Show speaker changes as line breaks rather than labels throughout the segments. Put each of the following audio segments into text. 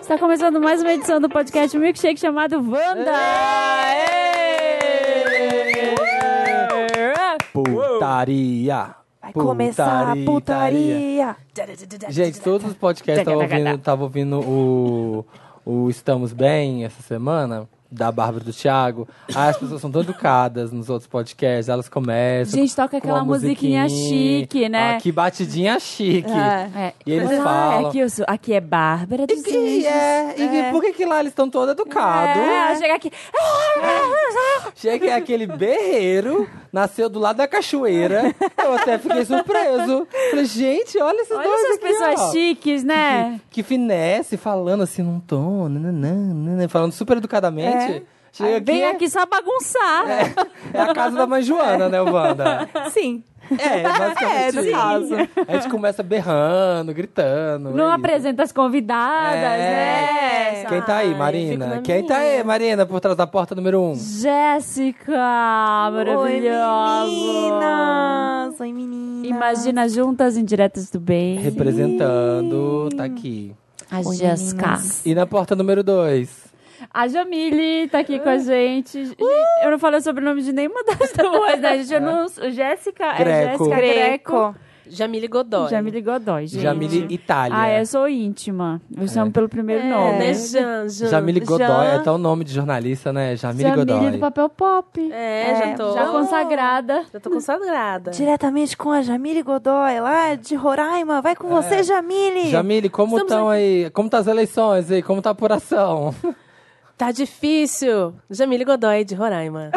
Está começando mais uma edição do podcast Milkshake chamado Wanda.
Putaria.
Vai começar a putaria.
Gente, todos os podcasts estavam ouvindo, tava ouvindo o, o Estamos Bem essa semana, da Bárbara e do Thiago. Aí as pessoas são tão educadas nos outros podcasts, elas começam.
Gente, toca
com
aquela
uma
musiquinha chique, né?
Ah, que batidinha chique.
É.
E eles
Olá,
falam.
Aqui, eu sou- aqui é Bárbara dos
E, que- é, e que- por que, que lá eles estão todos educados?
É, chega aqui.
É. Chega é aquele berreiro, nasceu do lado da cachoeira. Eu até fiquei surpreso. Falei, gente, olha esses
Olha
dois
essas
aqui,
pessoas
ó.
chiques, né?
Que finesse, falando assim num tom, nananã, nananã, falando super educadamente. Chega aqui,
Vem
é-
aqui só bagunçar.
É a casa da mãe Joana, né, Wanda?
Sim.
É, basicamente
É, no
isso.
caso.
A gente começa berrando, gritando.
Não
é isso.
apresenta as convidadas,
É.
né?
Quem tá
Ai,
aí,
fico
Marina?
na
Quem tá aí,
minha.
Marina, por trás da porta número um?
Jéssica,
Oi,
maravilhosa.
meninas. Oi, meninas.
Imagina juntas em diretas do bem.
Representando, tá aqui.
A
Oi,
Jéssica.
meninas.
E na porta número dois?
A Jamile tá aqui com a gente. Gente, Eu não falei o sobrenome de nenhuma das duas, né? Gente, eu não... Jéssica é
Greco.
Jéssica Greco.
Greco.
Jamile Godoy.
Jamile Godoy, gente.
Jamile Itália.
Ah, eu sou íntima. Eu chamo pelo primeiro
É,
nome.
né, Jan, Jan.
Jamile Godoy,
Jan.
é até o nome de jornalista, né? Jamile,
Jamile do
Godoy.
papel pop.
É, já tô.
Já consagrada.
Já tô consagrada.
Diretamente com a Jamile Godoy, lá de Roraima. Vai com você, Jamile.
É. Jamile, como
Estamos
estão aí? Como tá as eleições aí? Como tá a apuração?
Tá difícil. Jamile Godoy, de Roraima.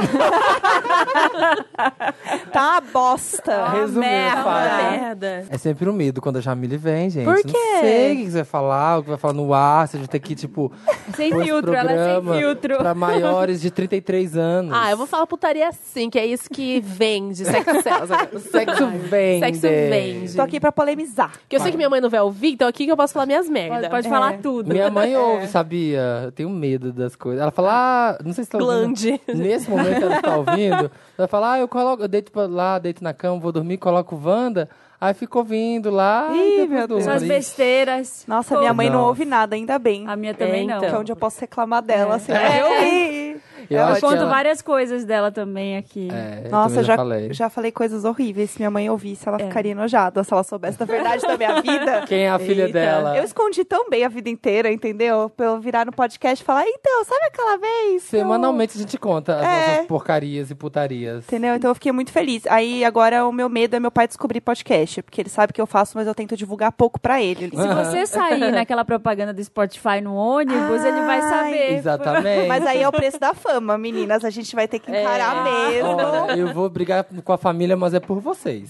Tá uma bosta.
Ah, Resumindo,
merda.
fala.
Ah.
Merda.
É sempre um medo quando a Jamile vem, gente.
Por
Não
quê?
sei o que você vai falar, o que vai falar no ar. Você vai ter que, tipo,
Sem
pôr esse
filtro, ela é sem
programa
filtro.
Pra maiores de 33 anos.
Ah, eu vou falar putaria sim, que é isso que vende. Sexo sells.
Sexo vende.
Sexo vende.
Tô aqui pra polemizar.
Porque eu sei que minha mãe não vai ouvir, então aqui que eu posso falar minhas
Pode,
merdas.
pode falar tudo.
Minha mãe ouve, sabia? Eu tenho medo das coisas. Ela fala, ah, não sei se tá ouvindo.
Glande.
Nesse momento ela tá ouvindo. Ela fala, ah, eu coloco, eu deito pra lá, deito na cama, vou dormir, coloco Wanda. Aí fica ouvindo lá.
Ih,
e depois
meu Deus.
dorme.
Suas besteiras.
Nossa, minha mãe não
Nossa.
ouve nada, ainda bem.
A minha também
É,
Que é
então.
não.
onde eu posso reclamar dela, assim.
É.
Eu ouvi.
Eu
Ela
acho
Eu
que
conto
ela-
várias coisas dela também aqui.
É, eu
é, Nossa,
também
já,
já falei.
já falei coisas horríveis. Se minha mãe ouvisse,
É.
ela ficaria enojada. Se ela soubesse da verdade da minha vida.
Quem é a filha
Eita.
dela?
Eu escondi tão bem a vida inteira, entendeu? Pra eu virar no podcast e falar, então, sabe aquela vez? que eu-"
Semanalmente a gente conta as
É.
nossas porcarias e putarias.
Entendeu? Então eu fiquei muito feliz. Aí agora o meu medo é meu pai descobrir podcast, porque ele sabe que eu faço, mas eu tento divulgar pouco pra ele. Ele-
Se você sair naquela propaganda do Spotify no ônibus, ele vai saber.
Exatamente.
Mas aí é o preço da fama, meninas. A gente vai ter que encarar mesmo.
É. Olha, eu vou brigar com a família, mas é por vocês.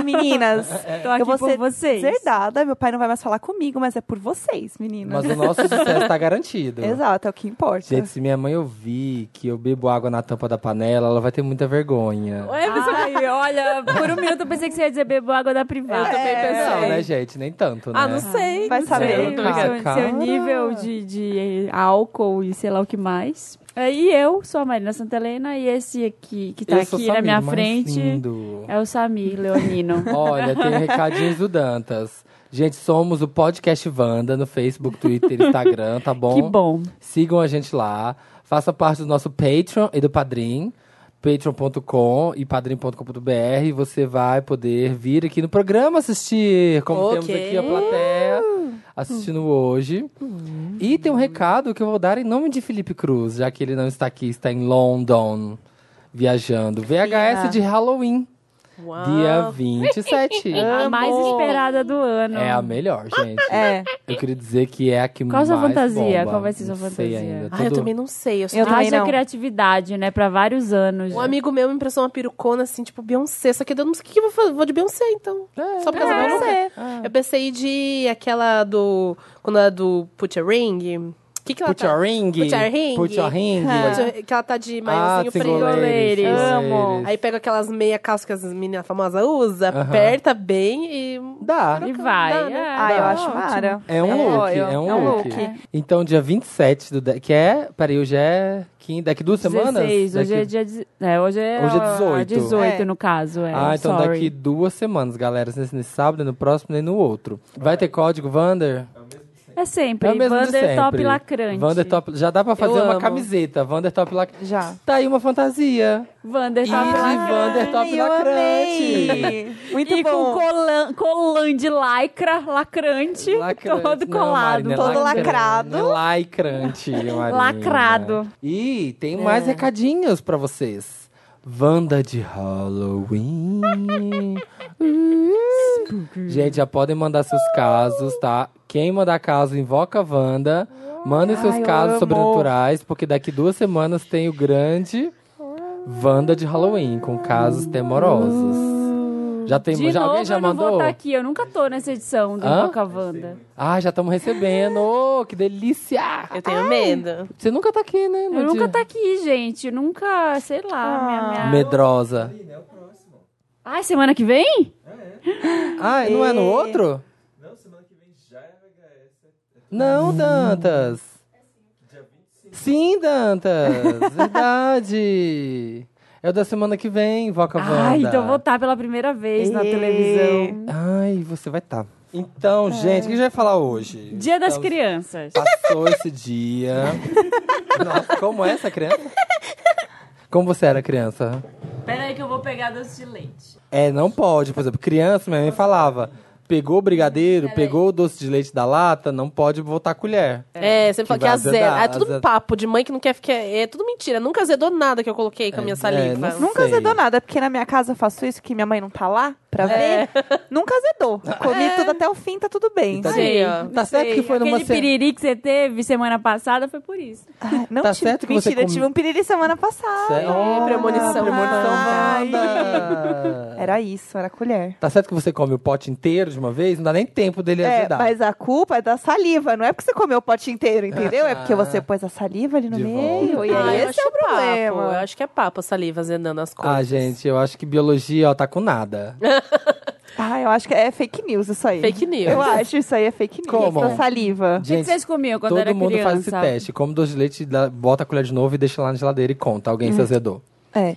meninas.
É.
Tô aqui
eu vou
por
ser
vocês.
deserdada. Meu pai não vai mais falar comigo, mas é por vocês, meninas.
Mas o nosso sucesso tá garantido.
né? Exato, é o que importa.
Gente, se minha mãe ouvir que eu bebo água na tampa da panela, ela vai ter muita vergonha.
Ué, mas
Ai, olha, por um minuto eu pensei que você ia dizer bebo água da privada.
Eu também
É,
pensei.
não, né, gente? Nem tanto, né?
Ah, não sei.
Vai
não
saber.
sei,
Sei,
não tô
Cara,
ligada.
seu,
cara.
seu nível de, de eh, álcool e sei lá o que mais. É, E eu sou a Marina Santelena e esse aqui que tá
Esse é o
aqui na
Samir,
minha
mais
frente
lindo.
é o Samir Leonino.
Olha, tem recadinhos do Dantas. Gente, somos o Podcast Wanda no Facebook, Twitter, Instagram, tá bom?
Que bom.
Sigam a gente lá. Faça parte do nosso Patreon e do Padrim. Patreon.com e padrim.com.br. Você vai poder vir aqui no programa assistir. Como
Ok.
temos aqui a plateia
Uh.
assistindo hoje. E tem um recado que eu vou dar em nome de Felipe Cruz, já que ele não está aqui, está em London, viajando. VHS de Halloween,
Uau.
dia
Ah.
27.
A mais esperada do ano.
é a melhor, gente.
É.
Eu queria dizer que é a que
Qual
mais
sua fantasia?
bomba.
Qual vai ser sua
Não sei
fantasia?
ainda.
Ai, eu
Todo-
também não sei. Eu sou
Eu também
Haja
não.
criatividade, né? Pra vários anos.
Um amigo meu me emprestou uma perucona, assim, tipo Beyoncé. Só que eu não sei o que que eu vou fazer. Vou de Beyoncé, então. Só por causa da Beyoncé. Eu pensei de aquela do... Quando ela é do Put a Ring. que que ela
Put
tá?
your ring.
Put your ring.
Put your ring.
Put your- Que ela tá de
Ah,
maiozinho preto.
singoleiros.
Amo.
Aí pega aquelas meia calça que as meninas famosas usam,
Aham.
aperta bem e...
Dá.
E vai.
Dá, né?
é.
Ah, eu
Tá
acho mara.
É um look,
ótimo.
é um look. Então, dia 27 do... de- Que é... Peraí, hoje é... quin- Daqui duas semanas?
16, hoje é
Daqui-
dia... de- É, hoje é,
Hoje é
ah,
18.
18,
É.
no caso. É.
Ah, então
Sorry.
daqui duas semanas, galera. Nesse, nesse sábado, nem no próximo, nem no outro. Vai ter código, Vander?
É É sempre.
É o mesmo de
Vandertop
sempre.
lacrante.
Vandertop, já dá pra fazer
Eu
uma
amo.
camiseta, Vandertop lacrante.
Já.
Tá aí uma fantasia.
Vandertop
Ih,
lacrante.
Vandertop
Ai, eu
lacrante.
amei. Muito
e com
bom.
colan, colan de lycra, lacrante,
Lacrante.
todo
Não,
colado.
Marina, é
todo
lacrante.
lacrado.
É Lacrante, Marina.
Lacrado. É.
E tem mais recadinhos pra vocês. Wanda de Halloween. Gente, já podem mandar seus casos, tá? Quem mandar caso, invoca a Wanda. Mandem seus
Ai, eu
casos
amo.
sobrenaturais, porque daqui duas semanas tem o grande Wanda de Halloween, com casos temorosos. Já tem,
De
já,
novo,
alguém já
eu não
mandou?
vou estar aqui. Eu nunca tô nessa edição do
Hã?
Boca Wanda.
Ah, já estamos recebendo. Ô, que delícia!
Eu tenho medo.
Você nunca tá aqui, né?
Eu
Nadia?
nunca tá aqui, gente. Eu Nunca, sei lá. Minha, minha...
Medrosa.
Ai, semana que vem?
Ah, não é no
E-
outro? Não, Dantas. Sim, Dantas. Verdade. É o da semana que vem, Voca Wanda.
Ai, então eu vou estar pela primeira vez na
Ê.
televisão.
Ai, você vai estar. Então,
É.
gente, o que a gente vai falar hoje?
Dia das
Estamos-
Crianças.
Passou esse dia. Nossa, como é essa criança? Como você era criança?
Pera aí que eu vou pegar doce de leite.
É, não pode. Por exemplo, criança, minha mãe falava: pegou o brigadeiro, pegou o doce de leite da lata, não pode voltar a colher.
É, sempre fala
Que
que
vai
azeda.
azedar,
Ah, É tudo
azeda.
papo de mãe que não quer ficar. É tudo mentira. Nunca azedou nada que eu coloquei com a minha
É,
saliva.
é, não-
Nunca-
Nunca
Sei.
azedou nada, porque na minha casa eu faço isso, que minha mãe não tá lá pra
É.
ver. Nunca azedou. Comi tudo até o fim, tá tudo bem.
Tá
Sei, ó.
Tá certo que foi numa
Aquele
se-
piriri que você teve semana passada foi por isso.
Ai, não
Tá
tive-
certo que você
Mentira, eu
come-
tive um piriri semana passada.
Sério? Olha,
premonição.
Ah,
Ai.
Wanda.
Era isso, era colher.
Tá certo que você come o pote inteiro de uma vez, não dá nem tempo dele
É,
azedar.
mas a culpa é da saliva, não é porque você comeu o pote inteiro, entendeu? É porque você pôs a saliva ali no
Ah. De
meio. E
Ah,
aí
eu
esse é
acho
o problema.
Papo. Eu acho que é papo a saliva azedando as coisas.
Ah, gente, eu acho que biologia, ó, tá com nada.
Ah, eu acho que é fake news isso aí.
Fake news.
Eu acho isso aí é fake news.
Como?
Da saliva.
O que, que
Gente,
vocês comiam quando
Todo
era
mundo
criança?
faz esse teste. Come doce de leite, dá- bota a colher de novo e deixa lá na geladeira e conta. Alguém se azedou.
É.
O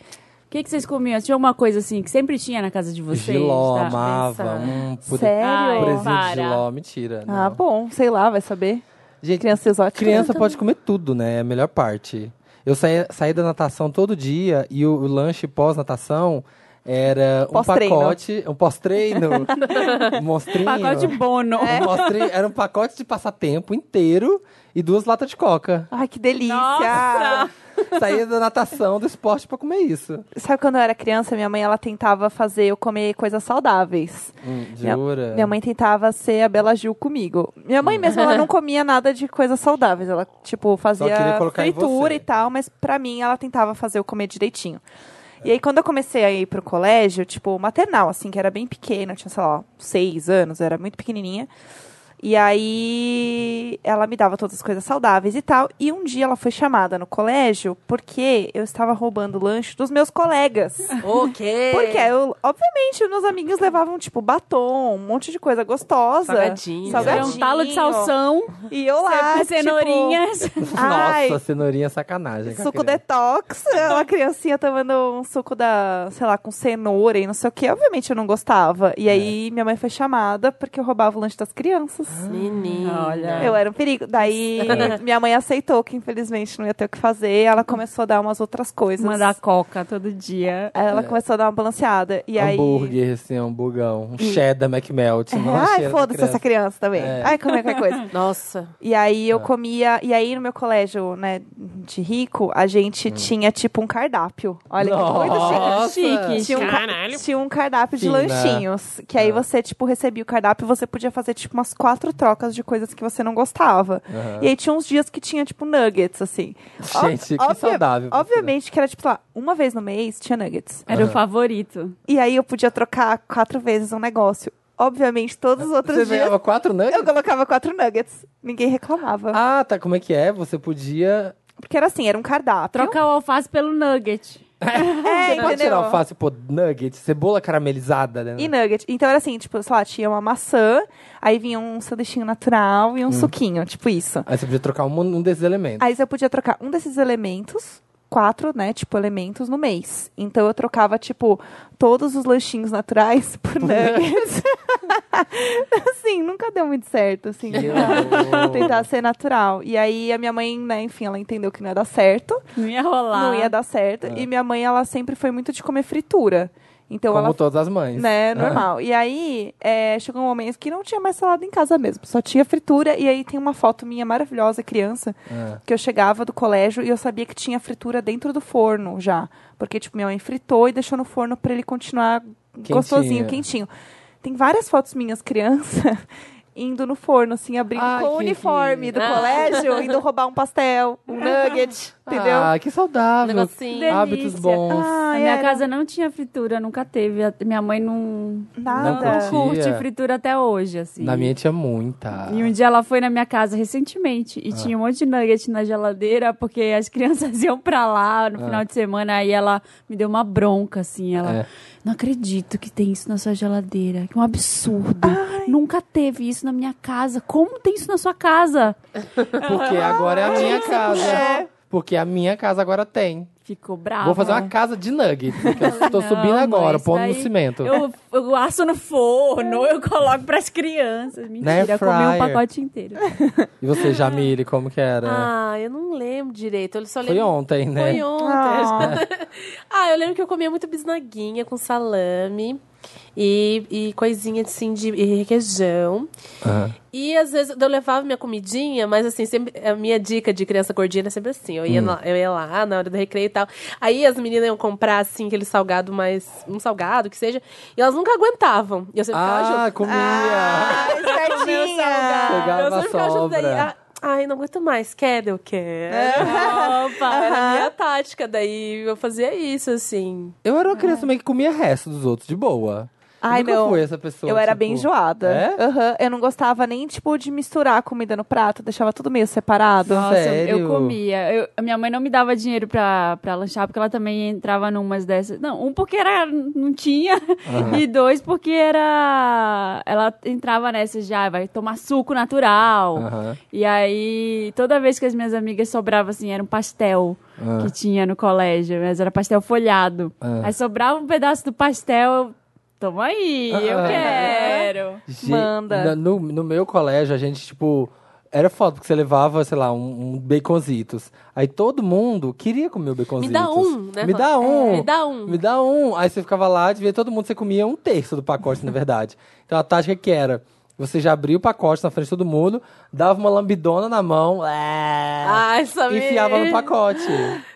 que, que vocês comiam? Tinha uma coisa assim que sempre tinha na casa de vocês.
Giló,
tá?
amava.
pensar.
Hum, puta-
Sério?
Ai,
Presinho
para.
de giló, mentira.
Ah,
não.
bom, sei lá, vai saber.
Gente,
Criança exótica.
Criança pode comer tudo, né? É a melhor parte. Eu saí, saí da natação todo dia e o, o lanche pós-natação era um
Pós-treino.
pacote, um pós-treino, um monstrinho.
Pacote bono.
É.
um monstrinho, era um pacote de passatempo inteiro e duas latas de coca.
Ai, que delícia!
Nossa!
Saía da natação, do esporte pra comer isso.
Sabe quando eu era criança, minha mãe ela tentava fazer eu comer coisas saudáveis.
Hum,
Minha-
jura?
Minha mãe tentava ser a Bela Gil comigo. Minha
Ah.
mãe mesmo, ela não comia nada de coisas saudáveis. Ela, tipo,
queria
fazia
colocar em
fritura
você.
e tal, mas pra mim ela tentava fazer eu comer direitinho. E aí, quando eu comecei a ir pro colégio, tipo, maternal, assim, que era bem pequena, eu tinha, sei lá, seis anos, eu era muito pequenininha. E aí, ela me dava todas as coisas saudáveis e tal. E um dia ela foi chamada no colégio porque eu estava roubando lanche dos meus colegas.
O quê?
Porque, eu, obviamente, os meus amigos levavam, tipo, batom, um monte de coisa gostosa.
Salgadinho.
Era um talo de salsão,
E
Ah,
eu lá,
sempre
tipo,
cenourinhas.
Ai.
Nossa, cenourinha é sacanagem. com a
Suco
criança.
detox, uma criancinha tomando um suco da, sei lá, com cenoura e não sei o que. Obviamente eu não gostava. E
É.
aí minha mãe foi chamada porque eu roubava o lanche das crianças.
Menina.
Olha.
Eu era um perigo. Daí minha mãe aceitou que infelizmente não ia ter o que fazer. Ela começou a dar umas outras coisas.
Mandar coca todo dia.
Aí Ela começou a dar uma balanceada. E aí.
Hambúrguer, assim, hambúrguer, um cheddar McMelt. nossa, cheiro
Ai,
da
foda-se essa criança também.
É.
Ai, comer qualquer coisa.
Nossa. um
E aí eu comia. E aí no meu colégio, né, de rico, a gente tinha tipo um cardápio. Olha que coisa chique.
Hum. Nossa.
Chique.
Tinha um, ca-
Caralho.
tinha um cardápio de
Fina.
lanchinhos. Que
É.
aí você, tipo, recebia o cardápio e você podia fazer, tipo, umas quatro trocas de coisas que você não gostava.
Aham.
E aí tinha uns dias que tinha, tipo, nuggets, assim. Ob-
Gente, que
obvia-
saudável.
Obviamente que era, tipo, sei lá, uma vez no mês tinha nuggets.
Ah.
Era o favorito.
E aí eu podia trocar quatro vezes um negócio. Obviamente, todos os outros
Você
dias
ganhava quatro nuggets?
eu colocava quatro nuggets. Ninguém reclamava.
Ah, tá. Como é que é? Você podia.
Porque era assim, era um cardápio.
Trocar o alface pelo nugget.
É,
Você pode
entendeu?
né? tirar alface e pôr nugget, cebola caramelizada, né?
E nugget. Então era assim, tipo, sei lá, tinha uma maçã, aí vinha um sanduichinho natural e
Hum.
um suquinho, tipo isso.
Aí você podia trocar um, um desses elementos.
Aí você podia trocar um desses elementos, quatro, né, tipo, elementos no mês. Então eu trocava, tipo, todos os lanchinhos naturais por nuggets. assim, nunca deu muito certo, assim.
Que
tentar,
horror.
tentar ser natural. E aí a minha mãe, né, enfim, ela entendeu que não ia dar certo.
Não ia rolar.
Não ia dar certo. E minha mãe, ela sempre foi muito de comer fritura. Então
Como
ela
todas as mães.
né,
Ah.
normal. E aí, é, chegou um momento que não tinha mais salada em casa mesmo, só tinha fritura. E aí tem uma foto minha maravilhosa, criança,
Ah.
que eu chegava do colégio e eu sabia que tinha fritura dentro do forno já. Porque, tipo, minha mãe fritou e deixou no forno pra ele continuar gostosinho, quentinho. Tem várias fotos minhas, criança, indo no forno, assim, abrindo
Ai,
com o
que-
uniforme do
que-
colégio, indo roubar um pastel, um nugget, entendeu?
Ah, que
Um
saudável.
negocinho.
Hábitos
Delícia.
bons.
Ah,
Na minha
era
casa não tinha fritura, nunca teve. A- Minha mãe não, não
curtia.
nada.
curte fritura até hoje, assim.
Na minha tinha muita.
E um dia ela foi na minha casa recentemente e
Ah.
tinha um monte de nugget na geladeira, porque as crianças iam pra lá no
Ah.
final de semana, aí ela me deu uma bronca, assim, ela.
É.
Não acredito que tem isso na sua geladeira. Que um absurdo. Nunca teve isso na minha casa. Como tem isso na sua casa?
Porque agora é
Ah,
a minha casa. Porque a minha casa agora tem.
Ficou brava.
Vou fazer uma casa de nuggets. que eu tô
Ah, é. Não,
subindo
mãe,
agora,
isso
pondo no
daí
cimento.
Eu, eu asso no forno, eu coloco pras crianças.
Na air
Mentira, comi um
fryer.
pacote inteiro.
E você, Jamile, como que era?
Ah, eu não lembro direito. Eu só
É. Foi
lembro
ontem, né?
Foi ontem. ah, eu lembro que eu comia muito bisnaguinha com salame e, e coisinha assim de e requeijão.
Ah.
E às vezes eu levava minha comidinha, mas assim, sempre, a minha dica de criança gordinha era sempre assim. Eu ia,
Hum.
lá, eu ia lá na hora do recreio e tal. Aí as meninas iam comprar, assim, aquele salgado mais. um salgado, que seja. E elas nunca aguentavam. E eu sempre ficava junto.
Ah, comia!
Ah, espertinha!
Pegava
eu sempre ficava junto daí.
sobra.
ah, Ai, não aguento mais. Quer, eu quero.
É.
Opa!
Era a minha tática, daí eu fazia isso, assim.
Eu era uma criança meio que comia resto dos outros, de boa.
Ai,
Nunca
não.
fui essa pessoa.
Eu era
tipo,
bem enjoada.
É?
Aham, Eu não gostava nem, tipo, de misturar a comida no prato, deixava tudo meio separado.
Nossa, eu-
Sério?
eu comia. Eu- a minha mãe não me dava dinheiro pra, pra lanchar, porque ela também entrava numas dessas. Não, um porque era, não tinha, e dois porque era. Ela entrava nessas já, vai tomar suco natural.
Aham.
E aí, toda vez que as minhas amigas sobrava, assim, era um pastel
Ah.
que tinha no colégio, mas era pastel folhado.
Ah.
Aí sobrava um pedaço do pastel, eu, toma aí, eu
Ah.
quero.
Ge-
Manda.
na- No, no meu colégio, a gente, tipo. Era foda, porque você levava, sei lá, um, um baconzitos. Aí todo mundo queria comer o baconzitos.
Me dá um, né?
Me dá um.
É, me dá um.
Me dá um. Aí você ficava lá, devia todo mundo, você comia um terço do pacote, na verdade. Então a tática que era. Você já abria o pacote na frente de todo mundo, dava uma lambidona na mão, ah,
Ai, sabe?
e enfiava no pacote.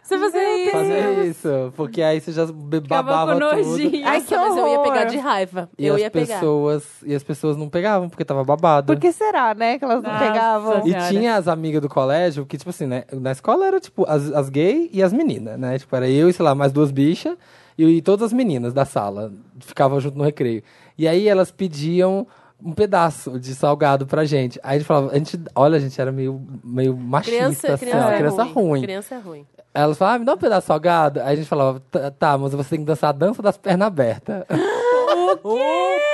Você fazia isso.
Fazer isso. Porque aí você já be-
Ficava
babava
com
tudo.
nojinho.
Ai,
Nossa,
que
mas eu ia
horror.
pegar de raiva.
E
eu
as
ia pegar.
pessoas, e as pessoas não pegavam porque tava babada.
Por que será, né? Que elas não
Nossa.
pegavam.
E
Senhora.
tinha as amigas do colégio que, tipo assim, né? Na escola era, tipo, as, as gays e as meninas, né? Tipo, era eu e, sei lá, mais duas bichas e, e todas as meninas da sala. Ficavam junto no recreio. E aí elas pediam um pedaço de salgado pra gente. Aí a gente falava, a gente, olha, a gente era meio, meio machista,
Criança,
assim,
criança,
ó,
é
criança
ruim.
ruim.
Criança é ruim.
Elas falavam, ah, me dá um pedaço de salgado. Aí a gente falava, "Tá- tá, mas você tem que dançar a dança das pernas abertas.
O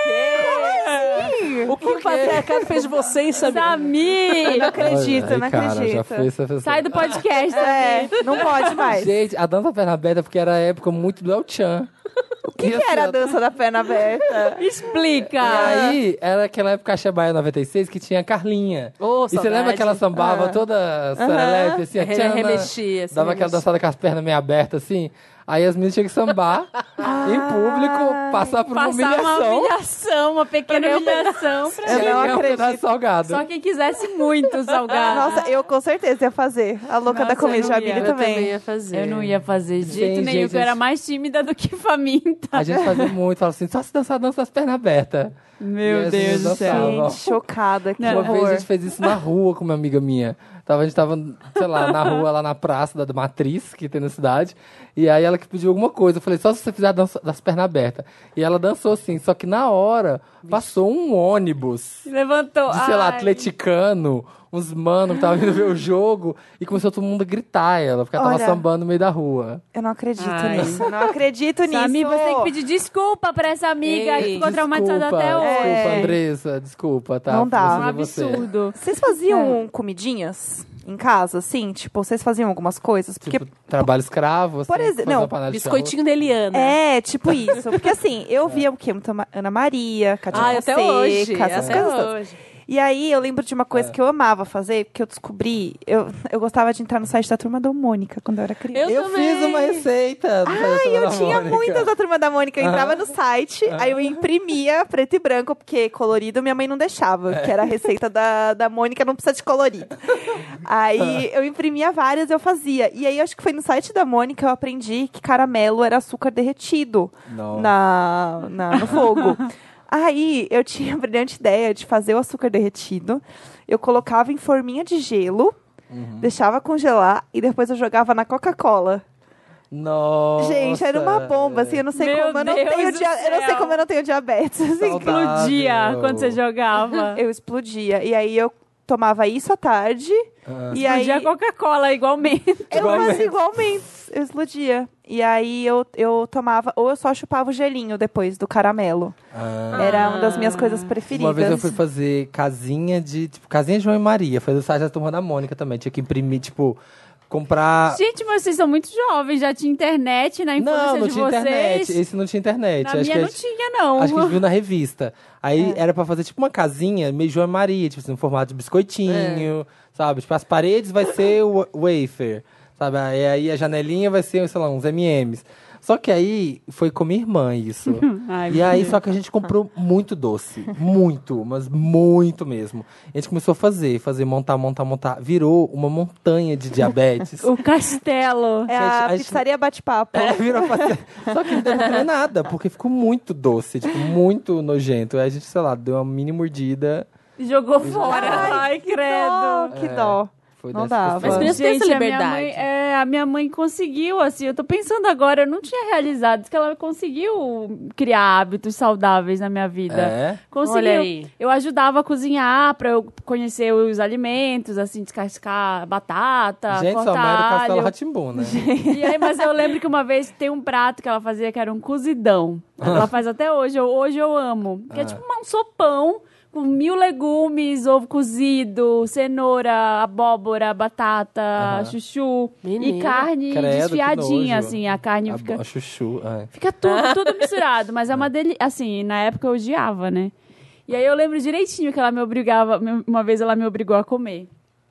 quê? O que o patriarcado fez de vocês, sabe?
Samir!
Não acredito,
Ai,
não
cara,
acredito.
Já foi essa pessoa.
Sai do podcast, Samir!
É, não pode mais. O
Gente, a dança perna aberta porque era a época muito do El Chan. O que,
que era a dança da perna aberta?
Explica!
Aí era aquela época a Xebaia 96 que tinha a Carlinha.
Ô,
e você lembra
saudade.
que ela sambava toda serelepe, assim,
Re-
tchana,
remexia, se
Dava aquela
remexia.
dançada com as pernas meio abertas, assim. Aí as meninas tinham que sambar em público, passar por uma
Passar uma
humilhação.
humilhação, uma pequena humilhação pra
Eu
mim.
não
ganhar um pedaço de
acredito.
salgado.
Só quem quisesse muito
Ah.
salgado.
Nossa, eu com certeza ia fazer. A louca
Nossa,
da comida
eu
de
não
abelha
ia.
Eu também
também.
ia fazer.
Eu não ia fazer de jeito
Sim,
nenhum,
gente,
que eu era
gente.
mais tímida do que faminta.
A gente fazia muito, falava assim, só se dançar a dança das pernas abertas.
Meu
E as
Deus
meninas
do céu. é
dançavam.
Gente, chocada, que
Uma vez a
horror.
gente fez isso na rua com uma amiga minha. Tava, a gente tava, sei lá, na rua, lá na praça da Matriz, que tem na cidade. E aí ela que pediu alguma coisa. Eu falei, só se você fizer a dança das pernas abertas. E ela dançou assim, só que na hora passou um ônibus
Levantou.
de, sei lá,
Ai.
atleticano, uns mano que tava vindo ver o jogo. E começou todo mundo a gritar ela, porque ela
Olha.
tava sambando no meio da rua.
Eu não acredito
Ai.
nisso. Eu Não acredito nisso.
Samir, você tem que pedir desculpa pra essa amiga
Ei,
que ficou traumatizada
desculpa,
até hoje.
Desculpa,
É.
Andressa, desculpa, tá?
Não dá.
Um
Você, você.
absurdo.
Vocês faziam
É.
comidinhas em casa, assim? Tipo, vocês faziam algumas coisas? Porque
Tipo, trabalho escravo, assim,
Por exe-
fazer
não,
uma panela de arroz.
Biscoitinho da Eliana.
É, tipo isso. Porque assim, eu via o quê? Muita Ma- Ana Maria, Cátia
Ai, Ah, até
Fonseca,
hoje.
essas
até
coisas. todas.
hoje.
E aí eu lembro de uma coisa que eu amava fazer, que eu descobri. Eu, eu gostava de entrar no site da turma da Mônica quando eu era criança.
Eu
Eu
também.
fiz uma receita. do
Ai,
Palhaçada
eu
da
tinha
Mônica.
muitas da turma da Mônica. Eu
Aham.
entrava no site, aí eu imprimia preto e branco, porque colorido minha mãe não deixava,
É.
que era a receita da, da Mônica, não precisa de colorido. Aí eu imprimia várias eu fazia. E aí acho que foi no site da Mônica eu aprendi que caramelo era açúcar derretido
Nossa.
na, na- no fogo. Aí eu tinha a brilhante ideia de fazer o açúcar derretido. Eu colocava em forminha de gelo,
Uhum.
deixava congelar e depois eu jogava na Coca-Cola.
Nossa.
Gente, era uma bomba, assim, eu não sei
Meu
como eu não
Deus
tenho
do
dia- eu não sei
céu.
como eu não tenho diabetes. assim.
Saudável.
Explodia quando você jogava.
Eu explodia. E aí eu tomava isso à tarde.
Ah.
E aí
Explodia Coca-Cola igualmente.
eu
Igualmente.
fazia igualmente. Eu explodia. E aí eu, eu tomava, ou eu só chupava o gelinho depois do caramelo.
Ah.
Era uma das minhas coisas
Uma
preferidas.
vez eu fui fazer casinha de. Tipo, casinha de João e Maria. Foi do site da turma da Mônica também. Tinha que imprimir, tipo, comprar.
Gente, mas vocês são muito jovens, já tinha internet na infância
não, não
de
tinha
vocês.
internet. Esse não tinha internet.
Na
Acho
minha
que
não
a gente-
tinha, não.
Acho que a gente viu na revista. Aí
É.
era pra fazer tipo uma casinha, meio João e Maria, tipo assim, no formato de biscoitinho,
É.
sabe? Tipo, as paredes vai ser o wafer, sabe? Aí, aí a janelinha vai ser, sei lá, uns M&M's. Só que aí foi com minha irmã isso.
Ai,
e
meu
aí,
Deus.
só que a gente comprou muito doce. Muito, mas muito mesmo. A gente começou a fazer, fazer, montar, montar, montar. Virou uma montanha de diabetes.
O castelo.
É
Gente,
a,
a gente-
pizzaria bate-papo.
É, virou pastel. Só que não deu pra comer nada, porque ficou muito doce, tipo, muito nojento. Aí a gente, sei lá, deu uma mini mordida.
Jogou fora. Ai,
Que dó,
credo.
que dó.
Foi
Não
dessa
dava.
questão.
Mas pensa-
Gente,
essa
a minha,
liberdade.
mãe, é, a minha mãe conseguiu, assim, eu tô pensando agora, eu não tinha realizado que ela conseguiu criar hábitos saudáveis na minha vida.
É?
Conseguiu.
Olha aí.
Eu ajudava a cozinhar pra eu conhecer os alimentos, assim, descascar batata,
gente,
cortar
sua mãe era o Castelo
Tá, alho.
Ratimbu, né?
E aí, mas eu lembro que uma vez tem um prato que ela fazia que era um cozidão. Ela faz até hoje, eu- hoje eu amo. Que é
Ah.
tipo uma- um sopão com mil legumes, ovo cozido, cenoura, abóbora, batata,
Aham.
chuchu
Menina.
e carne
Credo, que
desfiadinha,
nojo.
assim, a carne
A,
fica
bo- a chuchu. é.
Fica tudo, tudo misturado, mas é uma delícia. Assim, na época eu odiava, né? E aí eu lembro direitinho que ela me obrigava, me- uma vez ela me obrigou a comer.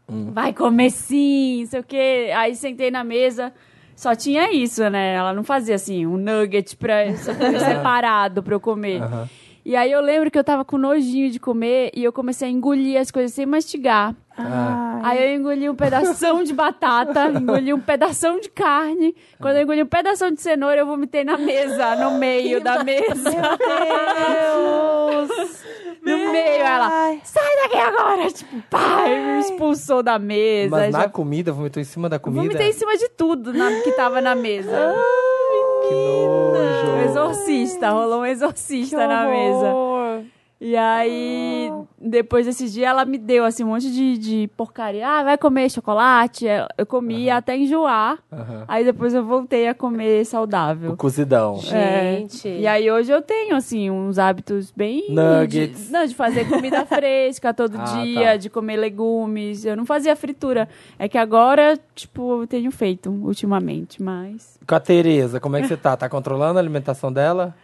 Vai comer sim, não sei o quê. Aí sentei na mesa, só tinha isso, né? Ela não fazia assim, um nugget pra, só pra- separado pra eu comer.
Aham.
E aí eu lembro que eu tava com nojinho de comer e eu comecei a engolir as coisas sem mastigar.
Ah.
Aí eu engoli um pedação de batata, engoli um pedação de carne. Quando eu engoli um pedação de cenoura, eu vomitei na mesa, no meio da mesa.
Meu Deus!
Ah. No meio, ela,
Ai.
sai daqui agora! Tipo, pai, me expulsou da mesa.
Mas na
já...
comida, vomitou em cima da comida.
Vomitei em cima de tudo na- que tava na mesa.
Que
Um
nojo.
exorcista, rolou um
Que
exorcista na mesa.
horror.
E aí, depois desse dia, ela me deu assim, um monte de, de porcaria. Ah, vai comer chocolate? Eu comia até enjoar.
Aham.
Aí depois eu voltei a comer
O
saudável.
cozidão.
É.
Gente.
E aí hoje eu tenho, assim, uns hábitos bem...
Nuggets.
De, não, de fazer comida fresca todo
Ah,
dia,
tá.
de comer legumes. Eu não fazia fritura. É que agora, tipo, eu tenho feito ultimamente, mas...
Com a Tereza, como é que você tá? Tá controlando a alimentação dela?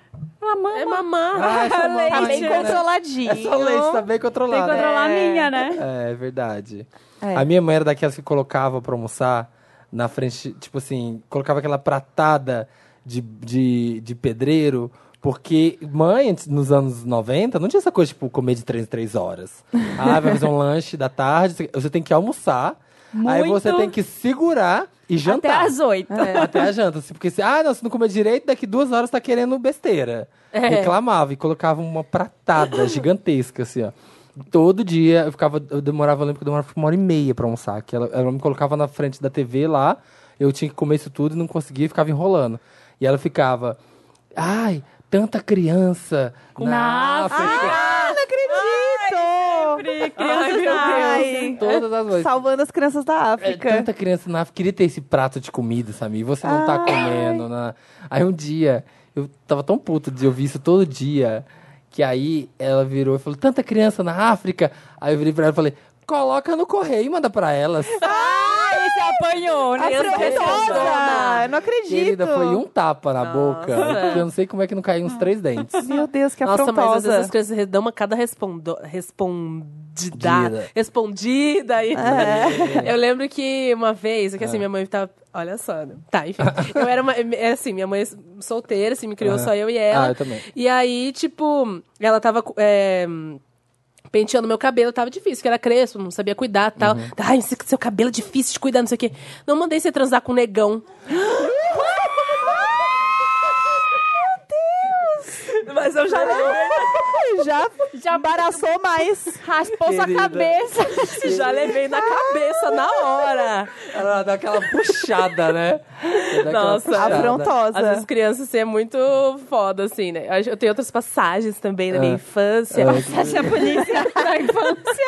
Ela mama.
É mamar.
Ah, essa mamãe,
Tá bem
né?
controladinho.
É só leite, tá bem
Tem que
controlado.
controlar a minha, né?
É, é verdade.
É.
A minha mãe era daquelas que colocava pra almoçar na frente, tipo assim, colocava aquela pratada de, de, de pedreiro. Porque mãe, antes- nos anos 90, não tinha essa coisa, tipo, comer de três em três horas. Ah, vai fazer um lanche da tarde, você tem que almoçar. Aí
Muito.
você tem que segurar e jantar.
Até às oito.
Até a janta. assim, Porque se, ah, não, se não comer direito, daqui duas horas tá querendo besteira. Reclamava e colocava uma pratada gigantesca, assim, ó. Todo dia eu ficava, eu demorava, eu lembro que eu demorava tipo, uma hora e meia pra almoçar. Que ela, ela me colocava na frente da TV lá, eu tinha que comer isso tudo e não conseguia, ficava enrolando. E ela ficava, ai, tanta criança na
Na
África.
Acredito!
Ai, meu
Ai.
Todas as vezes.
Salvando as crianças da
É,
África.
tanta criança na África queria ter esse prato de comida, sabe? E você não tá comendo, né? Aí um dia, eu tava tão puto de ouvir isso todo dia, que aí ela virou e falou, tanta criança na África. Aí eu virei pra ela e falei, coloca no correio e manda pra elas.
Ah, esse apanhou, né?
Afrontosa! Eu não acredito.
Querida, foi um tapa na
Nossa.
boca. que eu não sei como é que não caiu uns três dentes.
Meu Deus, que
Nossa, mas às
afrontosa.
vezes as crianças re- dão uma cada respondo, respondida.
Dida.
Respondida. aí. Eu lembro que uma vez, que assim, minha mãe tava. Olha só, né? Tá, enfim. eu era uma. é assim, minha mãe é solteira, assim, me criou
Ah.
só eu e ela.
Ah, eu também.
E aí, tipo, ela tava. é, Penteando meu cabelo, tava difícil, porque era crespo, não sabia cuidar e tal.
Uhum.
Ai, esse- seu cabelo é difícil de cuidar, não sei o quê. Não mandei você transar com um negão. Mas eu já levei.
Já, já embaraçou mais.
Raspou sua cabeça.
assim, Já levei na cabeça na hora.
Ela dá aquela puxada, né? Ela dá aquela
Nossa.
puxada.
Afrontosa.
Às vezes crianças assim, é muito foda, assim, né? Eu tenho outras passagens também da minha
Ah.
infância.
Você a polícia da infância.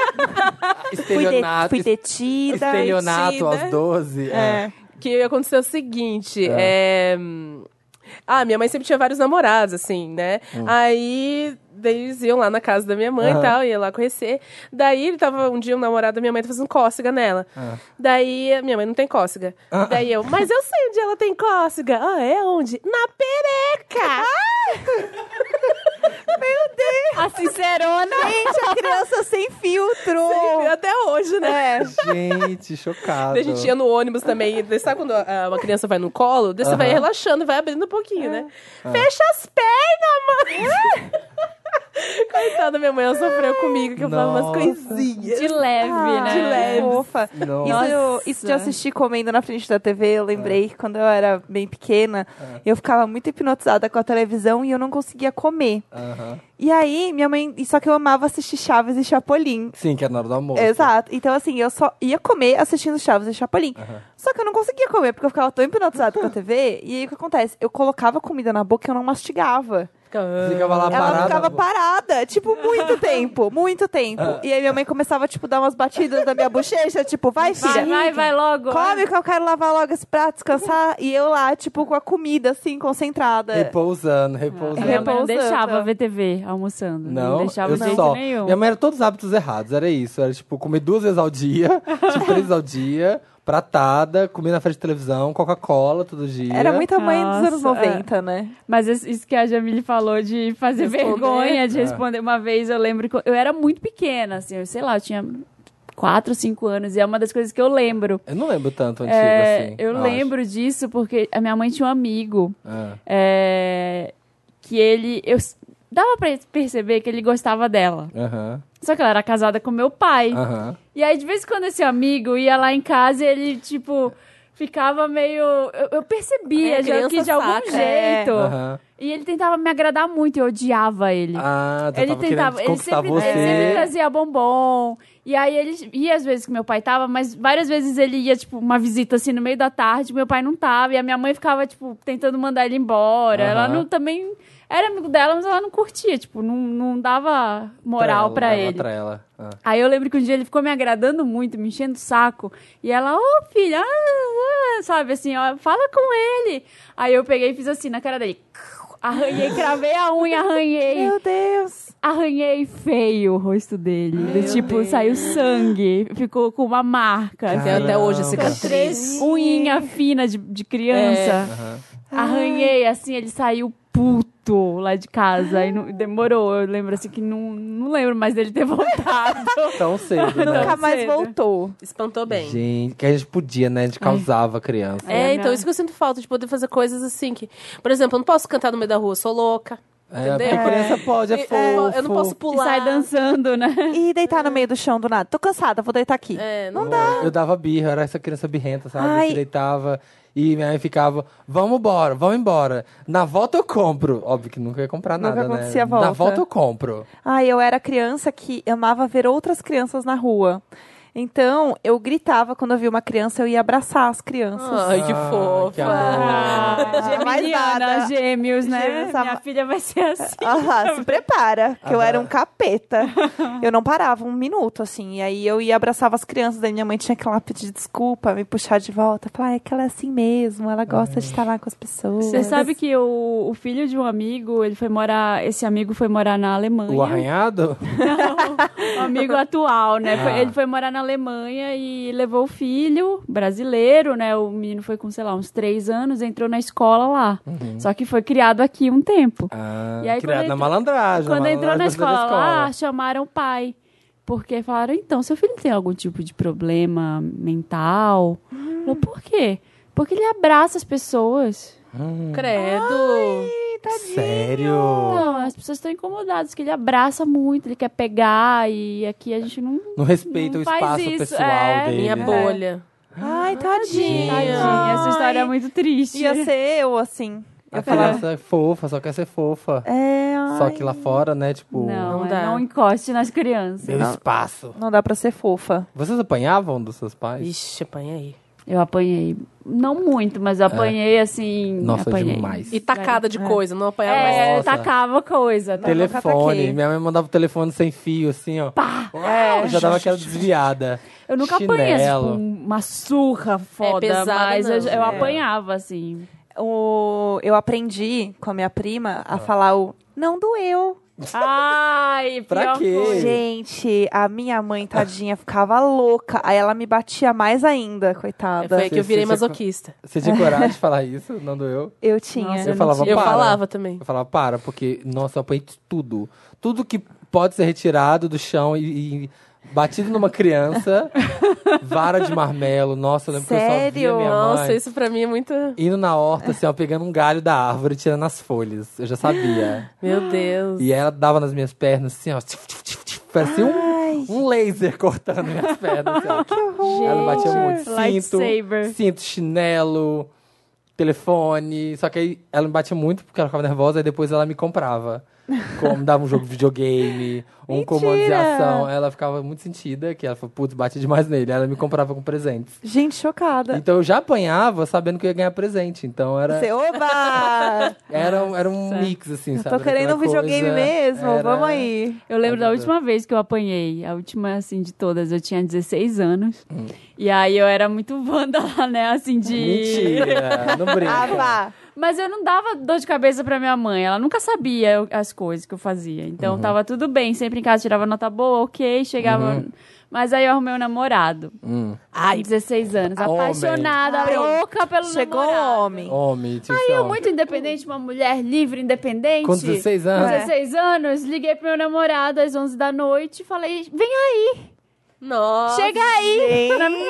Fui, de-
Estelionato.
fui né? detida.
Estelionato
Mentira.
aos 12.
É.
que aconteceu o seguinte, é... hum, Ah, minha mãe sempre tinha vários namorados, assim, né? Aí eles iam lá na casa da minha mãe
Aham.
e tal, ia lá conhecer. Daí ele tava um dia um namorado da minha mãe tá fazendo cócega nela.
Ah.
Daí a minha mãe não tem cócega. Daí eu, mas eu sei onde ela tem cócega. Ah, é onde? Na pereca!
A sincerona.
Gente, a criança sem filtro.
Até hoje, né?
É.
Gente, chocado.
Daí a gente ia no ônibus também. daí Sabe quando ah, uma criança vai no colo? Daí você vai
Aham. É.
relaxando, vai abrindo um pouquinho, né? Fecha as pernas, mãe! Coitada, minha mãe, ela sofreu comigo, que eu falava umas
É. Nossa.
coisinhas.
De leve,
Ah,
né?
de leve.
Fofa.
Nossa.
Nossa.
Isso, isso de assistir comendo na frente da TV, eu lembrei que quando eu era bem pequena, eu ficava muito hipnotizada com a televisão e eu não conseguia comer.
Aham.
E aí, minha mãe. e Só que eu amava assistir Chaves e Chapolin.
Sim, que era na hora do almoço.
Exato. Então, assim, eu só ia comer assistindo Chaves e Chapolin. Só que eu não conseguia comer, porque eu ficava tão hipnotizada com a TV. E aí, o que acontece? Eu colocava comida na boca e eu não mastigava.
"Ah."
Ficava lá
Ela
parada.
ficava parada, tipo, muito tempo, muito tempo. E aí, minha mãe começava, tipo, dar umas batidas na minha bochecha, tipo, vai, filha.
Vai, vai, vai logo.
Come que eu quero lavar logo esse prato, descansar. E eu lá, tipo, com a comida, assim, concentrada.
Repousando,
A
repousando.
Minha mãe não
Repousando.
deixava ver TV almoçando.
Não,
deixava
eu
de jeito
só.
nenhum.
Minha mãe era todos os hábitos errados, era isso. Era tipo comer duas vezes ao dia, tipo três ao dia, pratada, comer na frente da televisão, Coca-Cola todo dia.
Era muito a mãe
Nossa,
dos anos 90, né?
Mas isso isso que a Jamile falou de fazer
Responder.
vergonha, de
É.
responder. Uma vez eu lembro que eu- eu era muito pequena, assim, eu sei lá, eu tinha 4, 5 anos, e é uma das coisas que eu lembro.
Eu não lembro tanto antigo
É,
assim.
eu
acho.
lembro disso porque a minha mãe tinha um amigo
Ah.
é, que ele. Eu, s- dava pra perceber que ele gostava dela.
Aham.
Só que ela era casada com meu pai.
Aham.
E aí, de vez em quando, esse amigo ia lá em casa e ele, tipo, ficava meio. Eu, eu percebia
É, a
já que
criança
de algum
saca, é.
jeito.
Aham.
E ele tentava me agradar muito, eu odiava ele.
Ah, tu
ele
tava querendo
tentava, ele
conquistar
sempre,
você.
ele sempre trazia bombom. E aí ele ia às vezes que meu pai tava, mas várias vezes ele ia, tipo, uma visita assim no meio da tarde, meu pai não tava. E a minha mãe ficava, tipo, tentando mandar ele embora.
Aham.
Ela não também. Era amigo dela, mas ela não curtia, tipo, não, não dava moral
Trela,
pra
dava
ele.
trela. Ah.
Aí eu lembro que um dia ele ficou me agradando muito, me enchendo o saco. E ela, ô filha, ah, ah", sabe assim, ó, fala com ele. Aí eu peguei e fiz assim na cara dele. Arranhei, cravei a unha, arranhei.
Meu Deus.
Arranhei feio o rosto dele. Do tipo,
Deus.
saiu sangue, ficou com uma marca.
Cara,
Tem até hoje a
Caramba.
cicatriz.
Unha fina de, de criança.
Aham.
Arranhei, assim, ele saiu puto lá de casa. E não- demorou. Eu lembro assim que não, não lembro mais dele ter voltado.
Tão cedo, né?
Nunca mais
cedo.
voltou.
Espantou bem.
Gente, que a gente podia, né? A gente causava criança.
É,
É, então
né?
isso que eu sinto falta, de poder fazer coisas assim que... Por exemplo, eu não posso cantar no meio da rua, eu sou louca.
É,
Entendeu?
porque criança pode, é,
Eu-
fofo.
Eu não posso
E
pular.
sai dançando, né?
E deitar no meio do chão do nada. Tô cansada, vou deitar aqui.
É, não,
Não dá. Eu dava birra, eu era essa criança birrenta, sabe?
Ai.
Se deitava e minha mãe ficava, vamos embora, vamos embora. Na volta eu compro. Óbvio que nunca ia comprar
Nunca
nada, né?
acontecia a volta.
Na volta eu compro.
Ai, eu era criança que amava ver outras crianças na rua. Então, eu gritava quando eu via uma criança, eu ia abraçar as crianças.
Ai, que
Ah,
fofa.
que amor.
Ah, mais nada.
Geminiana, gêmeos, né?
Gêmeos, a
Minha
ma-
filha vai ser assim.
Ah lá, se prepara, que eu
Agora-
era um capeta. Eu não parava um minuto, assim. E aí eu ia abraçava as crianças, daí minha mãe tinha que ir lá pedir desculpa, me puxar de volta. Falar, "Ah, é que ela é assim mesmo, ela gosta de estar lá com as pessoas.
Você sabe que o, o filho de um amigo, ele foi morar, esse amigo foi morar na Alemanha.
O arranhado?
O amigo atual, né? Foi-
Ah.
ele foi morar na Alemanha e levou o filho brasileiro, né? O menino foi com, sei lá, uns três anos, entrou na escola lá. Só que foi criado aqui um tempo.
Ah,
E aí,
criado
quando
na
entrou-
malandragem.
Quando
malandragem
entrou na
dentro da
escola, lá, chamaram o pai. Porque falaram, então, seu filho tem algum tipo de problema mental? Falou, por quê? Porque ele abraça as pessoas.
Hum,
É Credo.
sério?
Não, Então, as pessoas estão incomodadas, que ele abraça muito, ele quer pegar e aqui a gente não.
Não respeita
Não
o
faz
espaço
isso,
pessoal
é.
dele.
Minha
né?
bolha.
Ai, tadinha.
Tadinha, essa história é muito triste.
Ia ser eu, assim.
A criança é fofa, só quer ser fofa.
É,
Só
ai,
que lá fora, né, tipo...
Não,
Não
é,
dá.
não encoste nas crianças.
Meu espaço.
Não dá pra ser fofa.
Vocês apanhavam dos seus pais?
Ixi, apanha aí.
Eu apanhei. Não muito, mas eu apanhei assim.
Nossa,
apanhei.
demais.
E tacada de coisa, não apanhava mais.
É,
Nossa.
tacava coisa. Tacava
Telefone.
taquei.
Minha mãe mandava o telefone sem fio, assim, ó. Pá! já dava aquela desviada.
Eu nunca apanhei assim,
Chinelo.
tipo, uma surra foda,
pesado,
mas eu,
não.
eu
É.
apanhava, assim.
O... Eu aprendi com a minha prima
Ah.
a falar o não doeu.
Ai,
Pra
pior
quê?
coisa.
Gente, a minha mãe, tadinha, ficava louca. Aí ela me batia mais ainda,
É,
coitada.
Foi aí que eu
Você-
virei
você-
masoquista.
Você tinha coragem de falar isso? Não doeu?
Eu tinha.
Nossa,
Eu
não
falava,
tinha.
Eu
para.
falava também.
Eu falava, para, porque, nossa, eu apanhei de tudo. Tudo que pode ser retirado do chão e, e batido numa criança. vara de marmelo. Nossa, eu lembro que eu só via
Sério?
minha mãe.
Nossa, isso pra mim é muito.
Indo na horta, assim, ó, pegando um galho da árvore e tirando as folhas. Eu já sabia.
Meu Deus.
E ela dava nas minhas pernas, assim, ó. Tchuf, tchuf, tchuf, tchuf, parecia um, um laser cortando minhas pernas. Assim, ó. ela batia muito. Cinto,
Lightsaber.
cinto, chinelo, telefone. Só que aí ela me batia muito porque ela ficava nervosa e depois ela me comprava. Como dava um jogo de videogame, um comando de ação. Ela ficava muito sentida, que ela falou, putz, bate demais nele. Ela me comprava com presentes.
Gente, chocada.
Então eu já apanhava sabendo que eu ia ganhar presente. Então era.
Você, oba!
Era um, era um mix, assim,
Eu
sabe?
tô
daquela
querendo um videogame
coisa.
mesmo,
Era-
vamos aí.
Eu lembro da
Ai, meu
última vez que eu apanhei, a última, assim, de todas, eu tinha 16 anos.
Hum.
E aí eu era muito vândala, né, assim, de...
Mentira, não
Ah,
brinca.
vá.
Mas eu não dava dor de cabeça pra minha mãe, ela nunca sabia eu- as coisas que eu fazia.
Uhum.
Então tava tudo bem, sempre em casa tirava nota boa, ok, chegava...
Uhum.
Mas aí eu arrumei um namorado,
Hum.
com 16 anos,
Homem.
apaixonada,
Ai,
louca pelo
Chegou
namorado.
o homem.
Homem, tio
Aí eu,
Sam.
muito independente, uma mulher livre, independente.
Então, Com 16 anos?
Com 16 anos, liguei pro meu namorado às 11 da noite e falei: vem aí,
Nossa.
chega aí,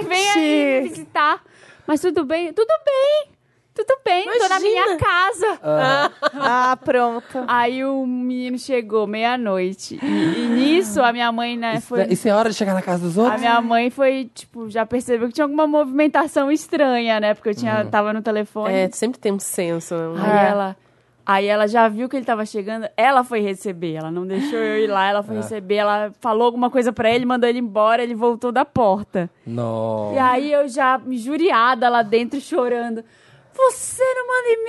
vem aí me visitar. Mas tudo bem? Tudo bem, tudo bem, tô na
Imagina.
minha casa.
Ah, pronto.
Aí o menino chegou meia-noite. E, e nisso a minha mãe, né,
Isso,
foi.
isso é hora de chegar na casa dos
A
outros?
minha mãe foi, tipo, já percebeu que tinha alguma movimentação estranha, né? Porque eu
Uhum.
tinha, tava no telefone.
É, sempre tem um senso. né?
Aí
É.
ela. Aí ela já viu que ele tava chegando, ela foi receber, ela não deixou eu ir lá, ela foi receber, ela falou alguma coisa pra ele, mandou ele embora, ele voltou da porta.
Não.
E aí eu já injuriada lá dentro, chorando. Você não manda em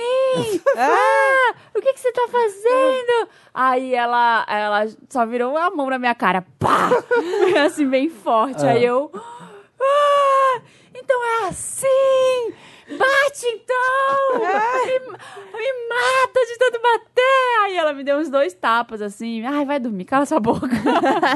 mim! Ah, o que, que você tá fazendo? Aí ela, ela só virou a mão na minha cara. Pá! Assim, bem forte. Aí eu. "Ah, então é assim! Bate então! Me, me mata de tanto bater! Aí ela me deu uns dois tapas assim. Ai, vai dormir, cala essa boca.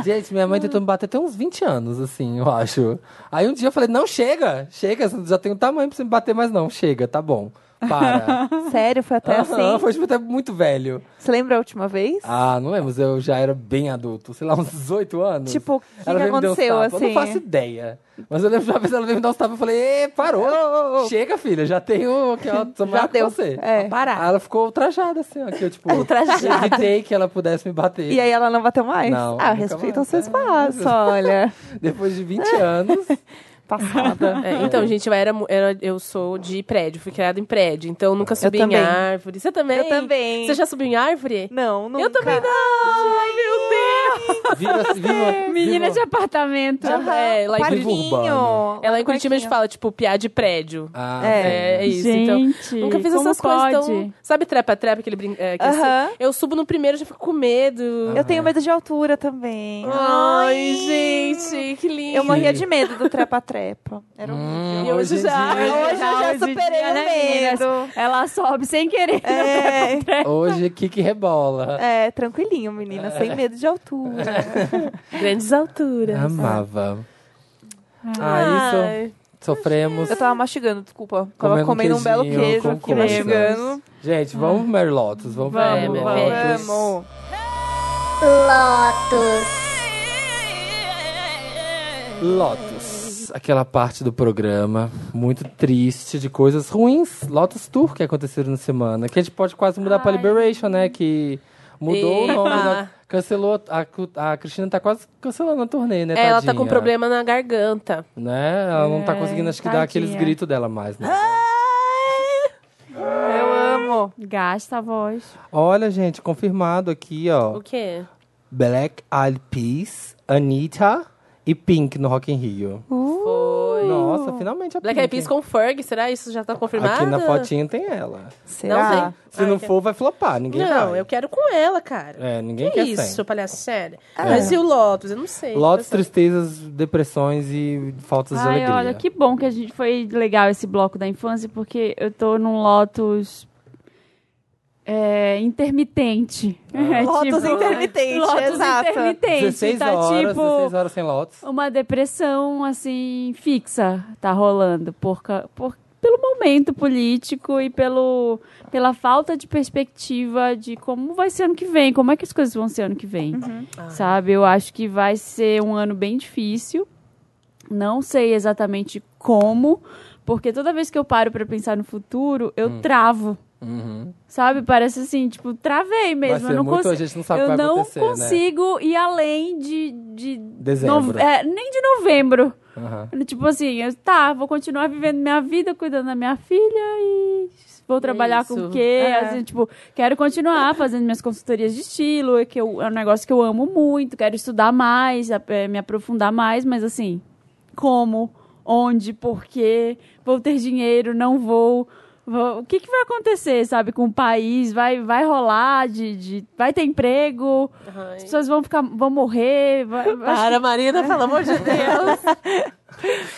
Gente, minha
Hum.
mãe tentou me bater até uns 20 anos, assim, eu acho. Aí um dia eu falei, não, chega, chega, você já tem um tamanho pra você me bater mais não, chega, tá bom, para.
Sério, foi até
Aham,
assim.
Foi tipo, até muito velho.
Você lembra a última vez?
Ah, não lembro, mas eu já era bem adulto, sei lá, uns 18 anos.
Tipo, o que que
veio me dar uns
aconteceu,
tapas, Eu não
assim?
faço ideia. Mas eu lembro de uma vez ela veio me dar uns tapas, eu falei, "Ê, parou.
Ô, ô, ô.
Chega, filha, já tenho que ela tomar com
deu.
você.
É.
Parar. Aí ela ficou ultrajada, assim, ó. Que eu, tipo,
Ultrajada.
evitei que ela pudesse me bater.
E aí ela não bateu mais?
Não,
ah,
nunca
respeita o
mais. É,
seu espaço, olha.
Depois de 20 anos.
Passada.
É, então, gente, eu, era, mu- era- eu sou de prédio, fui criada em prédio, então eu nunca subi em
também.
árvore. Você também?
Eu também.
Você já subiu em árvore?
Não, nunca.
Eu também não! Ai, meu Deus!
Viva, viva,
Menina
viva-
de apartamento.
É, lá em
Parque.
Curitiba,
urbano.
ela em Curitiba a gente
Parquinho.
fala, tipo, piá de prédio.
Ah,
É, é isso. Então,
Gente,
nunca fiz
como
essas
pode?
coisas tão... Sabe trepa-trepa, aquele brin... é, que
Aham.
assim, Eu subo no primeiro e já fico com medo.
Eu tenho medo de altura também.
Ai, gente, que lindo.
Eu morria de medo do trepa-trepa. Era um...
Hum,
E hoje já-
em dia-
Hoje eu já
Hoje em dia,
superei o
né,
medo.
Ela sobe sem querer.
É,
Hoje Kiki rebola.
é, tranquilinho, menina, sem medo de altura.
Grandes
É.
alturas.
Amava. Ah, isso.
Ai.
Sofremos.
Eu tava mastigando, desculpa. Tava
Comendo
comendo um belo
queijinho
queijo
com
aqui,
croissant.
mastigando.
Gente, vamos pro Mary Lotus. Vamos, pro Mary
Vamos,
Lotus.
Vamos.
Lotus. Aquela parte do programa muito triste de coisas ruins. Lotus Tour que aconteceram na semana. Que a gente pode quase mudar pra Liberation, né? Que mudou o nome.
Epa.
da- Cancelou. A, Cu- a Cristina tá quase cancelando a turnê, né?
É, ela tá com
tadinha?
problema na garganta.
Né? Ela não tá
É,
conseguindo, acho que, dar
tadinha.
aqueles gritos dela mais, né?
Eu amo.
Gasta a voz.
Olha, gente, confirmado aqui, ó.
O quê?
Black Eyed Peas, Anitta e Pink no Rock in Rio.
Foi.
Nossa, finalmente a
Black
Pink.
Eyed Peas com Ferg, será isso já tá confirmado?
Aqui na fotinha tem ela.
Será?
Não
Se
Ah,
não for, vai flopar. Ninguém
Não,
vai.
eu quero com ela, cara.
É, ninguém
que
quer
isso,
sem. É.
palhaço sério. Mas e o Lotus? Eu não sei.
Lotes,
Tô pensando-
tristezas, depressões e faltas de
Ai,
alegria.
olha, que bom que a gente foi legal esse bloco da infância, porque eu tô num Lotus é, intermitente. É,
Lotus intermitente,
Lotus
exato.
intermitente.
16
tá
horas,
tipo
16 horas sem Lotus.
uma depressão, assim, fixa tá rolando. Por, ca- por, pelo momento político e pelo, pela falta de perspectiva de como vai ser ano que vem, como é que as coisas vão ser ano que vem.
Uhum. Ah.
Sabe? Eu acho que vai ser um ano bem difícil. Não sei exatamente como, porque toda vez que eu paro pra pensar no futuro, eu
Hum.
travo.
Uhum.
Sabe? Parece assim, tipo, travei
Vai
mesmo.
ser
eu não
muito,
consigo
a gente não sabe o
eu
que vai
não
acontecer, né?
consigo ir além de. de
Dezembro.
nove- é, nem de novembro.
Aham.
Tipo assim, eu, tá, vou continuar vivendo minha vida, cuidando da minha filha e vou trabalhar com
isso.
o quê? Assim, tipo, quero continuar fazendo minhas consultorias de estilo, é que eu- é um negócio que eu amo muito, quero estudar mais, a- é, me aprofundar mais, mas assim, como, onde, por quê, vou ter dinheiro, não vou. vou- o que, que vai acontecer, sabe, com o país? Vai, vai rolar de, de- Vai ter emprego?
Ai.
As pessoas vão ficar. vão morrer. Vai, vai-
Para, Marina, pelo amor de Deus.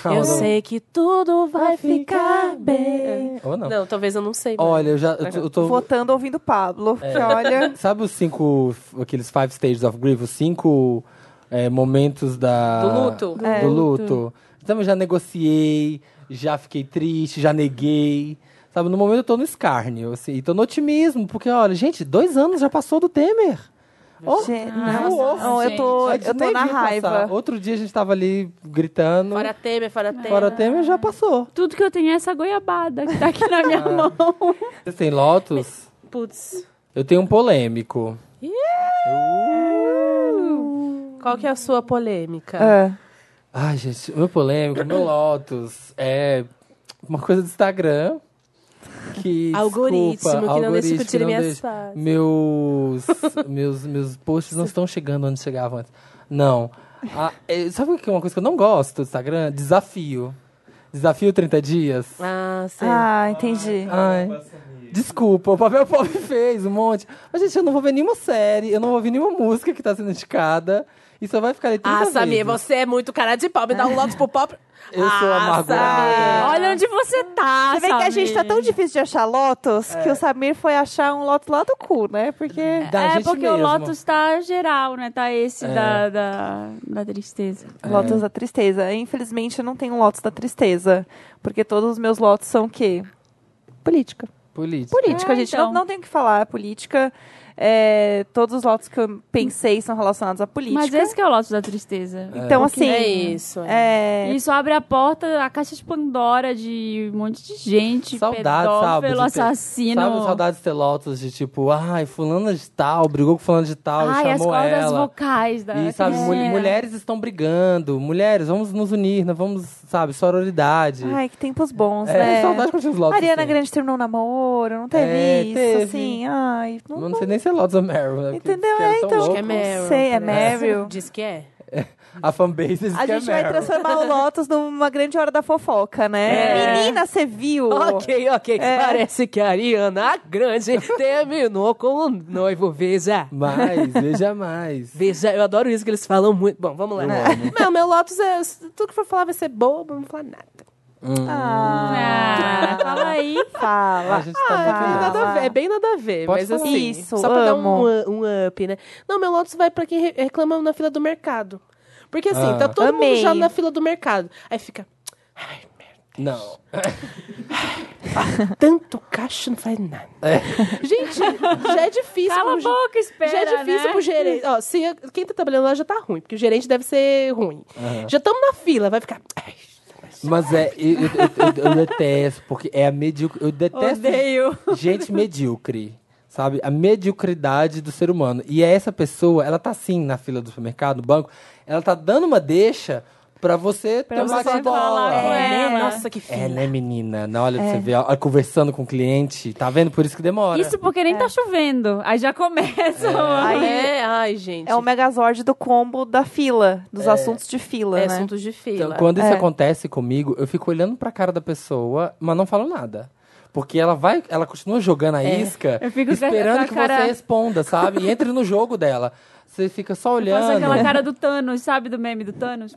eu sei que tudo vai ficar bem.
Ou não.
Não, talvez eu não sei. mas-
Olha, eu já... Eu, tô- eu tô...
Votando ouvindo Pablo. Que
É.
olha.
Sabe os cinco, aqueles five stages of grief, os cinco é, momentos da...
Do luto.
Do
É.
luto. Então, eu já negociei, já fiquei triste, já neguei. Sabe, no momento eu tô no escárnio, assim, e tô no otimismo, porque, olha, gente, dois anos já passou do Temer. Ó,
Gente,
voou.
Oh, não, eu tô,
A
eu
gente
tô
nem
na
viu passar.
raiva.
Outro dia a gente tava ali gritando,
Fora Temer, fora Temer.
fora Temer já passou.
Tudo que eu tenho é essa goiabada que tá aqui na
Ah.
minha mão.
Vocês têm Assim, Lotus?
Putz.
Eu tenho um polêmico.
Qual que é a sua polêmica?
É.
Ai, gente, o meu polêmico, o meu Lotus é uma coisa do Instagram que
Algoritmo,
desculpa,
que não deixa
algoritmo
que eu tire
não
minhas
deixa.
fotos.
Meus, meus, meus posts não estão chegando onde chegavam antes. Não. Ah, é, sabe o que é uma coisa que eu não gosto do Instagram? Desafio. Desafio 30 dias.
Ah, sei.
Ah, entendi.
Ai. Desculpa, o Papel Pop fez um monte. Mas, gente, eu não vou ver nenhuma série, eu não vou ouvir nenhuma música que tá sendo indicada. E só vai ficar ali 30
Ah, Samir,
vezes.
você é muito cara de pau. Me dá um lote pro pau.
Eu sou
ah,
amargurada.
Samir.
Olha onde você tá,
Você vê que a gente tá
Samir.
tão difícil de achar Lotus
É.
que o Samir foi achar um Lotus lá do cu, né? Porque.
Da
é
gente
porque o
mesmo. É.
Lotus tá geral, né? Tá esse da, da, da tristeza.
Lotus da tristeza. Infelizmente, eu não tenho um Lotus da tristeza. Porque todos os meus Lotus são o quê? Política.
Política.
Política,
É,
gente.
então.
Não, não tem o que falar. Política. É, todos os Lotus que eu pensei são relacionados à política.
Mas esse que é o Lotus da tristeza.
Então, assim.
É isso. É.
é,
Isso abre a porta, a caixa de Pandora de um monte de gente,
Saudade, sabe?
pedófilo,
de ter-
assassino.
É. Sabe, saudade de ter Lotus de tipo, ai, fulana de tal, brigou com fulana de tal, e
Ai, as
chamou
cordas
ela.
vocais da
E sabe, mul-
É.
Cristina.
mulheres estão brigando, mulheres, vamos nos unir, nós vamos, sabe, sororidade.
Ai, que tempos bons,
é,
né?
saudade quando tinha os Lotus.
Ariana
assim.
Grande terminou o namoro, não teve
É,
isso,
teve.
assim. Ai, não,
Eu não sei nem se ser Lotus ou Meryl, né? Porque
Entendeu?
esse cara
É,
tão
então.
louco.
que é Meryl.
Não sei, é
parece.
Meryl.
Diz que é.
A fanbase diz
A
que é
gente vai
Meryl.
transformar o Lotus numa grande hora da fofoca, né?
É.
Menina, você viu?
Ok, ok.
É.
Parece que a Ariana Grande terminou com o noivo. Veja.
Mais, veja mais.
Veja, eu adoro isso que eles falam muito. Bom, vamos lá.
Eu amo.
Não, meu Lotus é. Tudo que for falar vai ser bobo, não vou falar nada.
Ah, fala aí.
Fala.
A gente tá muito
Ah,
louco.
Nada a
lá.
ver, é bem nada a ver.
Pode
mas
falar.
assim,
Isso,
só pra
amo.
dar um, um up, né? Não, meu Lotus vai pra quem re- reclama na fila do mercado. Porque assim,
Ah.
tá todo
Amei.
mundo já na fila do mercado. Aí fica. Ai, merda.
Não.
Tanto caixa não faz nada.
É.
Gente, já é difícil.
Cala a
pro ge-
boca, espera.
já é difícil
né?
pro gerente. Ó, se, quem tá trabalhando lá já tá ruim, porque o gerente deve ser ruim. Já estamos na fila, vai ficar. Ai,
Mas é, eu, eu- eu- eu- eu detesto, porque é a medíocre. Eu detesto
Odeio.
gente medíocre. Sabe? A mediocridade do ser humano. E é essa pessoa, ela tá assim na fila do supermercado, no banco, ela tá dando uma deixa pra você
Pra
tomar
você
a bola.
falar com
é.
ela. É.
Nossa, que fila.
É, né, menina? Na hora de você ver, ó, conversando com o cliente, tá vendo? Por isso que demora.
Isso porque
É.
nem tá chovendo. Aí já começa.
Ai,
Aí-
é, ai, gente.
É o megazord do combo da fila, dos assuntos de fila,
É
né?
assuntos de fila.
Então, quando isso
É.
acontece comigo, eu fico olhando pra cara da pessoa, mas não falo nada. Porque ela vai, ela continua jogando a isca,
É. Eu fico com essa- com
esperando
a
que
cara-
você responda, sabe? E entre no jogo dela. Você fica só
Faz
olhando.
aquela cara do Thanos, É, sabe? Do meme do Thanos.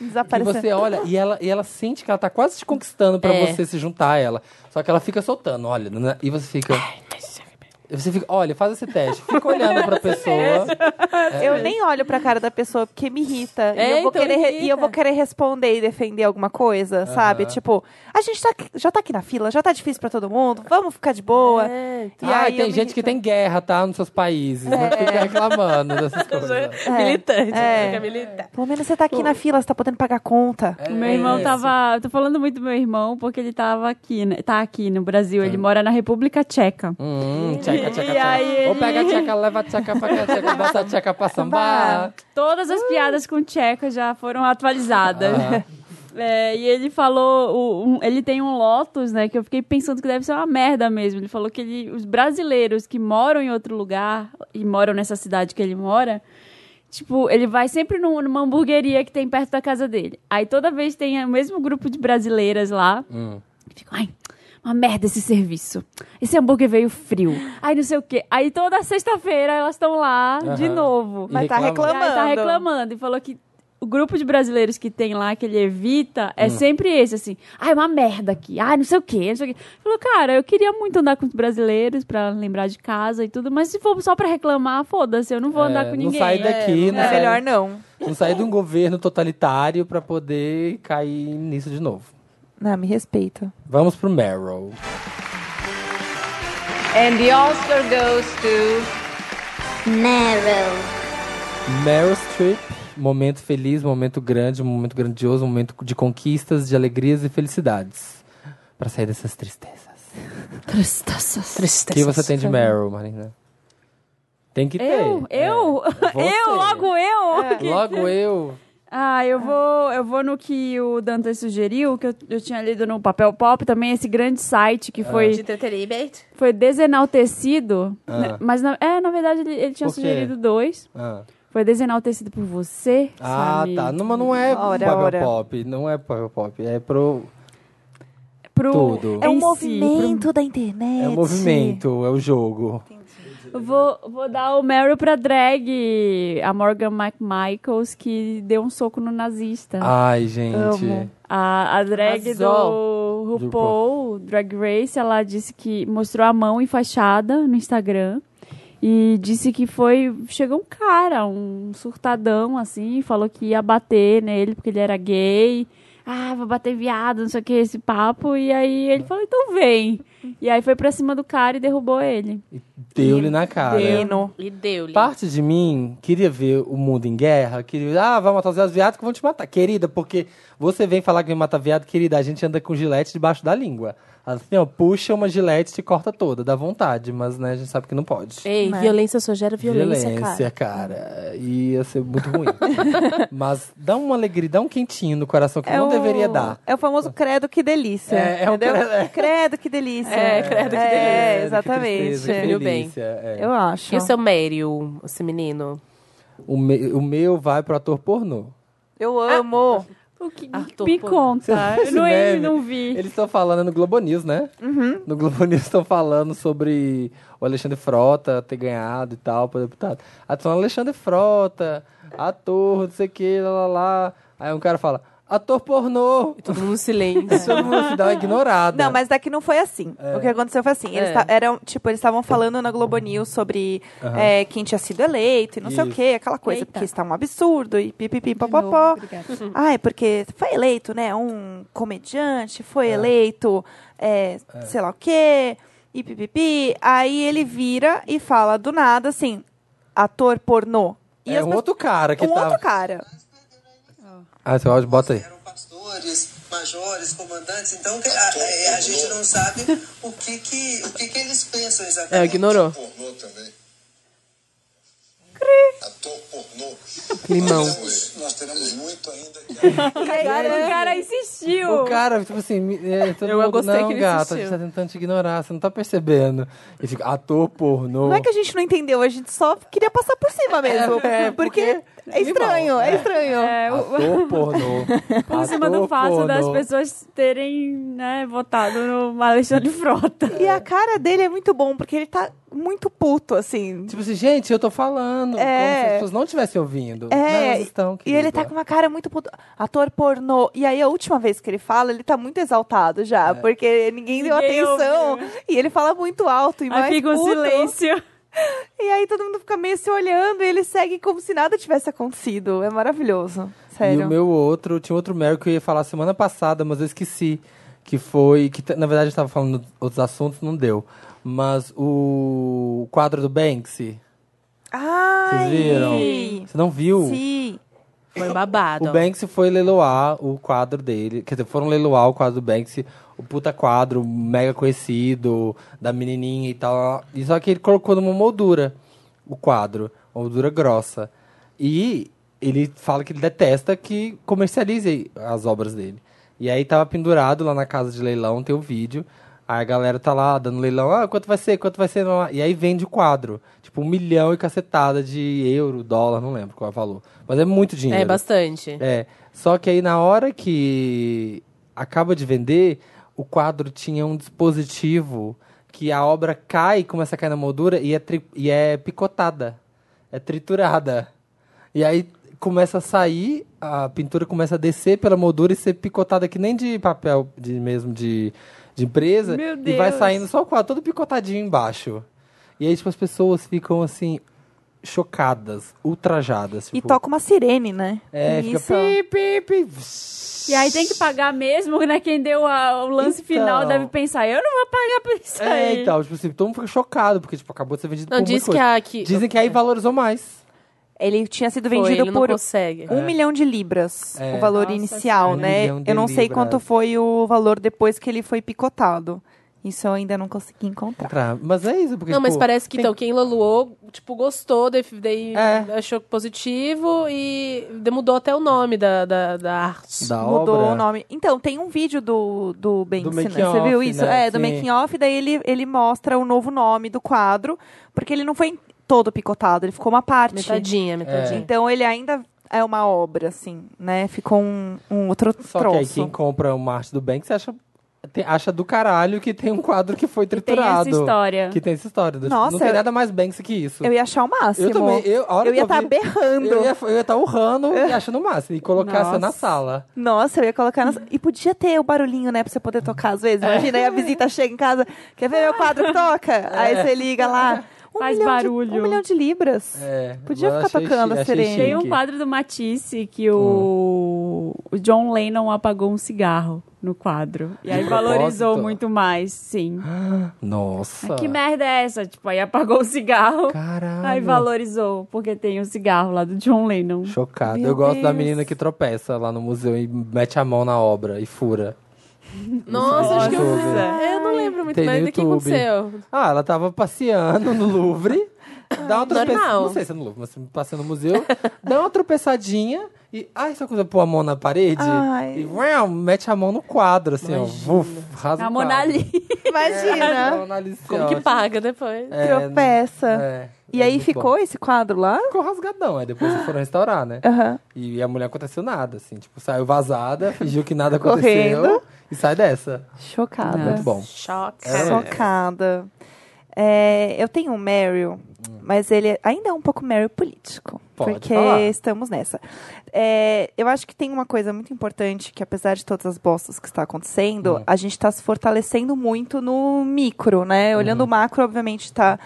E
Desaparecendo.
você olha e ela, e ela sente que ela tá quase te conquistando pra
É.
você se juntar a ela. Só que ela fica soltando, olha, né? e você fica. E Você fica, olha, faz esse teste. Fica olhando pra pessoa.
Eu nem olho pra cara da pessoa porque me irrita.
É,
e, eu vou
então,
querer, re-
irrita.
e eu vou querer responder e defender alguma coisa, sabe? Tipo, a gente tá, aqui- já tá aqui na fila, já tá difícil pra todo mundo, vamos ficar de boa.
É, então.
E
ah,
aí eu
tem
me
gente que
irrito.
tem guerra, tá? Nos seus países. Não fica reclamando dessas coisas.
Militante.
É.
fica militante.
Pelo menos você tá aqui na fila, você tá podendo pagar a conta.
É
Meu irmão
isso.
tava. Tô falando muito do meu irmão porque ele tava aqui, né? Tá aqui no Brasil. Ele mora na República Tcheca.
Hum, tchaca, tchaca,
E aí
tchaca. Ou
ele-
pega a tcheca, leva a tcheca, pega a tcheca, bota a tcheca pra sambar.
Todas as piadas com Tcheca já foram atualizadas.
Ah.
É, e ele falou, o- um- ele tem um Lotus, né? Que eu fiquei pensando que deve ser uma merda mesmo. Ele falou que ele- os brasileiros que moram em outro lugar e moram nessa cidade que ele mora, tipo, ele vai sempre num- numa hamburgueria que tem perto da casa dele. Aí toda vez tem o mesmo grupo de brasileiras lá.
Hum.
E Fico, ai, uma merda esse serviço. Esse hambúrguer veio frio. Ai, não sei o quê. Aí toda sexta-feira elas estão lá de
Aham.
novo.
E
Mas tá
reclama.
E aí tá reclamando e falou que o grupo de brasileiros que tem lá, que ele evita,
Hum.
é sempre esse, assim. Ai, uma merda aqui. Ai, não sei o quê, não sei o quê. Falou, cara, eu queria muito andar com os brasileiros pra lembrar de casa e tudo, mas se for só pra reclamar, foda-se, eu não vou
É,
andar com
não
ninguém.
sai daqui, não,
É
sai,
melhor não.
não sai de um governo totalitário pra poder cair nisso de novo.
Não, me respeita.
Vamos pro Meryl.
And the Oscar goes to
Meryl.
Meryl Streep, momento feliz, momento grande, momento grandioso, momento de conquistas, de alegrias e felicidades. Pra sair dessas tristezas. O
Tristeza.
que você tem de Meryl, Marina? Tem que
Eu?
ter.
Eu?
Você.
Eu? Logo eu?
É. Logo eu.
Ah, eu vou, eu vou no que o Dante sugeriu, que eu, eu tinha lido no Papel Pop, também esse grande site que foi...
De entretenimento.
foi desenaltecido.
Ah.
né, Mas, na, é, na verdade, ele, ele tinha
Por quê?
sugerido dois.
Ah.
Foi desenaltecido por você,
Ah,
Samir.
tá. Não, mas não é
Ora,
papel
ora.
pop. Não é papel pop. É pro.
Pro,
Tudo.
É um
em si,
movimento da internet.
É o movimento, é o jogo.
pro- vou, vou dar o Meryl pra drag, a Morgan McMichaels, que deu um soco no nazista.
Ai, gente.
Amo.
A, a drag
Arrasou.
do RuPaul, Drag Race, ela disse que mostrou a mão enfaixada no Instagram. E disse que foi. Chegou um cara, um surtadão, assim, falou que ia bater nele porque ele era gay. Ah, vou bater viado, não sei o que, esse papo. E aí ele falou, então vem. E aí foi pra cima do cara e derrubou ele.
Deu-lhe na cara.
Hino.
E deu-lhe.
Parte de mim queria ver o mundo em guerra, queria, ah, vai matar os viados viados que vão te matar. Querida, porque você vem falar que vem matar viado, querida, a gente anda com gilete debaixo da língua. Assim, ó, puxa uma gilete e te corta toda, dá vontade, mas né, a gente sabe que não pode.
Ei, violência só gera violência, cara.
Violência, cara. E Ia ser muito ruim. mas dá uma alegria, dá um quentinho no coração que não
É o-
deveria dar.
É o famoso credo que delícia.
É, é um
entendeu?
credo- é.
credo que delícia. delícia.
É, credo, que
É,
Credo, que
exatamente.
tristeza, que
Meu bem.
delícia, é.
Eu acho.
E o seu Mério, esse menino?
O, me- o meu vai pro ator pornô.
Eu amo.
O que
Arthur,
me
pô.
conta?
Esse
Ah, Eu não, é,
meme,
não vi.
Eles estão falando no Globo News, né? No Globo News estão falando sobre o Alexandre Frota ter ganhado e tal para deputado. Ator Alexandre Frota, ator, não sei o que, lá, lá, lá. Aí um cara fala, ator pornô.
Todo mundo em silêncio.
Todo mundo se dá uma ignorada.
Não, mas daqui não foi assim. O que aconteceu foi assim. Eles
É.
ta- eram, tipo, eles estavam falando na Globo News sobre
Aham.
é, quem tinha sido eleito e não sei o
Isso.
quê, aquela coisa,
Eita.
porque está um absurdo e pipipi,
De novo,
papapó.
obrigada.
Ai, porque foi eleito, né? Um comediante, foi eleito, é, sei lá o quê, e pipipi. Aí ele vira e fala do nada assim: ator pornô. E
é
as
um
pe-
outro cara que
um
tava...
outro cara.
Ah, seu áudio, bota aí.
eram pastores, majores, comandantes, então que- a, a- a gente não sabe o que que, o que, que eles pensam
É,
exatamente.
ignorou.
pornô também. Ator pornô.
Climão.
Nós teremos, nós teremos muito ainda que
É.
O cara insistiu.
O cara, tipo assim, me- é, todo
Eu
mundo,
gostei
não,
que ele
gato, a
insistiu."
gente tá tentando te ignorar, você não tá percebendo. E fica, ator pornô.
Não é que a gente não entendeu, a gente só queria passar por cima mesmo.
É, é,
porque, é estranho, é estranho.
É, o-
Ator pornô.
por cima do
Ator
fato um das
pornô.
pessoas terem né, votado no Alexandre Frota.
E a cara dele é muito bom, porque ele tá muito puto, assim.
Tipo assim, gente, eu tô falando.
É.
Como se as pessoas não estivessem ouvindo. Mas
É,
elas estão,
e ele tá
querida.
com uma cara muito puto. Ator pornô. E aí, a última vez que ele fala, ele tá muito exaltado já,
É.
porque ninguém deu
Ninguém
atenção.
né?
E ele fala muito alto e mais
Aí fica um
puto.
silêncio.
E aí, todo mundo fica meio se olhando e ele segue como se nada tivesse acontecido. É maravilhoso.
E o
Sério.
meu outro, tinha outro Meryl que eu ia falar semana passada, mas eu esqueci. Que foi. Que t- na verdade eu tava falando outros assuntos, não deu. Mas o quadro do Banksy.
Ai!
Vocês viram? Você não viu?
Sim.
Foi babado.
O é
ó.
Banksy foi leiloar o quadro dele. Quer dizer, foram leiloar o quadro do Banksy. O puta quadro, mega conhecido, da menininha e tal. E só que ele colocou numa moldura o quadro. Uma moldura grossa. E ele fala que ele detesta que comercialize as obras dele. E aí tava pendurado lá na casa de leilão, tem o vídeo. Aí a galera tá lá dando leilão, ah, quanto vai ser, quanto vai ser, lá, lá. e aí vende o quadro. Tipo, um milhão e cacetada de euro, dólar, não lembro qual é o valor. Mas é muito dinheiro.
É, bastante.
É. Só que aí na hora que acaba de vender, o quadro tinha um dispositivo que a obra cai, começa a cair na moldura e é, tri- e é picotada. É triturada. E aí começa a sair, a pintura começa a descer pela moldura e ser picotada que nem de papel de mesmo de, de empresa.
Meu
E vai
Deus.
saindo só o quadro todo picotadinho embaixo. E aí, tipo, as pessoas ficam assim, chocadas, ultrajadas.
E
tipo,
toca uma sirene, né?
é,
Tem
fica
isso.
pi, pi, pi.
E aí tem que pagar mesmo, né? Quem deu a- o lance final
Então.
deve pensar, eu não vou pagar por isso aí.
É, então, tipo assim, todo mundo fica chocado, porque, tipo, acabou de ser vendido
Não,
por
diz
muita
que
coisa.
a... Que...
Dizem que aí valorizou mais.
Ele tinha sido
Foi,
é vendido
ele não
por
consegue.
um milhão de libras,
É.
o valor
Nossa,
inicial,
um
né?
milhão de
Eu não sei
libras.
quanto foi o valor depois que ele foi picotado. Isso eu ainda não consegui encontrar.
Tra- Mas é isso, porque,
Não, mas
tipo,
parece que
tem-
então quem laluou, tipo, gostou, daí, daí
É.
achou positivo e de- mudou até o nome da, da, da arte.
Da
Mudou
obra.
o nome. Então, tem um vídeo do, do Ben
Do
Sinner,
making
Você
of,
viu isso?
né?
É, do
Sim.
making off, daí ele, ele mostra o novo nome do quadro, porque ele não foi todo picotado, ele ficou uma parte.
Metadinha, metadinha.
Então ele ainda é uma obra, assim, né? Ficou um, um outro
Só que aí
troço.
quem compra uma arte do Banks acha, tem- acha do caralho que tem um quadro que foi
Tem
triturado.
essa história.
Que tem essa história. do- tipo,
Nossa,
não tem
eu-
nada mais Banks que isso.
Eu ia achar o máximo.
Eu também. Eu, a hora
Eu
que
ia tá estar
vi-
berrando.
Eu ia, eu ia tá urrando e achando o máximo. E colocar essa na
Nossa.
sala.
Nossa, eu ia colocar nas... E podia ter o barulhinho, né? Pra você poder tocar às vezes.
É.
Imagina, aí a visita chega em casa, quer ver meu quadro que toca? Aí você liga lá. Um
É. Faz
milhão De,
barulho.
um milhão de libras.
É,
Podia
mas
ficar
achei
tocando
chi-
a
achei
sirene.
Tem um
chique.
quadro do Matisse que
Hum.
o, o John Lennon apagou um cigarro no quadro. E
De
aí valorizou
propósito?
muito mais, sim.
Nossa.
Ah, Que merda é essa? Tipo, aí apagou o cigarro.
Caralho.
Aí valorizou, porque tem o cigarro lá do John Lennon.
Chocado.
Meu
eu gosto da
Deus.
menina que tropeça lá no museu e mete a mão na obra e fura.
Nossa, acho que eu,
Nossa.
é, eu não lembro muito
Tem
bem
no
do que
YouTube.
aconteceu.
Ah, ela tava passeando no Louvre. Dá uma tropeçada.
normal.
Não sei se é no Louvre, mas se passei no museu. dá uma tropeçadinha e. Ai, essa coisa, pôr a mão na parede.
Ai.
E uau, mete a mão no quadro, assim, ó. Vuf, rasga
A
o
Mona
quadro.
Lisa.
É, a
Imagina.
Mona Lisa,
Como
ó,
que
tipo,
paga depois?
é,
Tropeça.
é,
E aí
muito
ficou
bom.
esse quadro lá?
Ficou rasgadão, aí depois eles foram restaurar, né?
Aham.
E a mulher aconteceu nada, assim, tipo, saiu vazada, fingiu que nada aconteceu
Tá Correndo. Tá.
e sai dessa.
Chocada.
Muito bom.
Choque.
É.
Chocada. É, eu tenho um Meryl, mas ele ainda é um pouco Meryl político.
Pode
porque
falar.
estamos nessa. É, eu acho que tem uma coisa muito importante que, apesar de todas as bostas que está acontecendo,
Hum.
a gente está se fortalecendo muito no micro, né? Olhando
Uhum.
o macro, obviamente, está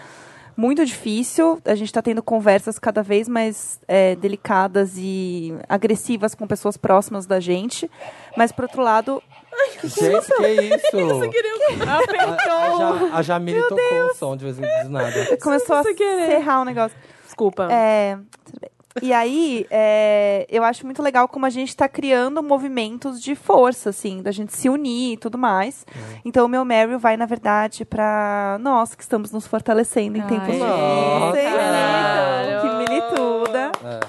muito difícil. A gente está tendo conversas cada vez mais é, delicadas e agressivas com pessoas próximas da gente. Mas, por outro lado,
Gente, que é isso? a,
Ah,
a, Ja- a Jamile tocou o som de vez em quando, do nada.
começou a serrar o negócio.
Desculpa.
É, tudo bem. E aí, é, eu acho muito legal como a gente está criando movimentos de força, assim, da gente se unir e tudo mais. Então, o meu Meryl vai, na verdade, para nós que estamos nos fortalecendo em
Ai,
tempos
nossa.
difíceis. né?
Caralho.
Que milituda.
É.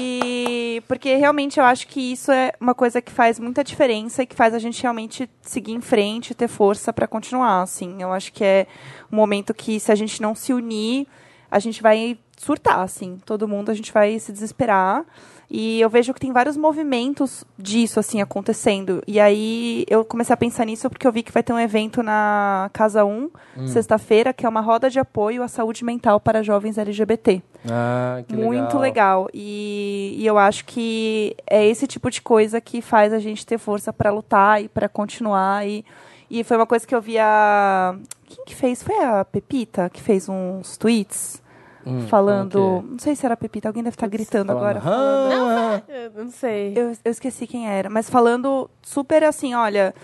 E porque realmente eu acho que isso é uma coisa que faz muita diferença e que faz a gente realmente seguir em frente e ter força para continuar, assim. Eu acho que é um momento que se a gente não se unir, a gente vai surtar, assim. Todo mundo a gente vai se desesperar. E eu vejo que tem vários movimentos disso, assim, acontecendo. E aí eu comecei a pensar nisso porque eu vi que vai ter um evento na Casa 1, sexta-feira, que é uma roda de apoio à saúde mental para jovens LGBT
Ah, que
muito legal. E, e eu acho que é esse tipo de coisa que faz a gente ter força pra lutar e pra continuar. E, e foi uma coisa que eu vi a. Quem que fez? Foi a Pepita que fez uns tweets
Hum,
falando.
falando
Não sei se era a Pepita, alguém deve estar gritando
Falando,
agora.
"Ah,
falando-
ah,
Eu não sei.
eu, eu esqueci quem era, mas falando super assim: olha,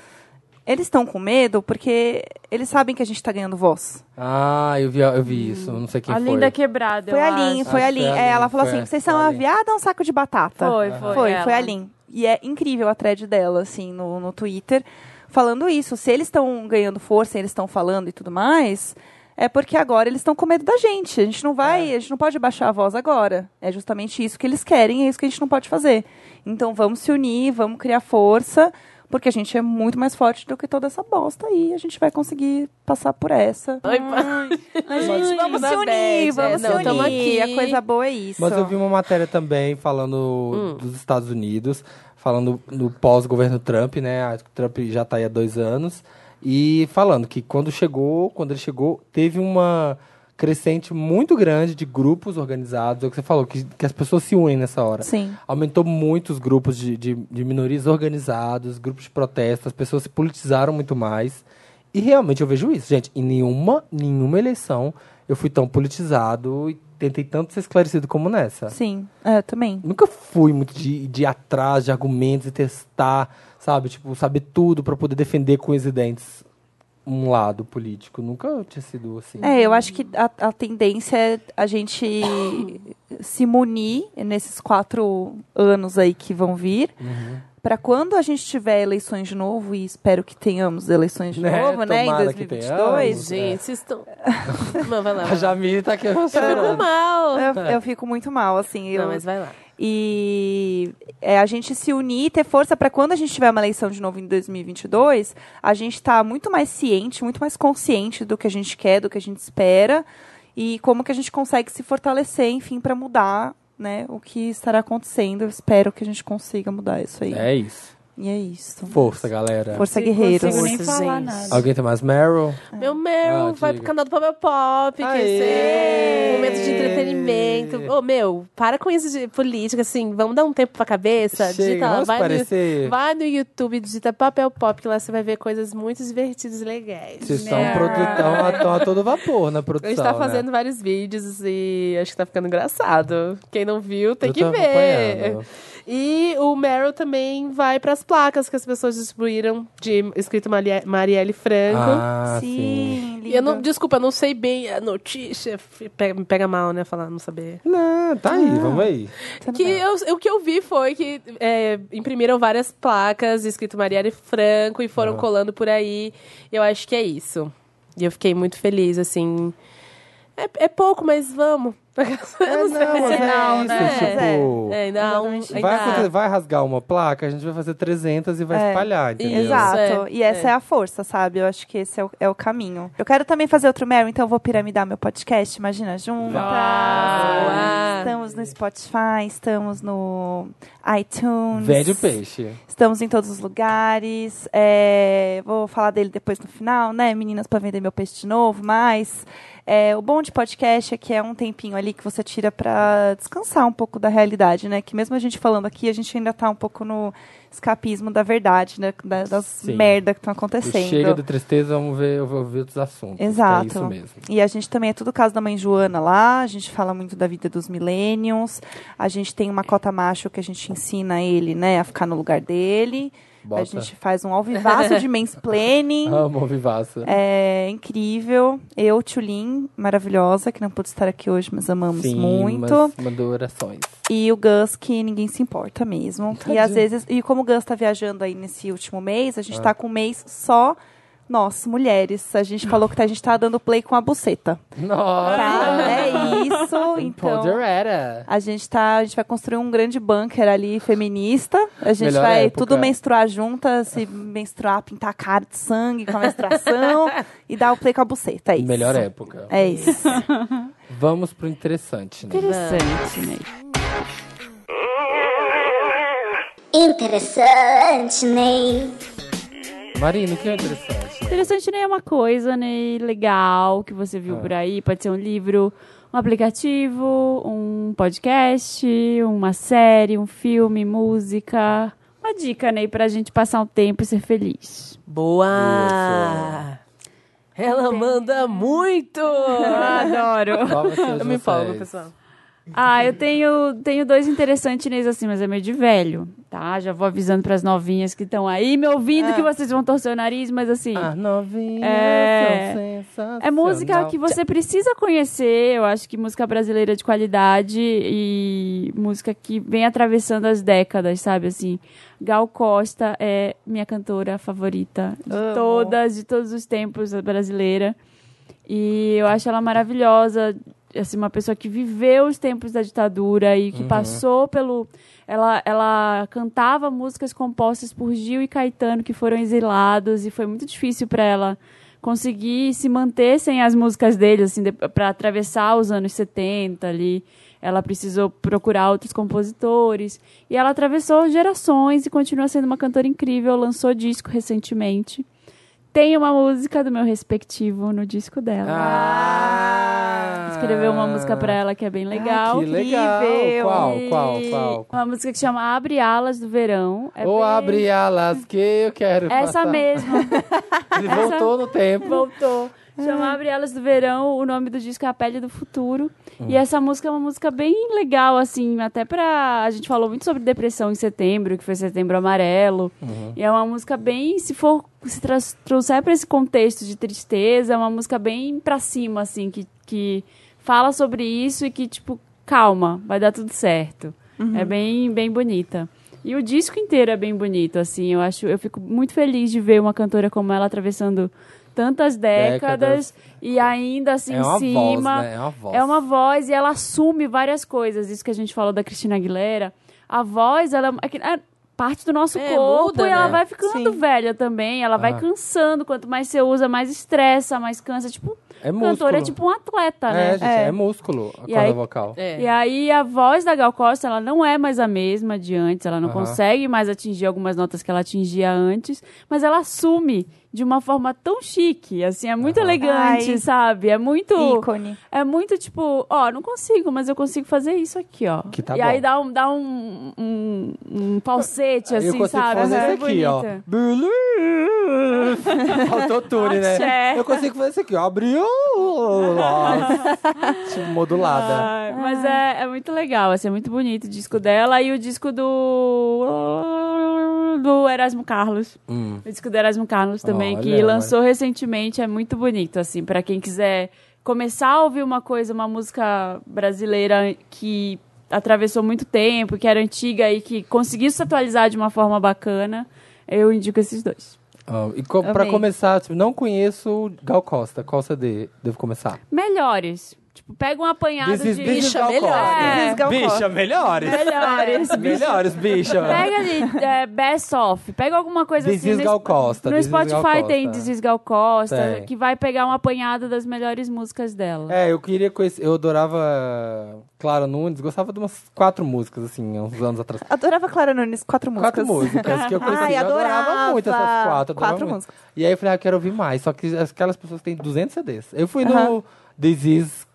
eles estão com medo porque eles sabem que a gente tá ganhando voz.
ah." Ah, eu vi, eu vi isso, não sei quem
a
foi.
linda quebrada.
Foi
eu
a Lin,
acho.
foi a
Acho que
Lin.
foi a
É, ela
Lin,
falou
foi
assim:
a-
vocês
foi
são
a
uma
Lin."
viada ou um saco de batata?
Foi, foi.
Foi, foi a
ela.
Lin. E é incrível a thread dela, assim, no, no Twitter, falando isso. Se eles estão ganhando força, eles estão falando e tudo mais, é porque agora eles estão com medo da gente. A gente não vai,
É.
a gente não pode baixar a voz agora. É justamente isso que eles querem, é isso que a gente não pode fazer. Então vamos se unir, vamos criar força, porque a gente é muito mais forte do que toda essa bosta aí. A gente vai conseguir passar por essa.
Ai, pa-
A gente, vamos
na
se
bad,
unir,
é,
vamos
não,
se
tamo
unir.
aqui.
A coisa boa é isso.
Mas eu vi uma matéria também falando dos Estados Unidos, falando no pós-governo Trump, né? Ah, O Trump já está aí há dois anos. E falando que quando chegou, quando ele chegou, teve uma crescente muito grande de grupos organizados. É o que você falou, que, que as pessoas se unem nessa hora.
Sim.
Aumentou muito os grupos de, de, de minorias organizados, grupos de protesto, as pessoas se politizaram muito mais. E realmente eu vejo isso, gente. Em nenhuma, nenhuma eleição eu fui tão politizado e tentei tanto ser esclarecido como nessa.
Sim, é, também.
Nunca fui muito de, de ir atrás de argumentos e testar, sabe? Tipo, saber tudo para poder defender com os dentes um lado político. Nunca tinha sido assim.
É, eu acho que a, a tendência é a gente se munir nesses quatro anos aí que vão vir.
Uhum.
Pra quando a gente tiver eleições de novo, e espero que tenhamos eleições de
Né,
novo, né, em
tomara que
2022,
tenhamos.
Gente, vocês estão. Mas vai lá.
A
Vai lá.
Jamile tá aqui
É.
Ficou
chorando.
mal.
É
eu, eu fico muito mal, assim. Eu,
Não, mas vai lá.
E é, a gente se unir e ter força para quando a gente tiver uma eleição de novo em 2022, a gente tá muito mais ciente, muito mais consciente do que a gente quer, do que a gente espera e como que a gente consegue se fortalecer, enfim, para mudar, né, o que estará acontecendo. Eu espero que a gente consiga mudar isso aí.
É isso.
E é isso.
Força, galera.
Força
Não
guerreiros.
consigo nem
Força,
falar
gente.
nada.
Alguém tem mais Meryl?
Meu Meryl
Ah,
vai
diga.
pro canal do Papel Pop, que
Aê!
é um momento de entretenimento. Ô, meu, para com isso de política, assim, vamos dar um tempo pra cabeça.
Chega,
digita lá,
vamos
vai no,
parecer.
vai no YouTube, digita Papel Pop, que lá você vai ver coisas muito divertidas e legais.
Vocês estão produtão a, tão a todo vapor na
A
produção.
gente tá
né?
fazendo vários vídeos e acho que tá ficando engraçado. Quem não viu, tem
Eu
que
tô
ver.
acompanhando.
E o Meryl também vai pras placas que as pessoas distribuíram de escrito Marie- Marielle Franco.
Ah, sim.
E eu não, desculpa, eu não sei bem a notícia. F- Pega, me pega mal, né? Falar, não saber.
Não, tá aí, vamos aí.
Que eu, o que eu vi foi que é, imprimiram várias placas escrito Marielle Franco e
Ah.
foram colando por aí. Eu acho que é isso. E eu fiquei muito feliz, assim. É, é pouco, mas vamos. Eu não
não,
sei.
mas
Sinal,
isso,
né?
tipo,
É,
Tipo,
É, ainda há um-
Exatamente.
ainda
vai,
há-
acontecer- vai rasgar uma placa, a gente vai fazer 300 e vai
É,
espalhar, entendeu?
Exato.
é,
e essa é. a força, sabe? Eu acho que esse é o, é o caminho. Eu quero também fazer outro Meryl, então eu vou piramidar meu podcast, imagina, juntas.
Vai.
Estamos no Spotify, estamos no iTunes.
Vende o peixe.
Estamos em todos os lugares. É, vou falar dele depois no final, né? Meninas para vender meu peixe de novo, mas é, o bom de podcast é que é um tempinho ali que você tira para descansar um pouco da realidade, né? Que mesmo a gente falando aqui, a gente ainda tá um pouco no escapismo da verdade, né? Da- das
Sim.
merda que estão
O
acontecendo.
Chega de tristeza, vamos ver, eu vou ouvir outros assuntos.
Exato.
É isso mesmo.
E a gente também é tudo caso da mãe Joana lá, a gente fala muito da vida dos millennials, a gente tem uma cota macho que a gente ensina ele, né, a ficar no lugar dele.
Bota.
A gente faz um alvivaço de mansplaining.
Amo Vivaça.
É incrível. Eu, Tulin, maravilhosa, que não pude estar aqui hoje, mas amamos
Sim,
muito.
mas mandou orações.
E o Gus, que ninguém se importa mesmo. E às vezes, e como o Gus tá viajando aí nesse último mês, a
Ah.
gente tá com um mês só nós, mulheres. A gente falou que a gente tá dando play com a buceta.
Nossa!
Tá? É isso. Então.
Empoderada.
A gente tá, a gente vai construir um grande bunker ali feminista. A gente
Melhor
vai
época.
tudo menstruar juntas, se menstruar, pintar a cara de sangue com a menstruação e dar o play com a buceta, é isso.
Melhor época.
É isso.
Vamos pro interessante, né?
Interessante, Ney.
Interessante, Ney.
Marina, o que é interessante?
Interessante, Ney, é uma coisa, Ney, legal que você
É.
viu por aí. Pode ser um livro, um aplicativo, um podcast, uma série, um filme, música. Uma dica, Ney, pra gente passar um tempo e ser feliz.
Boa! Ela manda muito!
Adoro!
Qual vai ser o de
Eu me empolgo,
vocês?
pessoal.
Ah, eu tenho, tenho dois interessantes nesse assim, mas é meio de velho, tá? Já vou avisando pras novinhas que estão aí me ouvindo que vocês vão torcer o nariz, mas assim.
É. Ah, novinha,
É.
são sensacional.
É música que você precisa conhecer, eu acho que música brasileira de qualidade e música que vem atravessando as décadas, sabe? Assim, Gal Costa é minha cantora favorita de
Amo.
todas, de todos os tempos brasileira. E eu acho ela maravilhosa, assim, uma pessoa que viveu os tempos da ditadura e que passou pelo. Ela, ela cantava músicas compostas por Gil e Caetano, que foram exilados, e foi muito difícil para ela conseguir se manter sem as músicas deles, assim, para atravessar os anos 70 ali. Ela precisou procurar outros compositores. E ela atravessou gerações e continua sendo uma cantora incrível. Lançou disco recentemente. Tem uma música do meu respectivo no disco dela.
Ah!
Escreveu uma música pra ela que é bem legal.
Que legal.
Incrível.
Qual,
E
qual, qual?
Uma música que chama Abre Alas do Verão. É
Ou
bem-
abre alas tá. que eu quero
Essa
passar.
mesma.
Ele voltou no tempo.
Voltou. Chama Abre Elas do Verão, o nome do disco é A Pele do Futuro.
Hum.
E essa música é uma música bem legal, assim, até pra. A gente falou muito sobre depressão em setembro, que foi setembro amarelo.
Uhum.
E é uma música bem. Se for. Se tra- trouxer pra esse contexto de tristeza, é uma música bem pra cima, assim, que, que fala sobre isso e que, tipo, calma, vai dar tudo certo.
Uhum.
É bem, bem bonita. E o disco inteiro é bem bonito, assim. Eu acho, eu fico muito feliz de ver uma cantora como ela atravessando tantas décadas, e ainda assim
é uma
em cima.
voz, né? É uma voz.
É uma voz e ela assume várias coisas. Isso que a gente falou da Cristina Aguilera. A voz, ela é que- é parte do nosso
É,
corpo
muda,
e ela
né?
vai ficando
Sim.
velha também. Ela vai
Ah.
cansando. Quanto mais você usa, mais estressa, mais cansa. Tipo,
É músculo.
cantora é tipo um atleta,
É,
né?
gente, é. músculo a
E
corda
aí-
vocal.
É.
E aí a voz da Gal Costa, ela não é mais a mesma de antes, ela não
Aham.
consegue mais atingir algumas notas que ela atingia antes, mas ela assume de uma forma tão chique, assim, é muito elegante,
Ai.
sabe? É muito
Ícone.
é muito tipo, ó, não consigo, mas eu consigo fazer isso aqui, ó.
Que tá
e aí
bom.
dá um dá um, um, um falsete
eu
assim,
consigo
sabe?
fazer
É
isso aqui, ó.
bonita.
Believe. Faltou autotune, né?
Axé.
Eu consigo fazer isso aqui, ó. Abriu. tipo modulada.
Ai, mas é, é muito legal, assim, é muito bonito o disco dela e o disco do. do Erasmo Carlos.
Hum.
O disco do Erasmo Carlos também,
Olha,
que lançou recentemente, é muito bonito, assim, para quem quiser começar a ouvir uma coisa, uma música brasileira que atravessou muito tempo, que era antiga e que conseguiu se atualizar de uma forma bacana, eu indico esses dois.
Ah, e co pra
Amei.
começar, tipo, não conheço Gal Costa. Qual CD devo começar?
Melhores. Tipo, pega um apanhado
This is-
de.
this is
Bicha,
Gal
melhor.
Costa.
This is Gal
Bicha,
Costa.
melhores.
Melhores,
Melhores, bicha.
Pega ali, é, best off. Pega alguma coisa
This
assim.
is
no-
Gal Costa,
No
This is Gal
Spotify tem
Costa.
Desisgal Costa,
Tem.
que vai pegar um apanhado das melhores músicas dela.
É, eu queria conhecer. Eu adorava Clara Nunes, gostava de umas quatro músicas, assim, há uns anos atrás.
Adorava Clara Nunes, quatro músicas.
Quatro músicas que eu conhecia.
Ai,
eu adorava
adorava.
muito essas quatro. adorava
Quatro
muito.
músicas.
E aí eu falei, ah, eu quero ouvir mais. Só que aquelas pessoas que têm 200 CDs. Eu fui no This Is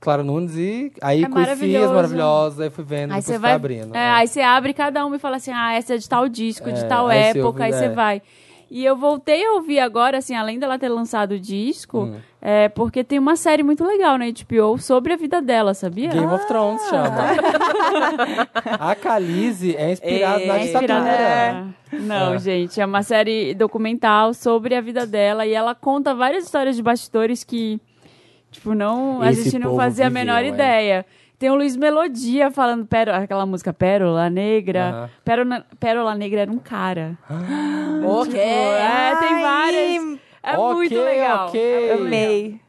Clara Nunes e aí
É
conheci as
maravilhoso.
maravilhosas, aí fui vendo,
Aí
depois
você
fui
vai.
abrindo.
é,
É.
Aí você abre cada uma e fala assim: ah, essa é de tal disco, de
É,
tal
aí você ouve,
época, aí você
é.
vai. E eu voltei a ouvir agora, assim, além dela ter lançado o disco,
Hum.
é porque tem uma série muito legal na HBO sobre a vida dela, sabia?
Game of Thrones chama. a Khaleesi é inspirada na
Ah. É inspirada-
ditadura.
É. Não, gente, é uma série documental sobre a vida dela e ela conta várias histórias de bastidores que, tipo, não a
Esse
gente não
povo
fazia a
viveu,
menor
é.
ideia. Tem o Luiz Melodia falando péro- aquela música Pérola Negra.
Aham.
Pérola, Pérola Negra era um cara.
Ok.
é, tem
Ai,
várias. É
ok,
muito legal.
ok.
É muito legal.
Amei.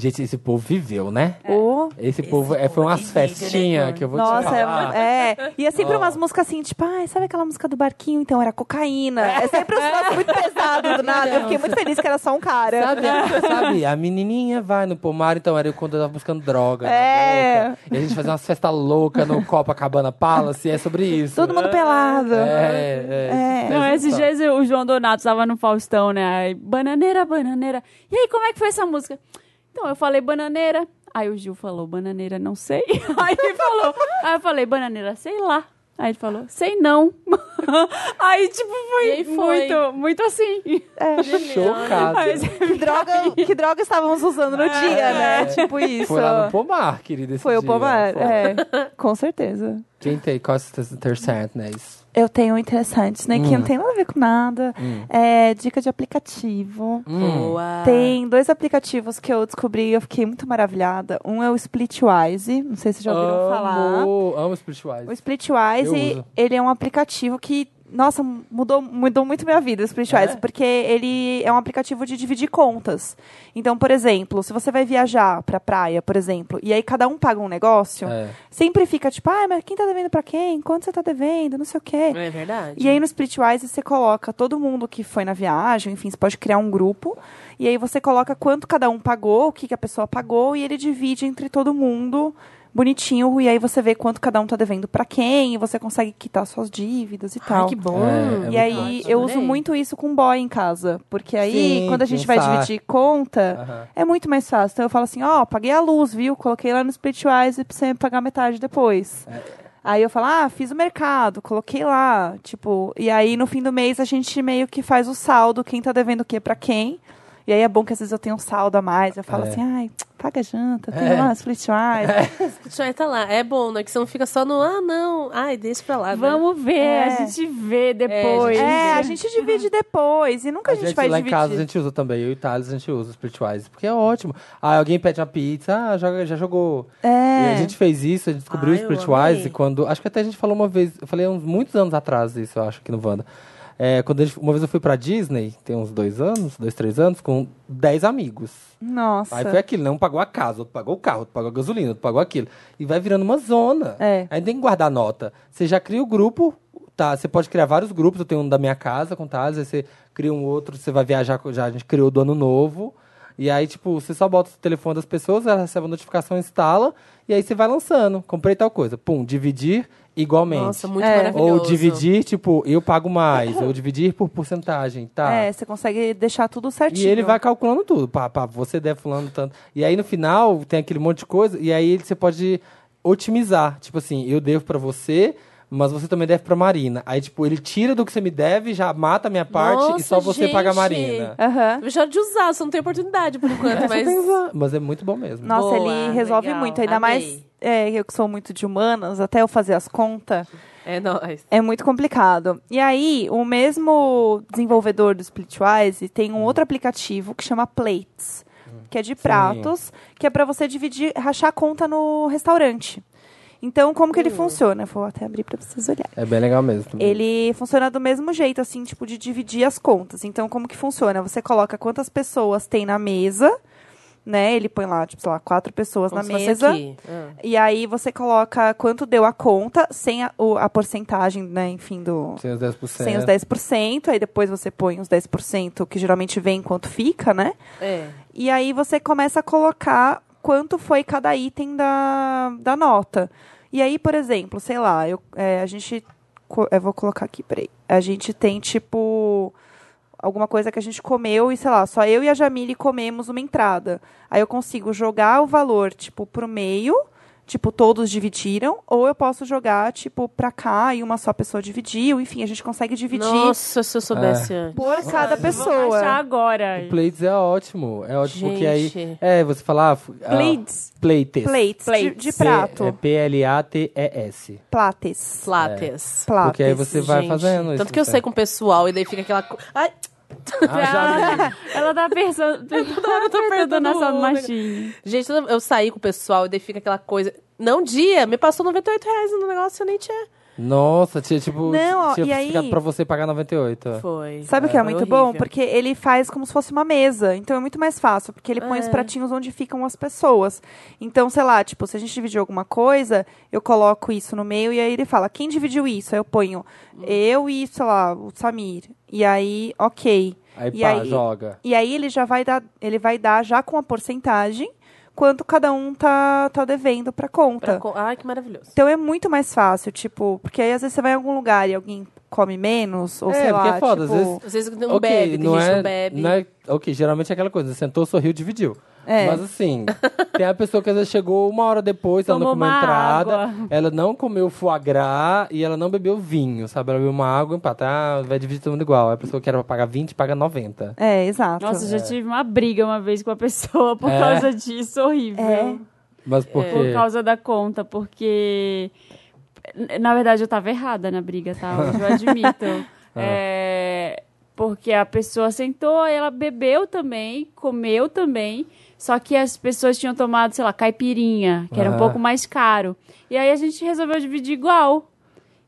Gente, esse povo viveu, né?
Ô,
Esse, povo, é, foi umas
né,
festinhas que eu vou te
Nossa,
falar.
é, é. E é sempre
Ó.
umas músicas assim, tipo, ai, sabe aquela música do barquinho? Então era cocaína. É sempre um negócio muito pesado do nada. Eu fiquei muito feliz que era só um cara.
Sabe, sabe, a menininha vai no pomar, então era eu quando eu tava buscando droga. na
É.
boca. E a gente fazia umas festas loucas no Copacabana Palace, e é sobre isso. né?
Todo mundo pelado.
É, é.
É.
Não, esses
jeito.
dias o João Donato tava no Faustão, né? Aí, bananeira, bananeira. E aí, como é que foi essa música? Então, eu falei bananeira. Aí o Gil falou, bananeira, não sei. Aí ele falou, aí eu falei, bananeira, sei lá. Aí ele falou, sei não. Aí, tipo,
E
foi,
aí foi.
muito, muito assim.
É. né? Tá
Chocado.
Aí você-
Que droga, que droga estávamos usando no dia, né? Tipo isso.
Foi lá no pomar, querida. esse
um Foi o
dia.
pomar.
Foi.
É, com certeza.
Quem tem é costas interessantes, né? Isso.
Eu tenho um interessante, né? Que não tem nada a ver com nada. É dica de aplicativo.
Hum.
Ah.
Boa.
Tem dois aplicativos que eu descobri e eu fiquei muito maravilhada. Um é o Splitwise, não sei se vocês já ouviram falar.
Amo, amo Spirituais. É,
O
Eu
Splitwise,
uso.
ele é um aplicativo que, nossa, mudou, mudou muito minha vida, o Splitwise,
É?
porque ele é um aplicativo de dividir contas. Então, por exemplo, se você vai viajar pra praia, por exemplo, e aí cada um paga um negócio,
É.
sempre fica tipo, ah, mas quem tá devendo pra quem? Quanto você tá devendo? Não sei o quê.
É verdade.
E aí no Splitwise você coloca todo mundo que foi na viagem, enfim, você pode criar um grupo. E aí você coloca quanto cada um pagou, o que, que a pessoa pagou, e ele divide entre todo mundo bonitinho. E aí você vê quanto cada um tá devendo pra quem, e você consegue quitar suas dívidas e tal.
Ai, que bom.
É, é
E aí eu uso muito isso com boy em casa. Porque aí,
Sim,
quando a gente vai
pensar.
dividir conta,
Aham.
é muito mais fácil. Então eu falo assim, ó, paguei a luz, viu? Coloquei lá no Splitwise pra você pagar metade depois.
É.
Aí eu falo, ah, fiz o mercado, coloquei lá, tipo, e aí no fim do mês a gente meio que faz o saldo, quem tá devendo o quê pra quem. E aí é bom que às vezes eu tenho um saldo a mais, eu falo
É.
assim, ai, paga a janta, tem lá Splitwise.
Spotify tá lá. É bom, né? Que você não fica só no, ah, não. Ai, deixa pra lá. né?
Vamos ver, a
É.
gente vê depois.
É, a gente divide depois e nunca a gente, vai
lá em
dividir.
casa a gente usa também. Eu e Thales, a gente usa Spirituais. Porque é ótimo. Ah, alguém pede uma pizza. Ah, joga- já jogou. E
É.
a gente fez isso, a gente descobriu
Ah,
o
eu
Spiritualize
amei.
quando. Acho que até a gente falou uma vez, eu falei uns muitos anos atrás isso, eu acho, aqui no Wanda. É, quando a gente- uma vez eu fui pra Disney, tem uns dois anos, dois, três anos, com dez amigos.
Nossa.
Aí foi aquilo, né? Um pagou a casa, outro pagou o carro, outro pagou a gasolina, outro pagou aquilo. E vai virando uma zona.
É.
Aí tem que guardar nota. Você já cria o grupo, tá? Você pode criar vários grupos. Eu tenho um da minha casa com Thales, aí você cria um outro, você vai viajar, com- já a gente criou do ano novo. E aí, tipo, você só bota o telefone das pessoas, ela recebe a notificação, instala, e aí você vai lançando. Comprei tal coisa. Pum, dividir igualmente.
Nossa, muito
É.
maravilhoso.
Ou dividir, tipo, eu pago mais, ou dividir por porcentagem, tá?
É, você consegue deixar tudo certinho.
E ele vai calculando tudo. Pá, pá, você deve fulano tanto. E aí no final tem aquele monte de coisa. E aí ele- você pode otimizar. Tipo assim, eu devo pra você, mas você também deve pra Marina. Aí, tipo, ele tira do que você me deve, já mata a minha parte e
Nossa,
só você
gente!
paga a Marina.
Aham.
Eu já de usar, só não tem oportunidade por enquanto,
Mas...
mas.
mas é muito bom mesmo.
Nossa,
Boa,
ele resolve
legal,
muito. Ainda mais
amei.
é, eu que sou muito de humanas, até eu fazer as contas,
É nóis.
é muito complicado. E aí, o mesmo desenvolvedor do Splitwise tem
Hum.
um outro aplicativo que chama Plates, que é de pratos, que é pra você dividir, rachar a conta no restaurante. Então, como
Hum.
que ele funciona? Eu vou até abrir pra vocês olharem.
É bem legal mesmo. também.
Ele funciona do mesmo jeito, assim, tipo, de dividir as contas. Então, como que funciona? Você coloca quantas pessoas tem na mesa, né? Ele põe lá, tipo, sei lá, quatro pessoas
Como
na
se fosse
mesa.
aqui. Ah.
E aí você coloca quanto deu a conta, sem a, o- a porcentagem, né, enfim, do.
Sem os 10%.
Sem os 10%, aí depois você põe os 10%, que geralmente vem quanto fica, né?
É.
E aí você começa a colocar quanto foi cada item da, da nota. E aí, por exemplo, sei lá, eu, é, a gente. co- Eu vou colocar aqui, peraí. A gente tem, tipo, alguma coisa que a gente comeu e, sei lá, só eu e a Jamile comemos uma entrada. Aí eu consigo jogar o valor, tipo, pro meio, tipo, todos dividiram, ou eu posso jogar, tipo, pra cá e uma só pessoa dividiu. Enfim, a gente consegue dividir
Nossa, se eu
É.
soubesse antes.
por cada
Vou achar
é pessoa.
agora.
O Plates é ótimo. É ótimo porque aí.
Gente.
É, você fala. ah, f- ah,
Plates.
Plates.
Plates, de, de
C-
prato.
É P-L-A-T-E-S.
Plates.
Plates.
Plates.
Porque aí você vai
Gente,
fazendo isso. né?
Tanto que eu sei com o pessoal, e daí fica aquela. co- Ai,
Ah, já vi.
Ela tá pensando. eu tô
perdendo
na
o
sua
olho.
machine.
gente, toda- eu saí com o pessoal, e daí fica aquela coisa. Não dia, me passou 98 reais no negócio, eu nem tinha.
Nossa, tinha tipo.
Não, ó,
tinha
e aí-
ficado pra você pagar 98. ó.
Foi.
Sabe o que é
Foi
muito
horrível.
bom? Porque ele faz como se fosse uma mesa. Então é muito mais fácil, porque ele
É.
põe os pratinhos onde ficam as pessoas. Então, sei lá, tipo, se a gente dividir alguma coisa, eu coloco isso no meio e aí ele fala: quem dividiu isso? Aí eu ponho eu e, sei lá, o Samir. E aí, ok.
Aí
E
pá,
aí-
joga.
E aí ele já vai dar, ele vai dar já com a porcentagem quanto cada um tá, tá devendo pra conta.
Pra co- Ai, que maravilhoso.
Então é muito mais fácil, tipo, porque aí às vezes você vai em algum lugar e alguém come menos, ou
É,
sei
porque
lá,
é foda, às
tipo,
vezes-
Às vezes não um bebe, tem gente que não bebe.
não é- ok, geralmente é aquela coisa, sentou, sorriu, dividiu.
É.
Mas assim, tem a pessoa que às vezes chegou uma hora depois, ela
Tomou
não comeu
uma
entrada,
água.
ela não comeu foie gras e ela não bebeu vinho, sabe? Ela bebeu uma água, empatar, vai dividir todo mundo igual. A pessoa que era pra pagar 20, paga 90.
É, exato.
Nossa, eu já tive uma briga uma vez com a pessoa por
É?
causa disso, horrível.
É.
Mas por quê?
Por causa da conta, porque. Na verdade, eu tava errada na briga, tá? Hoje eu admito. É, Porque a pessoa sentou, ela bebeu também, comeu também. Só que as pessoas tinham tomado, sei lá, caipirinha, que era
Ah.
um pouco mais caro. E aí a gente resolveu dividir igual.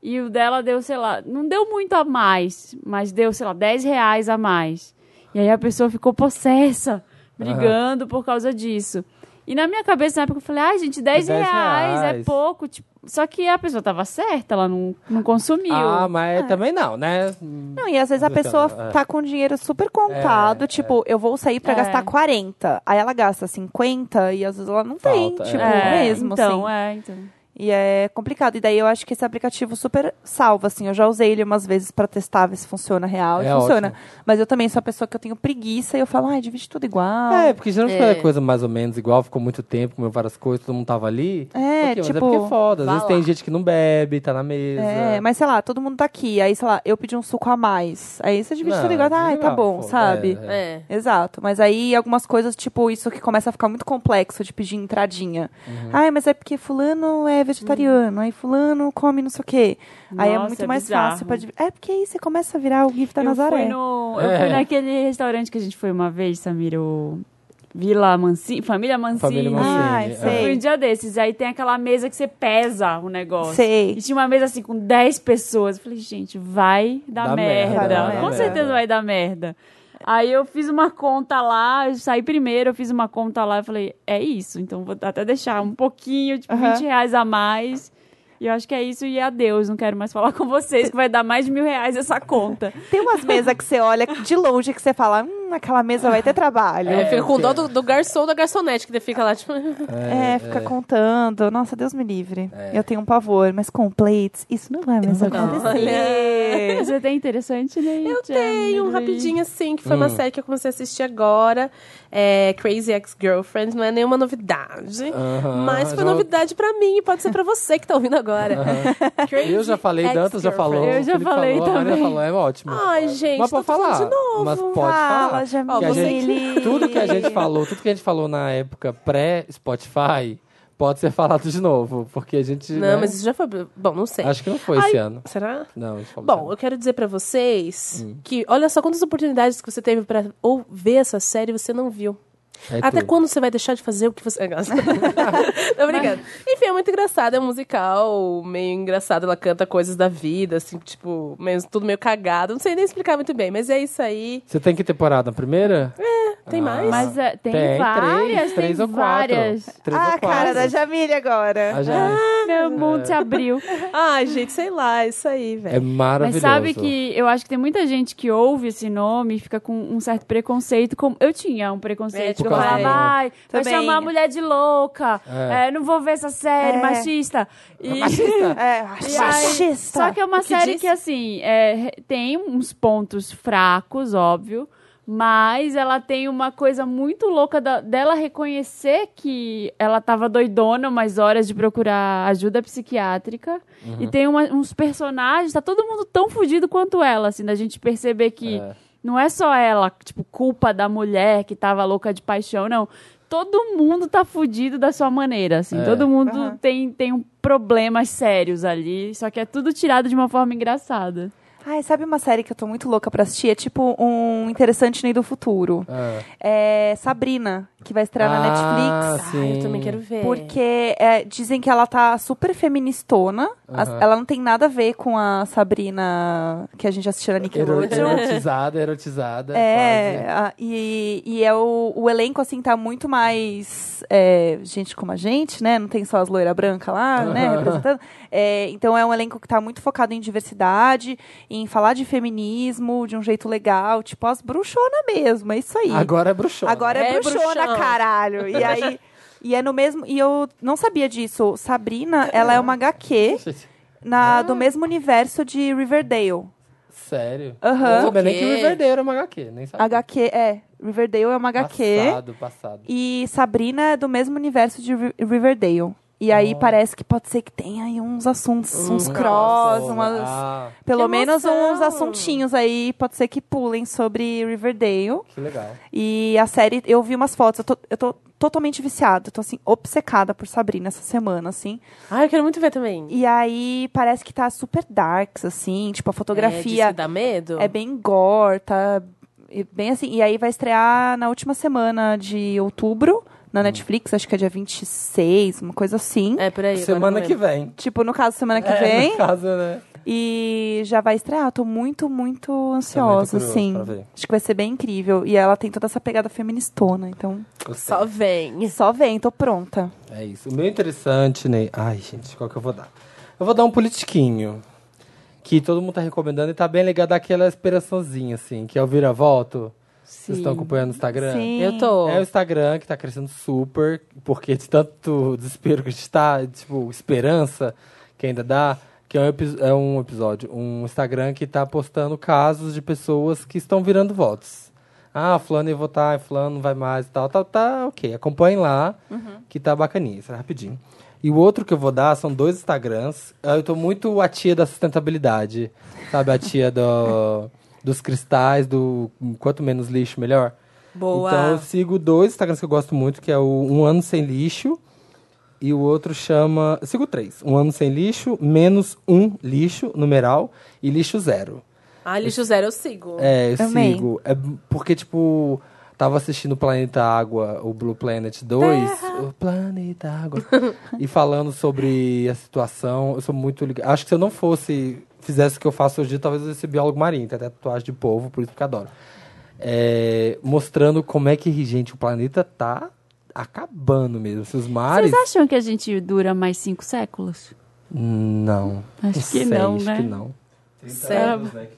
E o dela deu, sei lá, não deu muito a mais, mas deu, sei lá, 10 reais a mais. E aí a pessoa ficou possessa, brigando por causa disso. E na minha cabeça, na época, eu falei, ai, gente, 10,
10
reais, é
É reais.
pouco. tipo, só que a pessoa tava certa, ela não, não consumiu.
Ah, mas também não, né?
Não, e às vezes a pessoa
É.
tá com dinheiro super contado, tipo, eu vou sair pra
É.
gastar 40. Aí ela gasta 50 e às vezes ela não tem,
Falta, é.
tipo,
é,
mesmo,
então,
assim.
é, então.
E é complicado. E daí eu acho que esse aplicativo super salva, assim. Eu já usei ele umas vezes pra testar, ver se funciona real. e
É
funciona. Mas eu também sou a pessoa que eu tenho preguiça e eu falo, ai, divide tudo igual.
É, porque geralmente quando é coisa mais ou menos igual, ficou muito tempo, comeu várias coisas, todo mundo tava ali.
É,
Ok, mas é
tipo,
porque é foda. Às
vá
vezes
lá.
tem gente que não bebe, tá na mesa.
É, mas sei lá, todo mundo tá aqui. Aí, sei lá, eu pedi um suco a mais. Aí você divide
Não,
tudo igual. Ai, tá
legal,
bom,
pô,
sabe?
é,
É.
Exato. Mas aí algumas coisas, tipo, isso que começa a ficar muito complexo de pedir entradinha.
Uhum.
Ai, mas é porque fulano é vegetariano, aí fulano come não sei o quê. aí é
Nossa,
muito
é
mais
bizarro.
fácil pra dividir. É porque aí você começa a virar o GIF da
eu
Nazaré.
Fui no, eu fui
Tá É.
naquele restaurante que a gente foi uma vez, Samir, o Vila Mancini, Família Mancini.
Família Mancini.
Ai,
é.
sei.
Foi um dia desses, aí tem aquela mesa que você pesa o negócio.
Sei.
E tinha uma mesa assim com 10 pessoas. Eu falei, gente, vai dar
Dá
merda.
merda,
vai dar
Com
merda.
certeza vai dar merda. Aí eu fiz uma conta lá, eu saí primeiro, eu fiz uma conta lá, eu falei, é isso, então vou até deixar um pouquinho, tipo,
Aham.
20 reais a mais. E eu acho que é isso e adeus, não quero mais falar com vocês, que vai dar mais de mil reais essa conta.
Tem umas mesas que você olha de longe que você fala, hum, aquela mesa vai ter trabalho.
Eu
É,
fico com dó do, do garçom da garçonete, que daí fica lá, tipo.
É,
é.
fica contando. Nossa, Deus me livre. Eu tenho um pavor, mas com plates, isso não vai mais acontecer.
Olha, você tem interessante, né?
Eu tenho, um rapidinho assim, que foi
Hum.
uma série que eu comecei a assistir agora. É Crazy Ex-Girlfriend, não é nenhuma novidade.
Aham,
mas foi
já-
novidade pra mim, e pode ser pra você que tá ouvindo agora. Crazy
Eu já falei, Dantas já falou.
Eu
o
já
Felipe
falei
falou, a Maria
também.
falou, é ótimo.
Ai, gente,
mas pode
tô falando
falar.
de novo.
Mas pode falar.
Fala,
Que a
Jamile.
gente- tudo que a gente falou, tudo que a gente falou na época pré-Spotify, pode ser falado de novo. Porque a gente.
Não,
né,
mas isso já foi. Bom, não sei.
Acho que não Hum. foi esse ano.
Será?
Não, a gente falou.
Bom, eu quero dizer pra vocês que olha só quantas oportunidades que você teve pra ou ver essa série e você não viu.
É
Até
tudo.
quando você vai deixar de fazer o que você gosta? Tô brincando. Enfim, é muito engraçado. É um musical meio engraçado. Ela canta coisas da vida, assim, tipo, meio, tudo meio cagado. Não sei nem explicar muito bem, mas é isso aí.
Você tem que temporada? A primeira? É.
Tem mais?
Mas é, tem,
Tem,
várias,
três, três
tem
ou quatro.
várias.
Três
Ah,
ou
a cara
quatro.
da Jamile agora.
A Jane.
Meu mundo se abriu.
Ai, gente, sei lá, isso aí, velho.
É maravilhoso.
Mas sabe que eu acho que tem muita gente que ouve esse nome e fica com um certo preconceito. Como eu tinha um
É,
preconceito.
tipo,
eu falava,
é.
ai, vai
Também.
chamar a mulher de louca.
É.
é, não vou ver essa série,
É.
machista. E,
É,
e aí-
machista.
só que é uma
que
série
disse?
que, assim, é, re- tem uns pontos fracos, óbvio. Mas ela tem uma coisa muito louca da- dela reconhecer que ela tava doidona umas horas de procurar ajuda psiquiátrica. E tem uma- uns personagens, tá todo mundo tão fudido quanto ela, assim, da gente perceber que
É.
não é só ela, tipo, culpa da mulher que tava louca de paixão, não. Todo mundo tá fudido da sua maneira, assim.
É.
Todo mundo
Aham.
tem, tem um problemas sérios ali, só que é tudo tirado de uma forma engraçada.
Ai, sabe uma série que eu tô muito louca pra assistir? É tipo um Interessante Nem do Futuro.
É.
É Sabrina, que vai estrear na
Ah,
Netflix.
sim.
Ai, eu também quero ver.
Porque é, dizem que ela tá super feministona. As-
Aham.
Ela não tem nada a ver com a Sabrina que a gente assistiu na
Ero-
Nickelodeon.
Erotizada, erotizada.
É,
quase.
a- e, e é o, o elenco, assim, tá muito mais é, gente como a gente, né? Não tem só as loira branca lá, né?
Aham.
Representando. É, então é um elenco que tá muito focado em diversidade, em falar de feminismo de um jeito legal, tipo as bruxona mesmo, é isso aí.
Agora é bruxona.
Agora é,
É
bruxona,
bruxão.
caralho. E aí. E é no mesmo. E eu não sabia disso. Sabrina, ela é uma HQ na, do mesmo universo de Riverdale.
Sério? Eu não
Aham.
sabia nem que o
Ok.
Riverdale era uma HQ, nem sabia.
HQ, é. Riverdale é uma HQ.
Passado, passado.
E Sabrina é do mesmo universo de Ri- Riverdale. E aí
Ah.
parece que pode ser que tenha aí uns assuntos, uns cross, umas.
Ah,
pelo
Que
menos
emoção.
uns assuntinhos aí, pode ser que pulem sobre Riverdale.
que legal.
E a série, eu vi umas fotos, eu tô, eu tô totalmente viciada, eu tô assim, obcecada por Sabrina essa semana, assim.
É-
Ai, eu quero muito ver também.
E aí parece que tá super darks, assim, tipo, a
É, diz
fotografia
que dá medo?
é bem gore, tá e bem assim. E aí vai estrear na última semana de outubro,
Hum.
na Netflix, acho que é dia 26, uma coisa assim.
É, por aí. agora
Semana
não
que
lembro.
vem.
Tipo, no caso, semana que
É,
vem.
No caso, né?
E já vai estrear. Tô muito, muito ansiosa,
curioso
assim.
pra ver.
Acho que vai ser bem incrível. E ela tem toda essa pegada feministona, então.
Gostei.
Só vem.
Só vem, tô pronta.
É isso. O meu interessante, Ney. Ai, gente, qual que eu vou dar? Eu vou dar um politiquinho. Que todo mundo tá recomendando e tá bem ligado àquela inspiraçãozinha, assim, que é o vira-voto. Vocês estão acompanhando no Instagram?
Sim.
Eu tô.
É o Instagram que tá crescendo super, porque de tanto desespero que a gente tá, tipo, esperança que ainda dá, que é um, epi- é um episódio, um Instagram que tá postando casos de pessoas que estão virando votos. Ah, fulano ia votar, fulano não vai mais e tal, tal, tá, ok. Acompanhem lá, que tá bacaninha, isso é rapidinho. E o outro que eu vou dar são dois Instagrams. Ah, Eu tô muito a tia da sustentabilidade, sabe? A tia do, dos cristais, do quanto menos lixo, melhor.
Boa.
Então eu sigo dois Instagrams que eu gosto muito, que é o Um Ano Sem Lixo e o outro chama... eu sigo três. Um Ano Sem Lixo, menos um lixo, numeral, e lixo zero.
Ah, lixo zero eu sigo.
É, eu
Amei.
sigo. É porque, tipo, tava assistindo o Planeta Água, o Blue Planet 2. O Planeta Água. e falando sobre a situação, eu sou muito ligado. Acho que se eu não fosse, fizesse o que eu faço hoje, talvez eu fosse biólogo marinho, tem até tatuagem de povo, por isso que eu adoro. É, mostrando como é que, gente, o planeta tá acabando mesmo. Se os mares.
Vocês acham que a gente dura mais cinco séculos?
Não.
Acho
Não
que não,
acho
né?
que não.
30
Então, 30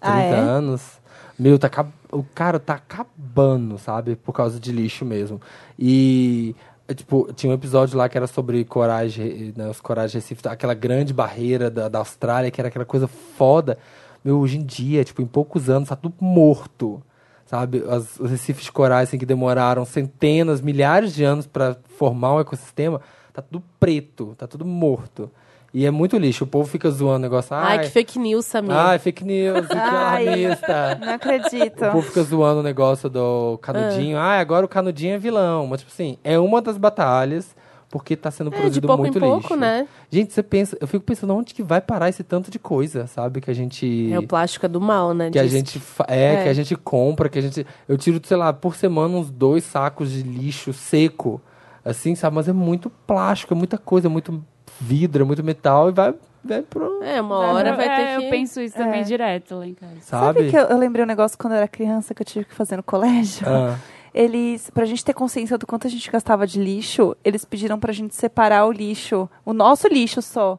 Ah, é?
anos. Meu, tá, acab- o cara tá acabando, sabe? Por causa de lixo mesmo. E, é, tipo, tinha um episódio lá que era sobre coragem, né, os corais de Recife, aquela grande barreira da, da Austrália, que era aquela coisa foda. Meu, hoje em dia, tipo, em poucos anos, tá tudo morto. Sabe, As- os recifes de corais assim, que demoraram centenas, milhares de anos para formar um ecossistema, tá tudo preto, tá tudo morto. E é muito lixo. O povo fica zoando o negócio.
Ai,
"Ai,
que fake news, Samir.
Ai, fake news, que é
Ai.
alarmista.
Não acredito.
O povo fica zoando o negócio do canudinho. Ah, agora o canudinho é vilão. Mas, tipo assim, é uma das batalhas, porque tá sendo
é, de
produzido
pouco
muito
em pouco,
lixo.
né?
Gente, você pensa, eu fico pensando onde que vai parar esse tanto de coisa, sabe? Que a gente.
É o plástico é do mal, né?
que a
Diz.
gente fa- é,
É.
que a gente compra, que a gente. Eu tiro, sei lá, por semana uns dois sacos de lixo seco, assim, sabe? Mas é muito plástico, é muita coisa, é muito vidro, é muito metal e vai é pro.
É, uma hora vai ter
É,
que...
Eu penso isso também direto lá em casa.
Sabe?
que eu, eu lembrei um negócio quando eu era criança que eu tive que fazer no colégio?
Ah.
Eles, pra gente ter consciência do quanto a gente gastava de lixo, eles pediram pra gente separar o lixo, o nosso lixo só,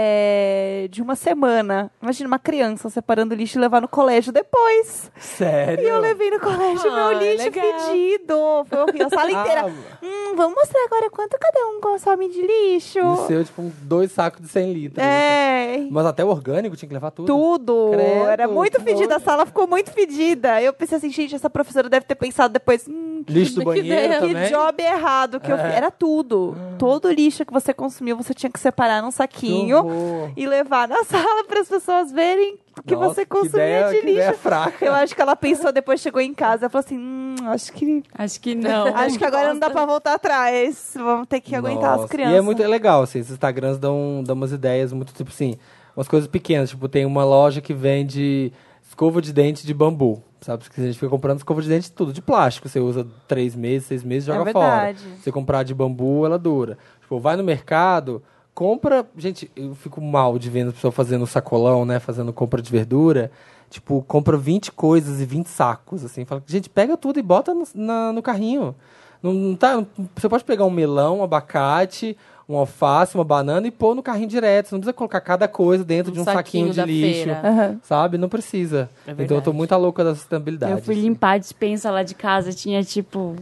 é, de uma semana. Imagina uma criança separando o lixo e levar no colégio depois.
Sério?
E eu levei no colégio
Ah,
meu lixo
legal.
fedido. Foi horrível. A sala inteira.
Ah,
Hum, vamos mostrar agora quanto cada um consome de lixo.
no seu, tipo, um- dois sacos de 100 litros. assim.
É.
Mas até o orgânico tinha que levar tudo.
Tudo.
Credo,
Era muito
que
fedida. A
nojo.
sala ficou muito fedida. Eu pensei assim, gente, essa professora deve ter pensado depois. Hum, que
Lixo do
Que
banheiro
ideia.
também. É.
que job errado que eu fiz. Era tudo. Todo lixo que você consumiu, você tinha que separar num saquinho
horror.
e levar na sala para as pessoas verem que
Nossa,
você
que
consumia
ideia-
de
que ideia
lixo.
fraca.
Eu acho que ela pensou, depois chegou em casa e falou assim: hum, acho que.
Acho que não.
Acho que agora não dá pra voltar atrás. Vamos ter que aguentar
Nossa.
as crianças.
E é muito legal, assim, esses Instagrams dão, dão umas ideias muito, tipo assim, umas coisas pequenas. Tipo, tem uma loja que vende escova de dente de bambu. Sabe? Porque a gente fica comprando escova de dente tudo de plástico. Você usa três meses, seis meses
É
joga fora.
verdade.
Se você comprar de bambu, ela dura. Tipo, vai no mercado, compra. Gente, eu fico mal de vendo a pessoa fazendo sacolão, né? Fazendo compra de verdura. Tipo, compra 20 coisas e 20 sacos, assim. Fala, gente, pega tudo e bota no, na- no carrinho. Não, não tá, não- você pode pegar um melão, um abacate, um alface, uma banana e pôr no carrinho direto. Você não precisa colocar cada coisa dentro
Um
de um saquinho,
saquinho da
de lixo.
feira. É
Aham.
Sabe? Não precisa. então eu tô
verdade.
muito a louca da sustentabilidade.
Eu fui
assim.
limpar a dispensa lá de casa, tinha tipo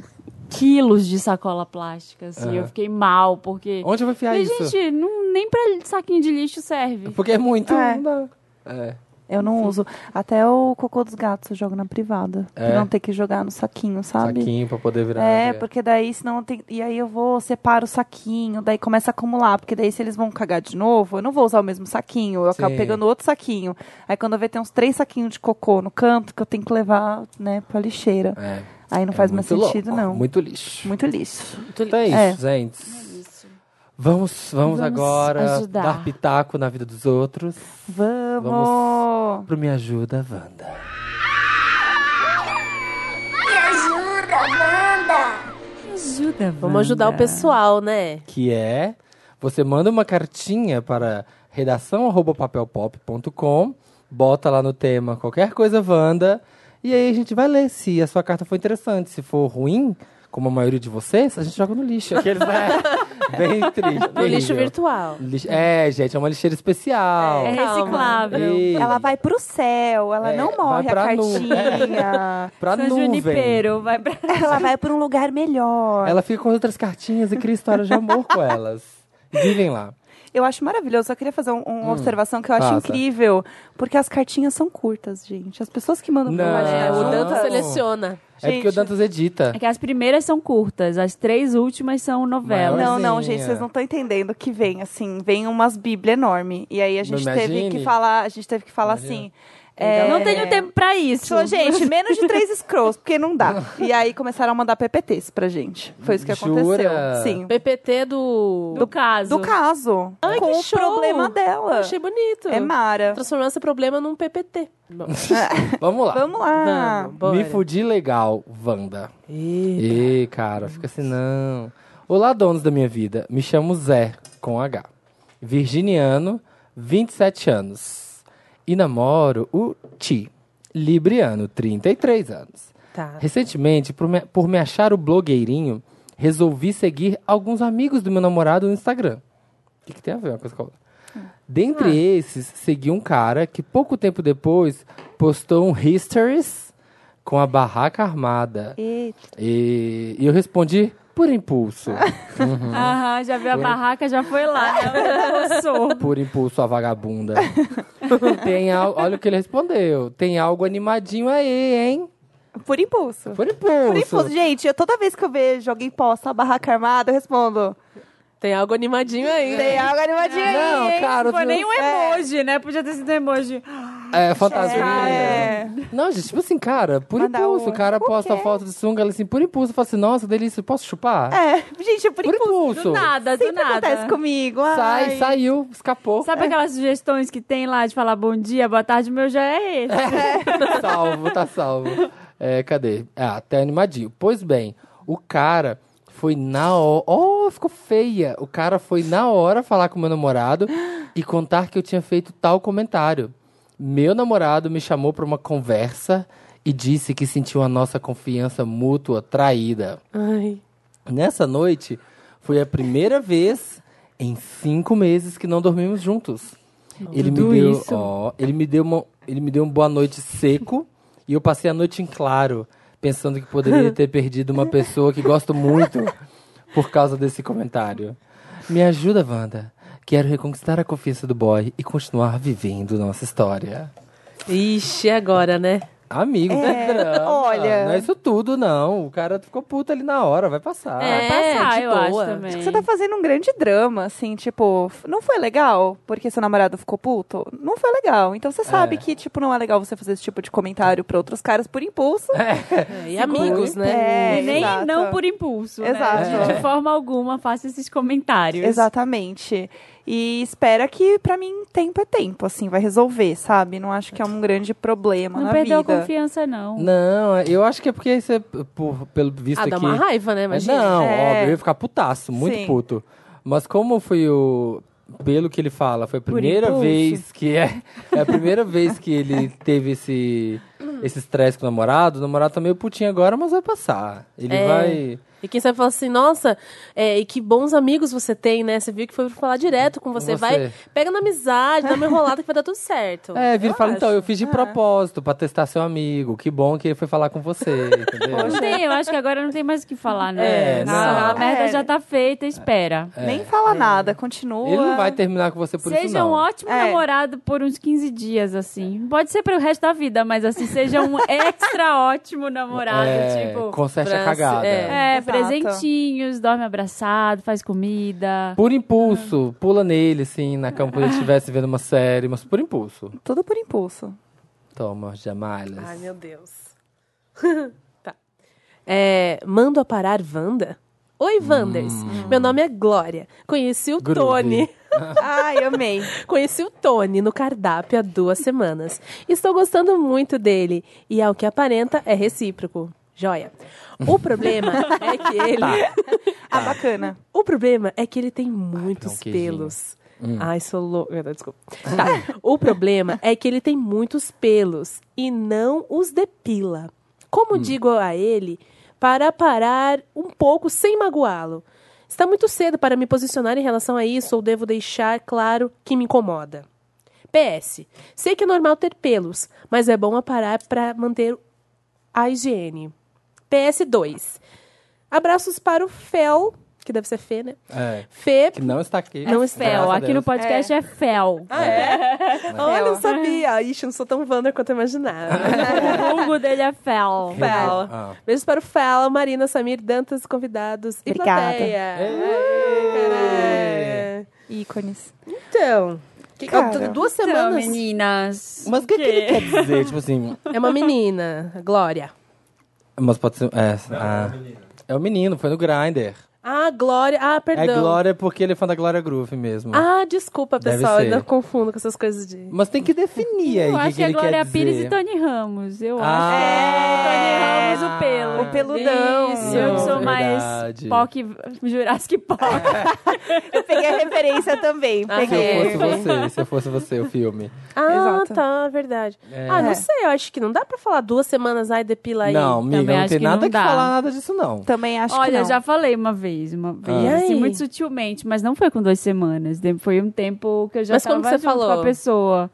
quilos de sacola plástica, assim.
Aham.
Eu fiquei mal, porque.
Onde eu vou enfiar
Falei,
isso?
gente, não, nem pra saquinho de lixo serve.
Porque é muito.
É.
Não dá. É.
Eu não uso. Até o cocô dos gatos eu jogo na privada.
É.
Pra não ter que jogar no saquinho, sabe?
Saquinho pra poder virar.
É, porque daí senão tem. E aí eu vou, separo o saquinho, daí começa a acumular, porque daí se eles vão cagar de novo, eu não vou usar o mesmo saquinho, eu acabo
Sim.
pegando outro saquinho. Aí quando eu ver tem uns três saquinhos de cocô no canto que eu tenho que levar, né, pra lixeira.
É.
Aí não
É
faz mais
muito louco,
sentido, não. Muito,
Muito lixo.
lixo.
Então é isso,
É.
gente. Vamos, vamos, agora
ajudar.
dar pitaco na vida dos outros
Vamos!
Vamos. pro Me Ajuda, Wanda.
Me ajuda, Wanda!
Ajuda,
Vamos ajudar
É.
o pessoal, né?
Que é, você manda uma cartinha para redação@papelpop.com, bota lá no tema qualquer coisa Wanda, e aí a gente vai ler se a sua carta foi interessante. Se for ruim, como a maioria de vocês, a gente joga no lixo. Aqueles, né? Bem triste.
No lixo
terrível.
virtual.
Lixo- É, gente, é uma lixeira especial.
É reciclável.
E-
Ela vai pro céu, ela
É,
não
vai
morre a
pra
cartinha.
nu- pra
São
nuvem.
Junipero, vai pra.
É.
Ela vai pra um lugar melhor.
Ela fica com outras cartinhas e cria histórias de amor com elas. Vivem lá.
Eu acho maravilhoso. Eu queria fazer um- uma observação que eu acho
Hum, faça.
incrível. Porque as cartinhas são curtas, gente. As pessoas que mandam pra
Não.
É,
imaginar
o
Não.
Dantas
juntas-
seleciona.
é porque o Dantas edita.
É que as primeiras são curtas, as três últimas são
é
novelas.
Não, não,
Maiorzinha.
gente, vocês não estão entendendo que vem, assim, vem umas bíblia enorme. E aí a gente teve
imagine.
que falar, a gente teve que falar assim. é,
Não tenho tempo pra isso.
Falou, gente, menos de três scrolls, porque não dá. E aí começaram a mandar PPTs pra gente. Foi isso que aconteceu.
Jura?
Sim.
PPT do...
Do caso.
Do caso. com
que
o
show!
problema dela.
Achei bonito.
É Mara.
Transformar esse problema num PPT. Bom,
Vamos lá.
Vamos lá.
vamos, bora.
Me fudi legal, Wanda. Ih, cara, fica assim não. Olá, donos da minha vida. Me chamo Zé, com H. Virginiano, 27 anos. E namoro o Ti, Libriano, 33 anos.
Tá.
Recentemente, por me, por me achar o blogueirinho, resolvi seguir alguns amigos do meu namorado no Instagram. O que, que tem a ver uma coisa com a outra? Dentre
Ah.
esses, segui um cara que pouco tempo depois postou um histories com a barraca armada.
Eita.
E, e eu respondi por impulso.
Aham, já viu a barraca, já foi lá.
É.
né? Almoçou.
por impulso a vagabunda. Tem al- olha o que ele respondeu. Tem algo animadinho aí, hein?
Por impulso.
Por impulso.
Por impulso, gente, eu, toda vez que eu vejo alguém posta a barraca armada, eu respondo.
Tem algo animadinho aí.
Tem algo animadinho aí.
Não,
hein?"
cara,
Não
É,
foi
eu-
nem um
É.
emoji, né? Podia ter sido um emoji.
É, fantasia.
É.
Não, gente, tipo assim, cara, por
Manda
impulso. O
outra.
cara
Por
posta a
quê?
foto de sunga, ele assim, por impulso. Fala assim, nossa, delícia, posso chupar?
É, gente, por,
por
impulso.
impulso.
Do nada, do
Sempre
nada.
acontece comigo.
Sai,
ai.
saiu, escapou.
Sabe aquelas sugestões que tem lá de falar bom dia, boa tarde? O meu já é esse.
salvo, tá salvo. É, cadê? Ah, até animadinho. Pois bem, o cara foi na hora. Oh, ficou feia. O cara foi na hora falar com meu namorado, e contar que eu tinha feito tal comentário. Meu namorado me chamou para uma conversa e disse que sentiu a nossa confiança mútua traída.
Ai.
Nessa noite, foi a primeira vez em cinco meses que não dormimos juntos. Ele me,
Tudo
deu,
isso.
ó, ele, me deu uma, ele me deu um boa noite seco e eu passei a noite em claro, pensando que poderia ter perdido uma pessoa que gosto muito por causa desse comentário. Me ajuda, Wanda. Quero reconquistar a confiança do boy e continuar vivendo nossa história.
Ixi, agora, né?
Amigo, é, drama.
olha.
Não é isso tudo, não. O cara ficou puto ali na hora, vai passar.
É,
de
passar, eu acho
boa.
também.
Você tá fazendo um grande drama, assim, tipo, f- não foi legal porque seu namorado ficou puto? Não foi legal. Então você sabe que, tipo, não é legal você fazer esse tipo de comentário pra outros caras por impulso.
É, e amigos, né?
É,
E nem
exato.
não por impulso. né?
Exato.
De forma alguma, faça esses comentários.
Exatamente. E espera que, pra mim, tempo é tempo, assim, vai resolver, sabe? Não acho que é um grande problema
Não
na
perdeu
vida.
a confiança, não.
Não, eu acho que é porque isso é, por, pelo visto
Ah,
aqui.
dá uma raiva, né?
Mas
Imagina.
não,
É.
óbvio, eu ia ficar putaço, muito
Sim.
puto. Mas como foi o. Pelo que ele fala, foi a primeira
impulso.
vez que é, é a primeira vez que ele teve esse esse estresse com o namorado. O namorado tá meio putinho agora, mas vai passar. Ele
É.
vai.
E quem sabe fala assim, nossa, é, e que bons amigos você tem, né? Você viu que foi falar direto com você.
Você.
Vai, pega na amizade, dá uma enrolada que vai dar tudo certo.
É, vira e fala,
acho.
então, eu fiz de propósito pra testar seu amigo. Que bom que ele foi falar com você, entendeu?
Não tem, eu acho que agora não tem mais o que falar, né?
É,
a, a
não.
merda
É.
já tá feita, espera.
Nem fala nada, continua.
É, Ele não vai terminar com você por isso,
Seja
não.
um ótimo
É.
namorado por uns 15 dias, assim. Pode ser pro resto da vida, mas assim, seja um extra ótimo namorado,
é,
tipo.
conserte a
pra-
cagada.
é.
É,
Exato.
presentinhos, dorme abraçado, faz comida.
Por impulso, pula nele, assim, na cama quando ele estivesse vendo uma série, mas por impulso.
Tudo por impulso.
Toma, Jamalis.
Ai, meu Deus. tá. É, mando a parar Wanda? Oi, Wanders. Meu nome é Glória. Conheci o
Groove.
Tony.
Ai, amei.
Conheci o Tony no cardápio há duas semanas. Estou gostando muito dele. E ao que aparenta, é recíproco. Joia. O problema é que ele.
Ah, bacana.
O problema é que ele tem muitos
um queijinho. Hum. Ah.
pelos. Ai, sou louca. Não, Desculpa. Tá. O problema é que ele tem muitos pelos e não os depila. Como
Hum.
digo a ele para parar um pouco sem magoá-lo? Está muito cedo para me posicionar em relação a isso ou devo deixar claro que me incomoda. PS. Sei que é normal ter pelos, mas é bom aparar para manter a higiene. PS2. Abraços para o Fel, que deve ser Fê, né?
É,
Fê.
que não está aqui.
Não está.
Fel.
Graças a
Aqui no
Deus. Ah,
podcast é, fel.
Olha, eu
Fel.
não sabia. Ixi, eu não sou tão Wander quanto eu imaginava.
O vulgo dele é fel.
Fel.
Ah.
Beijos para o Fel, Marina, Samir, Dantas, convidados e
Obrigada.
plateia.
Ê!
Caralho.
Ícones.
Então, que-
Cara.
eu tô- duas
Então,
semanas.
meninas.
Mas o que, que ele quer dizer? Tipo assim,
é uma menina, Glória.
mas pode ser... É, ah. é o menino, foi no Grindr.
Ah, Glória. Ah,
É
perdão.
Glória porque ele é fã da Glória Groove mesmo.
Ah, desculpa,
Deve
pessoal. Eu
ser.
não confundo com essas coisas de.
Mas tem que definir aí
Eu
o que,
acho
que
que é
ele quer
Glória
dizer.
Pires e Tony Ramos. Eu
Ah.
acho. É, Tony Ramos, o pelo.
O peludão.
Isso, eu que sou mais
Verdade.
POC, Jurassic POC.
Eu peguei a referência também.
Ah,
Se eu
Peguei.
fosse
É.
você, se eu fosse você, o filme.
Ah,
Exato.
tá, verdade.
É.
Ah, não sei, eu acho que não dá pra falar duas semanas, ai, depila aí.
Não, amiga,
Também
não
acho
tem
que
nada
não
que
dá.
falar nada disso, não.
Também acho que
Olha,
não.
já falei uma vez, uma vez,
E aí?
assim, muito sutilmente, mas não foi com duas semanas. de- Foi um tempo que eu já
Mas como
tava
que você
junto
falou?
com a pessoa.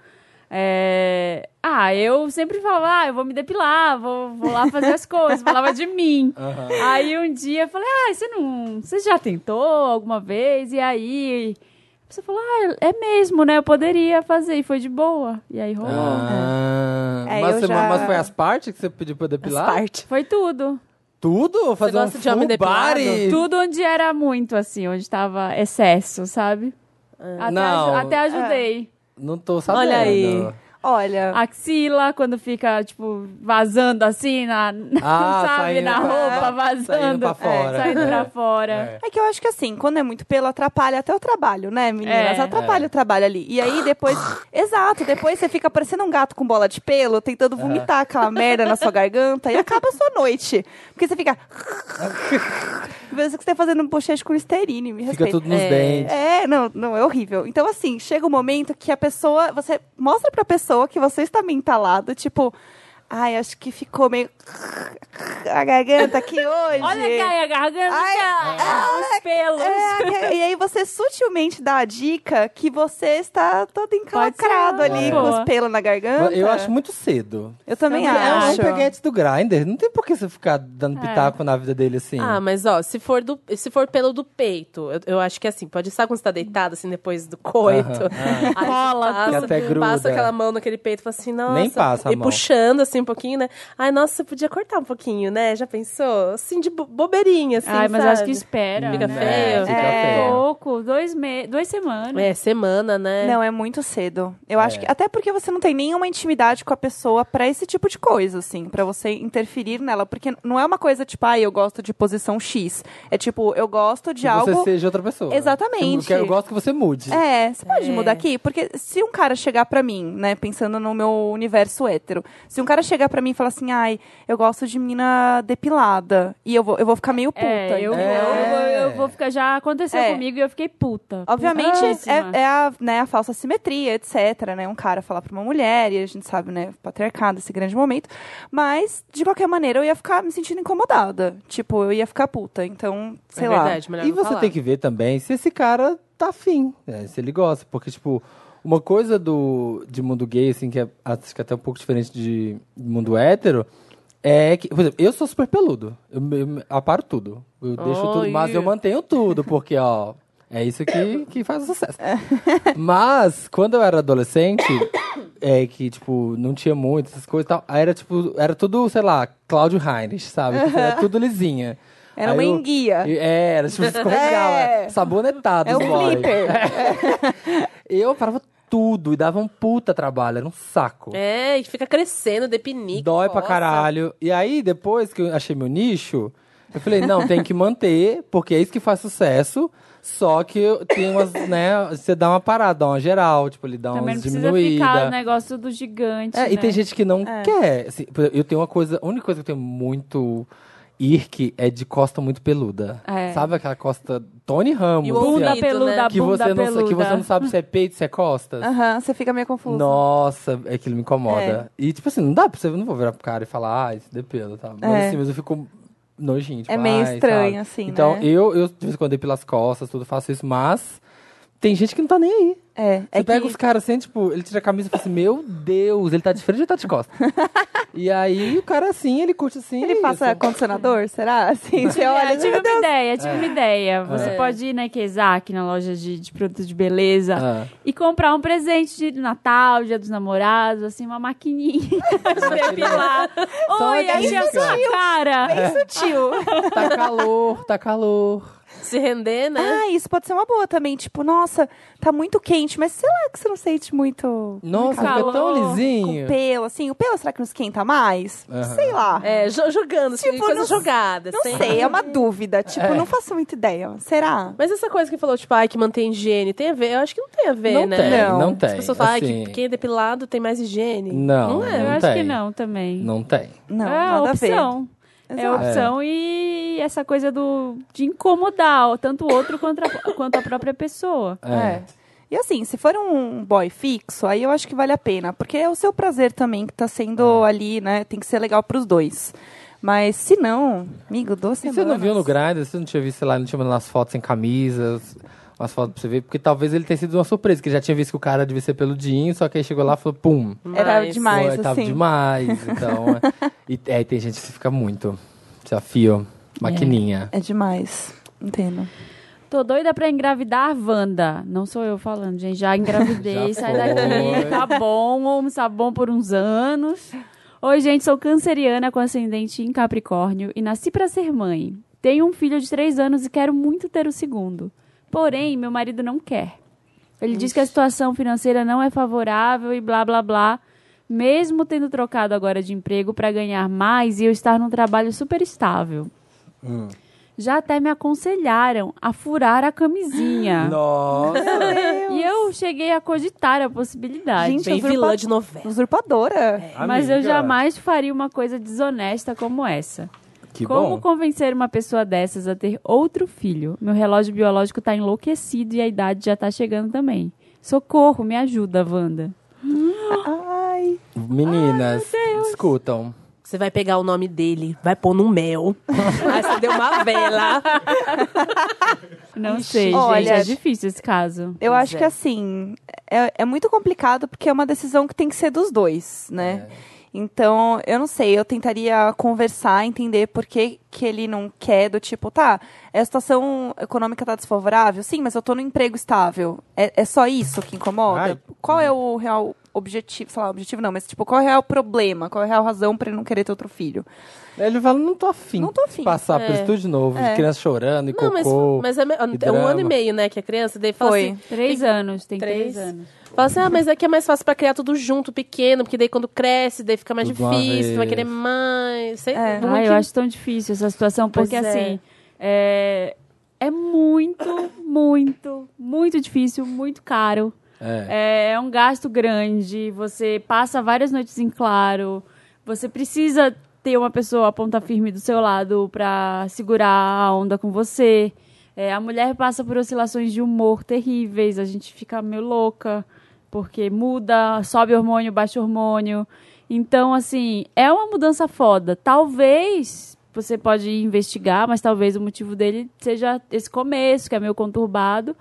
É, Ah, eu sempre falava, ah, eu vou me depilar, vou, vou lá fazer as coisas, falava de mim. Aí um dia eu falei, ah, você não. Você já tentou alguma vez? E aí. A pessoa falou, ah, é mesmo, né? Eu poderia fazer, e foi de boa. E aí rolou. né?
Ah,
É,
mas,
eu
você-
já-
mas foi as partes que você pediu pra depilar?
Parte.
Foi tudo.
Tudo? Fazer um
gosta de homem
full
depilado?
body?
Tudo onde era muito, assim, onde tava excesso, sabe? Até,
Não.
aju- até ajudei.
Não tô sabendo.
Olha aí.
Olha,
Axila, quando fica, tipo, vazando assim, na,
Ah,
sabe,
saindo
na
pra-
roupa,
saindo
vazando.
pra fora.
É, saindo pra
É.
fora.
É.
É que eu acho que assim, quando é muito pelo, atrapalha até o trabalho, né, meninas?
É.
atrapalha o trabalho ali. E aí depois. Exato, depois você fica parecendo um gato com bola de pelo,
É.
tentando vomitar aquela merda na sua garganta e acaba a sua noite. Porque você fica. Parece que você tá fazendo um bochecho com esterine, me
Fica
respeita.
tudo nos
É.
dentes.
É, não, não, é horrível. Então, assim, chega um momento que a pessoa. Você mostra pra pessoa que você está meio entalado, tipo. Ai, acho que ficou meio. A garganta aqui hoje.
Olha aqui a garganta,
Ai,
ah, os pelos.
É, que- e aí você sutilmente dá a dica que você está todo encalacrado
Pode ser.
ali,
É.
com os pelos na garganta.
Eu acho muito cedo.
Eu também
Também
É um
acho.
acho.
peguete do Grindr. Não tem por que você ficar dando pitaco na vida dele assim.
Ah, mas ó, se for, do, se for pelo do peito, eu, eu acho que assim, pode estar quando você tá deitado, assim, depois do coito.
Aham,
Aí você
Rola
passa,
tudo. Que até gruda.
Passa aquela mão naquele peito e fala assim, nossa.
Nem passa a
E
mão.
puxando, assim, um pouquinho, né? Ai, nossa, você podia cortar um pouquinho, né? Já pensou? Assim, de bo- bobeirinha, assim,
Ai, mas
sabe?
acho que espera.
Fica
né?
feio.
Ah. Fica
É,
feio.
pouco, dois me... duas semanas.
É, semana, né?
Não, é muito cedo. Eu acho
É.
que. Até porque você não tem nenhuma intimidade com a pessoa pra esse tipo de coisa, assim, pra você interferir nela. Porque não é uma coisa tipo, ai, eu gosto de posição X. É tipo, eu gosto de
que
algo.
você seja outra pessoa.
Exatamente.
Que Eu, que eu gosto que você mude.
É, você pode mudar aqui? Porque se um cara chegar pra mim, né, pensando no meu universo hétero, se um cara chegar pra mim e falar assim, ai, eu gosto de menina depilada, e eu vou, eu vou ficar meio puta.
É, eu,
entendeu?
eu vou-
É.
eu vou ficar. Já aconteceu
É.
comigo e eu fiquei puta.
Obviamente,
Putíssima.
é, é a, né, a falsa simetria, etc, né, um cara falar pra uma mulher, e a gente sabe, né, patriarcado, esse grande momento, mas, de qualquer maneira, eu ia ficar me sentindo incomodada, tipo, eu ia ficar puta, então, sei
é
lá.
verdade, melhor
E
não
você
falar.
tem que ver também se esse cara tá afim, né? se ele gosta. Porque, tipo, uma coisa do, de mundo gay, assim, que é acho que até um pouco diferente de mundo hétero, é que, por exemplo, eu sou super peludo. Eu, me- eu me- aparo tudo. Eu deixo tudo, mas eu mantenho tudo, porque, ó, é isso que, que faz o sucesso. Mas, quando eu era adolescente, é que, tipo, não tinha muito essas coisas e tal. Aí era, tipo, era tudo, sei lá, Cláudio Heinrich, sabe? Tipo, Era tudo lisinha.
Era
Aí
uma
eu-
enguia.
e- É, era tipo escorregava.
É.
Sabonetado.
É um
os boys.
flipper.
Eu parava tudo e dava um puta trabalho, era um saco.
É, e fica crescendo, depinique.
Dói pra
coça.
caralho. E aí, depois que eu achei meu nicho, eu falei, não, tem que manter, porque é isso que faz sucesso. Só que eu- tem umas, né, você dá uma parada, dá uma geral, tipo, ele dá
Também
umas
não precisa ficar o
diminuídas.
negócio do gigante.
É, e
né?
tem gente que não quer. assim, por exemplo, eu tenho uma coisa, a única coisa que eu tenho muito irque é de costa muito peluda.
É.
Sabe aquela costa Tony Ramos?
E o
assim, ó.
Bunda
Bonito,
peluda,
né?
que
bunda
você, não, sa-
peluda.
que você não sabe se é peito, se é costas.
Aham, você fica meio confusa.
Nossa, aquilo me incomoda.
É.
E, tipo assim, não dá pra você, eu não vou virar pro cara e falar, ah, isso depila, tá? Mas
É.
assim, mas eu fico nojinho. Tipo,
É meio
"Ai",
estranho,
sabe?
assim,
Então,
né?
eu, eu, de vez em quando, depilo as costas, tudo, faço isso, mas tem gente que não tá nem aí.
É,
Você
é
pega
que...
os caras assim, tipo, ele tira a camisa e fala assim, meu Deus, ele tá de frente ou tá de costas? e aí, o cara assim, ele curte assim.
Ele
é
passa
isso.
condicionador, será? Assim, você olha,
eu É,
tipo
tive
meu
uma
Deus.
ideia, eu tive uma ideia. Você
É.
pode ir né, na Kezak, na loja de, de produtos de beleza,
Ah.
e comprar um presente de Natal, dia dos namorados, assim, uma maquininha de depilar.
Só
Oi,
uma
achei a
dica.
sua cara.
sutil.
Tá calor, tá calor.
Se render, né?
Ah, isso pode ser uma boa também. Tipo, nossa, tá muito quente, mas sei lá que você não sente muito
Nossa, fica
calor,
tão
com
lisinho.
com pelo, assim. O pelo será que não esquenta mais?
Aham.
Sei lá.
É, jo- jogando, assim,
Tipo,
coisa
não-
jogada.
não
sem-
sei, é uma dúvida. Tipo,
É.
não faço muita ideia. Será?
Mas essa coisa que falou, tipo, ai, que mantém higiene, tem a ver? Eu acho que não tem a ver,
Não
né?
tem, não,
Não.
tem.
As pessoas falam, ai,
assim,
que quem é depilado tem mais higiene.
Não,
Não é.
Eu
não
acho que
tem.
não também.
Não tem.
Não,
é
nada a ver.
opção. É
Exato.
opção e essa coisa do, de incomodar ó, tanto o outro quanto a, quanto a própria pessoa.
É.
E assim, se for um boy fixo, aí eu acho que vale a pena. Porque é o seu prazer também que tá
É.
sendo ali, né? Tem que ser legal pros dois. Mas se não, amigo, doce
E você não viu no Grindr? Você não tinha visto, sei lá, não tinha mandado umas fotos sem camisas, umas fotos pra você ver? Porque talvez ele tenha sido uma surpresa, que ele já tinha visto que o cara devia ser peludinho, só que aí chegou lá e falou, pum.
Era
Mas-
demais,
Pô, é, tava
assim.
demais, então... é. e é, tem gente que fica muito, já fio, maquininha.
É demais. Entendo.
Tô doida pra engravidar, Wanda. Não sou eu falando, gente. Já engravidei,
Já
sai
foi.
daqui. Tá bom, vamos tá bom por uns anos. Oi, gente, sou canceriana com ascendente em Capricórnio e nasci pra ser mãe. Tenho um filho de três anos e quero muito ter o segundo. Porém, meu marido não quer. Ele diz que a situação financeira não é favorável e blá blá blá. mesmo tendo trocado agora de emprego para ganhar mais e eu estar num trabalho super estável.
Hum.
Já até me aconselharam a furar a camisinha.
Nossa!
E eu cheguei a cogitar a possibilidade.
Gente,
Bem
usurpa-
vilã de novela.
Usurpadora.
Mas eu
amiga,
jamais faria uma coisa desonesta como essa.
Que
como
bom.
convencer uma pessoa dessas a ter outro filho? Meu relógio biológico tá enlouquecido e a idade já tá chegando também. Socorro, me ajuda, Wanda.
Ai.
Meninas, escutam.
Você vai pegar o nome dele, vai pôr num mel. Aí você deu uma vela.
Não sei, gente.
Olha,
é difícil esse caso.
Eu
Pois
acho
é.
que assim, é, é muito complicado porque é uma decisão que tem que ser dos dois, né? Então, eu não sei, eu tentaria conversar, entender por que, que ele não quer, do tipo, tá, a situação econômica tá desfavorável, sim, mas eu tô num emprego estável. É, é só isso que incomoda?
Ai.
Qual é o real objetivo, sei lá, objetivo não, mas tipo, qual é o real problema? Qual é a real razão pra ele não querer ter outro filho?
Ele fala, não tô afim.
Não tô afim.
de Passar por isso tudo de novo, de criança chorando e
Não, mas,
cocô.
mas é, me- é um
drama.
ano e meio, né, que a criança. Daí fala
Foi.
assim,
Três anos, tem
três.
três, anos.
Fala assim, ah, mas aqui é mais fácil pra criar tudo junto, pequeno, porque daí quando cresce, daí fica mais
Tudo de uma
difícil, tu vai
vez.
querer mais. Sei,
É.
muito-
Ah, eu acho tão difícil essa situação, porque
Pois é.
assim, é, é muito, muito, muito difícil, muito caro.
É.
É, é um gasto grande, você passa várias noites em claro, você precisa ter uma pessoa a ponta firme do seu lado para segurar a onda com você. É, a mulher passa por oscilações de humor terríveis, a gente fica meio louca, porque muda, sobe hormônio, baixa hormônio. Então, assim, é uma mudança foda. Talvez você pode investigar, mas talvez o motivo dele seja esse começo, que é meio conturbado.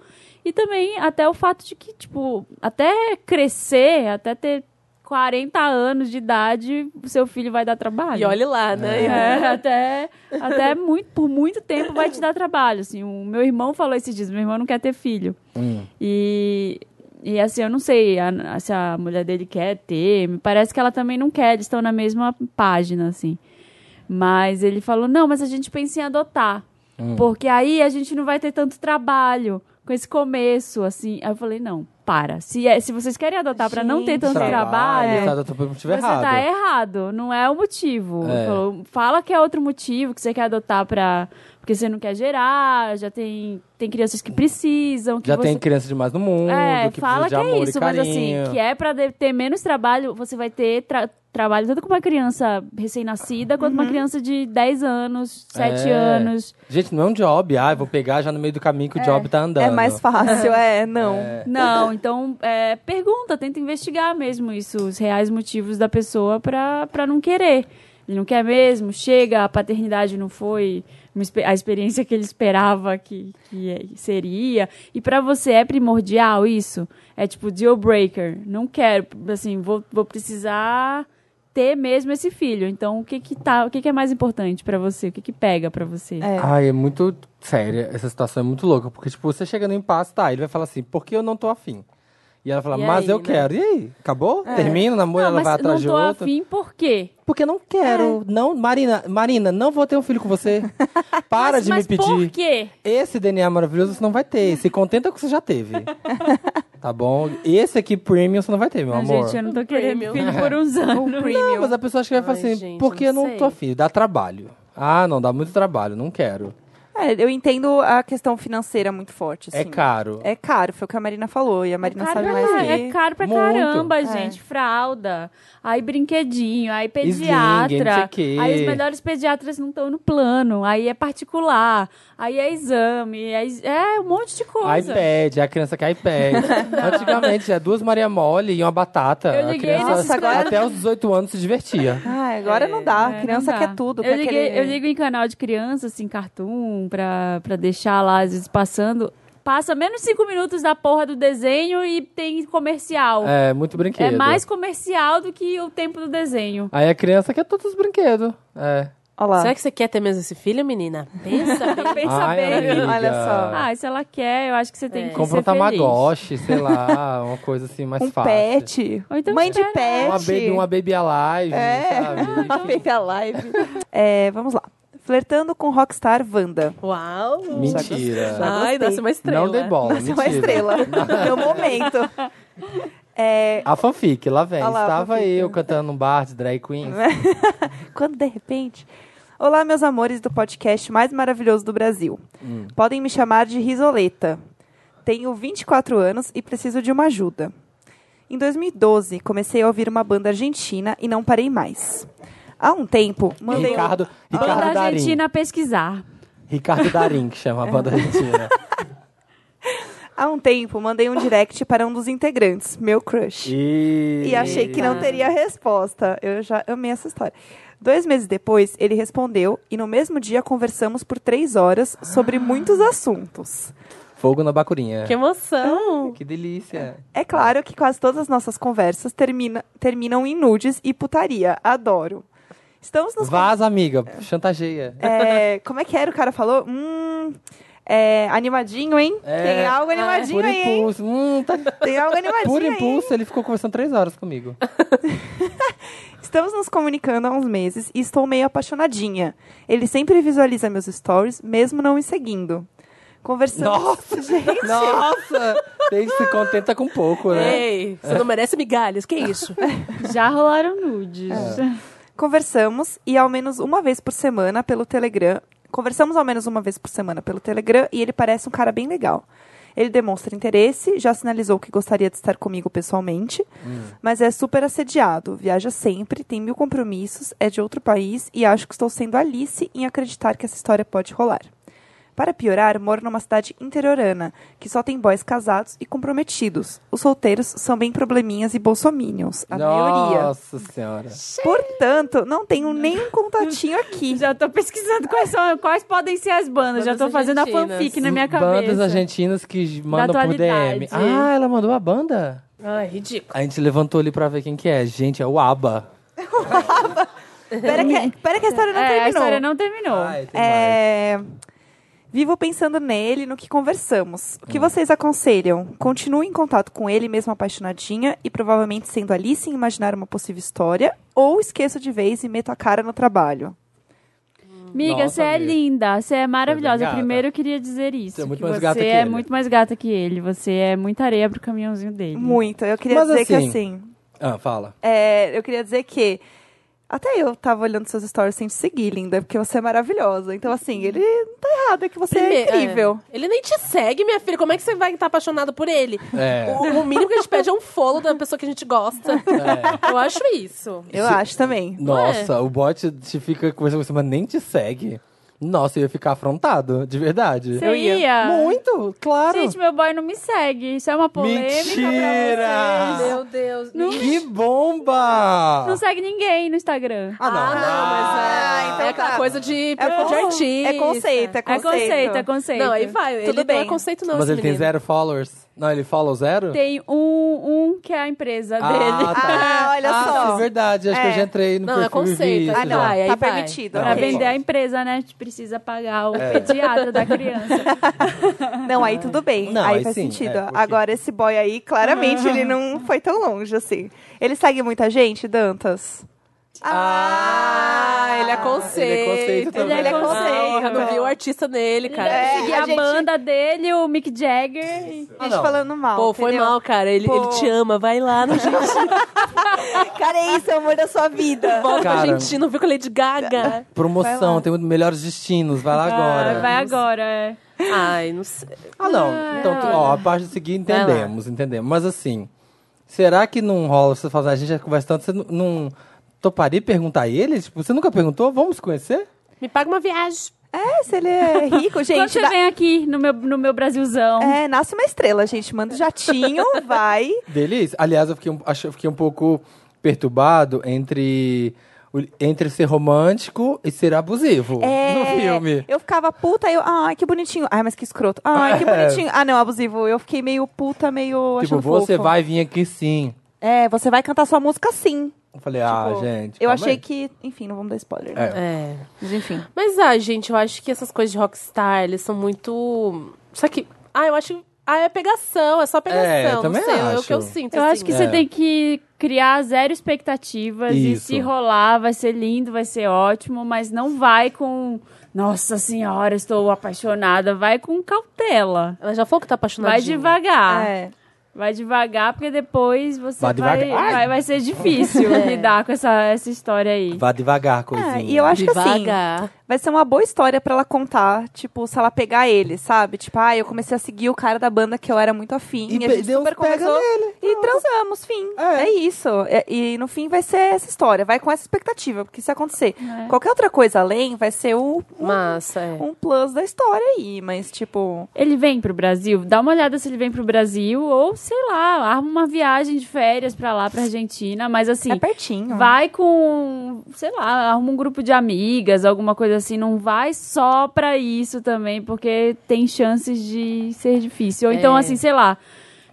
E também até o fato de que, tipo, até crescer, até ter 40 anos de idade, o seu filho vai dar trabalho.
E olhe lá, né?
É, até, até muito, por muito tempo vai te dar trabalho. Assim, o meu irmão falou esses dias, meu irmão não quer ter filho.
Hum.
E, e assim, eu não sei a- a- se a mulher dele quer ter, me parece que ela também não quer, eles estão na mesma página, assim. Mas ele falou, não, mas a gente pensa em adotar. Porque aí a gente não vai ter tanto trabalho com esse começo, assim. Aí eu falei, não, para. Se, é- se vocês querem adotar para não ter tanto trabalho
Tá, tá, tá, por motivo
então você
errado.
tá errado, não é o motivo.
É.
Falou- Fala que é outro motivo que você quer adotar pra. Porque você não quer gerar, já tem, tem crianças que precisam. Que
Já
você...
tem criança demais no mundo,
É,
que
fala
precisa
que
de amor
é
e
isso, mas
carinho.
assim, que é pra de- ter menos trabalho, você vai ter tra- trabalho tanto com uma criança recém-nascida quanto uma criança de 10 anos, 7
É.
anos.
Gente, não é um job. Ah, eu vou pegar já no meio do caminho que o job tá andando.
É mais fácil, é, não.
Não, então é, pergunta, tenta investigar mesmo isso, os reais motivos da pessoa pra pra não querer. Ele não quer mesmo, chega, a paternidade não foi uma espe- a experiência que ele esperava que, que é- seria. E pra você é primordial isso? É tipo deal breaker. Não quero, assim, vou, vou precisar ter mesmo esse filho. Então, o que que tá, o que que é mais importante pra você? O que que pega pra você?
É.
Ai, é muito séria. Essa situação é muito louca. Porque, tipo, você chega no impasse, tá? Ele vai falar assim, porque eu não tô afim. E ela fala,
E
mas
aí,
eu
né?
quero. E aí? Acabou? Termina o namoro,
É. Não,
ela
Ah, mas
vai atrás
não
de
tô
outro.
afim É. por quê?
Porque eu não quero. Não, Marina, Marina, não vou ter um filho com você. Para
Mas-
de
mas
me pedir.
por quê?
Esse DNA maravilhoso você não vai ter. Se contenta com o que você já teve. tá bom? Esse aqui premium você não vai ter, meu
Não,
amor.
Gente, eu não tô querendo
premium.
filho por uns anos.
Não, mas a pessoa acha que vai falar
Ai,
assim,
gente,
porque eu
não
não tô
sei.
afim, dá trabalho. Ah, não, dá muito trabalho, não quero.
É, eu entendo a questão financeira muito forte, assim.
É caro.
É caro, foi o que a Marina falou. E a Marina
É Caro
sabe
pra
mais
car-
que...
é caro pra
Muito.
caramba,
É.
gente. Fralda, aí brinquedinho, aí
Sling,
pediatra.
não sei o quê.
Aí os melhores pediatras não estão no plano. Aí é particular, aí é exame, aí é um monte de coisa.
iPad, a criança quer iPad. Antigamente, é duas Maria Mole e uma batata.
Eu
a
liguei
criança
nesses
canais.
até os 18 anos se divertia.
Ah, agora não dá.
É,
a criança
não dá.
quer tudo.
Eu,
quer
liguei-
aquele-
eu ligo em canal de criança, assim, cartoon, pra, pra deixar lá, às vezes, passando. Passa menos cinco minutos da porra do desenho e tem comercial.
É, muito brinquedo.
é mais comercial do que o tempo do desenho.
Aí a criança quer todos os brinquedos. É.
Olha lá.
Será que você quer ter mesmo esse filho, menina? Pensa bem.
Pensa
Ai,
bem.
amiga.
Olha só.
Ah, se ela quer, eu acho que você tem que
Compra
ser
um
feliz.
Tamagotchi, sei lá, uma coisa assim mais
Um
fácil.
pet.
Ou então
Mãe de
espera.
pet.
Uma baby, uma baby alive,
É.
sabe? Tipo-
Feita a live. É, vamos lá. Flertando com Rockstar Wanda.
Uau!
Mentira.
Ai, nasce uma estrela.
Não dei bola,
Nossa, é uma
mentira.
estrela. Meu momento. É,
A fanfic, lá vem.
Olha lá, a
Estava
fanfic.
eu cantando num bar de drag queens.
Quando de repente. Olá, meus amores do podcast mais maravilhoso do Brasil. Podem me chamar de Risoleta. Tenho 24 anos e preciso de uma ajuda. Em 2012, comecei a ouvir uma banda argentina e não parei mais. Há um tempo, mandei. um-
Ricardo, Ricardo
Manda a
Darim.
Argentina pesquisar.
Ricardo Darim, que chama a
É.
banda argentina.
Há um tempo, mandei um direct para um dos integrantes, meu crush.
E...
E achei que não teria resposta. Eu já amei essa história. Dois meses depois, ele respondeu e no mesmo dia conversamos por três horas sobre muitos assuntos.
Fogo na bacurinha.
Que emoção!
Que delícia.
É claro que quase todas as nossas conversas termina- terminam em nudes e putaria. Adoro. Estamos nos.
Vaza, amiga. Chantageia.
É, como é que era? O cara falou? Hum. é, animadinho, hein?
É.
Tem algo animadinho
Por
aí, hein?
impulso. Hum, tá...
Tem algo animadinho.
Por
aí, hein?
impulso, ele ficou conversando três horas comigo.
Estamos nos comunicando há uns meses e estou meio apaixonadinha. Ele sempre visualiza meus stories, mesmo não me seguindo. Conversamos.
Nossa,
gente!
Nossa! Ele se contenta com pouco,
Ah.
É,
né?
Ei, você não merece migalhas, que isso?
Já rolaram nudes.
Conversamos e ao menos uma vez por semana pelo Telegram. Conversamos ao menos uma vez por semana pelo Telegram e ele parece um cara bem legal. Ele demonstra interesse, já sinalizou que gostaria de estar comigo pessoalmente, mas é super assediado, viaja sempre, tem mil compromissos, é de outro país e acho que estou sendo Alice em acreditar que essa história pode rolar. Para piorar, moro numa cidade interiorana, que só tem boys casados e comprometidos. Os solteiros são bem probleminhas e bolsominions, a maioria.
Nossa senhora.
Portanto, não tenho nenhum contatinho aqui.
Já tô pesquisando quais, são, quais podem ser as bandas. Já tô
Bandas
fazendo a
argentinas.
fanfic na minha cabeça.
Bandas argentinas que mandam por DM.
atualidade.
Ah, ela mandou a banda?
Ai, ridículo.
A gente levantou ali pra ver quem que é. Gente, é o ABBA.
Pera que, pera que a história não
é,
terminou.
a história não terminou.
É, Vivo pensando nele, no que conversamos. O que vocês aconselham? Continue em contato com ele, mesmo apaixonadinha, e provavelmente sendo ali sem imaginar uma possível história, ou esqueço de vez e meto a cara no trabalho.
Amiga,
Nossa,
você é
amiga.
linda, você é maravilhosa.
gata.
Primeiro eu queria dizer isso.
Você é muito
que
mais
você
gata que
é
ele.
muito mais gata que ele. Você é muita areia pro caminhãozinho dele.
Muito. Eu queria
Mas
dizer que
assim-
assim.
Ah, fala.
é, eu queria dizer que. Até eu tava olhando seus stories sem te seguir, linda, porque você é maravilhosa. Então, assim, ele não tá errado, é que você é
Primeiro,
incrível.
é. Ele nem te segue, minha filha. Como é que você vai estar apaixonado por ele?
É.
O, o mínimo que a gente pede é um follow da pessoa que a gente gosta.
É.
Eu acho isso.
Eu acho também.
Nossa, o bot te fica conversando com você, mas nem te segue. Nossa, eu ia ficar afrontado, de verdade.
Você ia?
Muito, claro.
Gente, meu boy não me segue. Isso é uma polêmica pra vocês.
Mentira!
Meu Deus.
Não,
Que bomba!
não segue ninguém no Instagram.
Ah, não.
Ah, não, mas é,
Ah, então
é aquela
tá.
coisa de
É,
perfil de
con-
artista.
é conceito, é
É
conceito.
conceito, é conceito.
Não, aí vai.
Tudo
ele não
bem.
é conceito, não,
Mas
esse
ele tem
menino.
zero followers? Não, ele follow zero?
Tem um, um que é a empresa
Ah,
dele.
tá.
Ah, olha
Ah,
só.
sim, verdade. Acho que eu
É.
já entrei no
Não, é
perfil e vi
conceito.
isso
Ah,
não,
já.
Vai, aí
tá
vai.
permitido.
Não,
Pra
ok.
bem-
vender a empresa, né? A gente precisa pagar o
É.
pediatra da criança.
Não, aí tudo bem.
Não,
aí,
aí
faz
sim,
sentido.
é, porque-
Agora, esse boy aí, claramente, ele não foi tão longe, assim. Ele segue muita gente, Dantas?
Ah, ele é conceito.
Ele é conceito também.
Ele é
Ah,
conceito.
não vi o artista nele, cara.
É,
Seguir
a
a,
gente-
banda dele, o Mick Jagger.
É.
e-
A gente falando mal.
Pô, foi
entendeu?
mal, cara. Ele,
Pô.
ele te ama. Vai lá no Argentina.
Cara, é isso, é o amor da sua vida.
Volta pra
Cara.
Argentina. Viu com a Lady Gaga?
Vai lá.
Promoção, tem muito melhores destinos. Vai lá
Ah,
agora.
vai agora, é.
Ai, não sei.
Ah, não.
É.
Então, tu- ó, a parte de seguir entendemos, entendemos. Mas assim, será que não rola você falar, a gente já conversa tanto, você não, não toparia perguntar a ele? Tipo, você nunca perguntou? Vamos se conhecer?
Me paga uma viagem.
É, se ele é rico,
Quando
gente.
você
dá-
vem aqui no meu, no meu Brasilzão.
É, nasce uma estrela, gente. Manda o jatinho, vai.
Delícia. Aliás, eu fiquei um, acho- eu fiquei um pouco perturbado entre, o- entre ser romântico e ser abusivo
É,
no filme.
Eu ficava puta, eu, ai, que bonitinho. Ai, mas que escroto. Ai, que bonitinho. Ah, não, abusivo. Eu fiquei meio puta, meio
É. Tipo,
achando
você
fofo.
vai vir aqui sim.
É, você vai cantar sua música sim.
Eu falei, ah,
Tipo,
gente.
Eu
calma
achei
aí.
que, enfim, não vamos dar spoiler.
É.
né?
É.
Mas enfim.
Mas, ai, gente, eu acho que essas coisas de rockstar, eles são muito. Só que. Ah, eu acho. Ah, é pegação, é só pegação.
É, eu
não
também
sei, é o
acho.
que eu sinto.
Eu
assim.
acho que
É.
você tem que criar zero expectativas
Isso.
e se rolar vai ser lindo, vai ser ótimo, mas não vai com nossa senhora, estou apaixonada, vai com cautela.
Ela já falou que tá apaixonada.
Vai devagar.
É.
Vai devagar, porque depois você
Vai
vai, vai,
devagar. Ai.
vai, ser difícil lidar com essa, essa história aí.
Vá devagar, coisinha.
É, e eu acho que assim,
Devagar.
vai ser uma boa história pra ela contar, tipo, se ela pegar ele, sabe? Tipo, ah, eu comecei a seguir o cara da banda que eu era muito afim,
E
e, a
pe-
gente
Deus
super
pega
conversou
nele.
e transamos, fim. É, isso. É- E, no fim vai ser essa história, vai com essa expectativa, porque se acontecer qualquer outra coisa além, vai ser o, um,
Massa, é.
um plus da história aí, mas tipo...
Ele vem pro Brasil? Dá uma olhada se ele vem pro Brasil ou, sei lá, arma uma viagem de férias pra lá, pra Argentina. Mas assim,
É pertinho.
vai com, sei lá, arruma um grupo de amigas, alguma coisa assim. Não vai só pra isso também, porque tem chances de ser difícil. Ou então,
É.
assim, sei lá.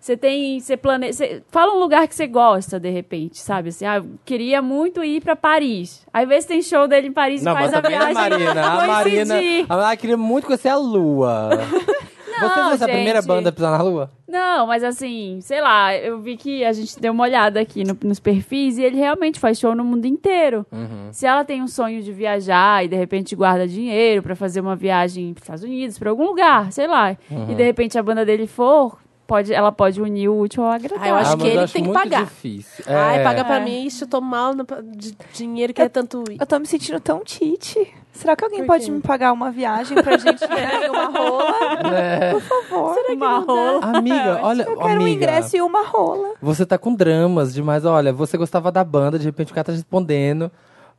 Você tem, você planeja, você- fala um lugar que você gosta de repente, sabe? Assim, ah, eu queria muito ir pra Paris. Aí vê se tem show dele em Paris
Não,
e faz
mas também a
viagem.
Marina. A
coincidir.
Marina, a Marina queria muito conhecer a Lua. Você
Não,
fosse a primeira
gente.
banda a pisar na Lua?
Não, mas assim, sei lá, eu vi que a gente deu uma olhada aqui no- nos perfis e ele realmente faz show no mundo inteiro. Se ela tem um sonho de viajar e de repente guarda dinheiro pra fazer uma viagem pros Estados Unidos, pra algum lugar, sei lá, e de repente a banda dele for, pode, ela pode unir o útil ao agradável.
Ah, eu acho
Ah, mas
que ele
eu
tem que
muito
pagar.
Difícil.
Ai,
É.
paga pra
É.
mim. Ixi, eu tô mal no, de dinheiro que é tanto...
Eu tô me sentindo tão tite. Será que alguém pode me pagar uma viagem pra gente ir em uma rola?
É.
Por favor.
uma rola.
Amiga, olha,
Eu quero um
amiga,
ingresso e uma rola.
você tá com dramas demais. Olha, você gostava da banda, de repente o cara tá respondendo.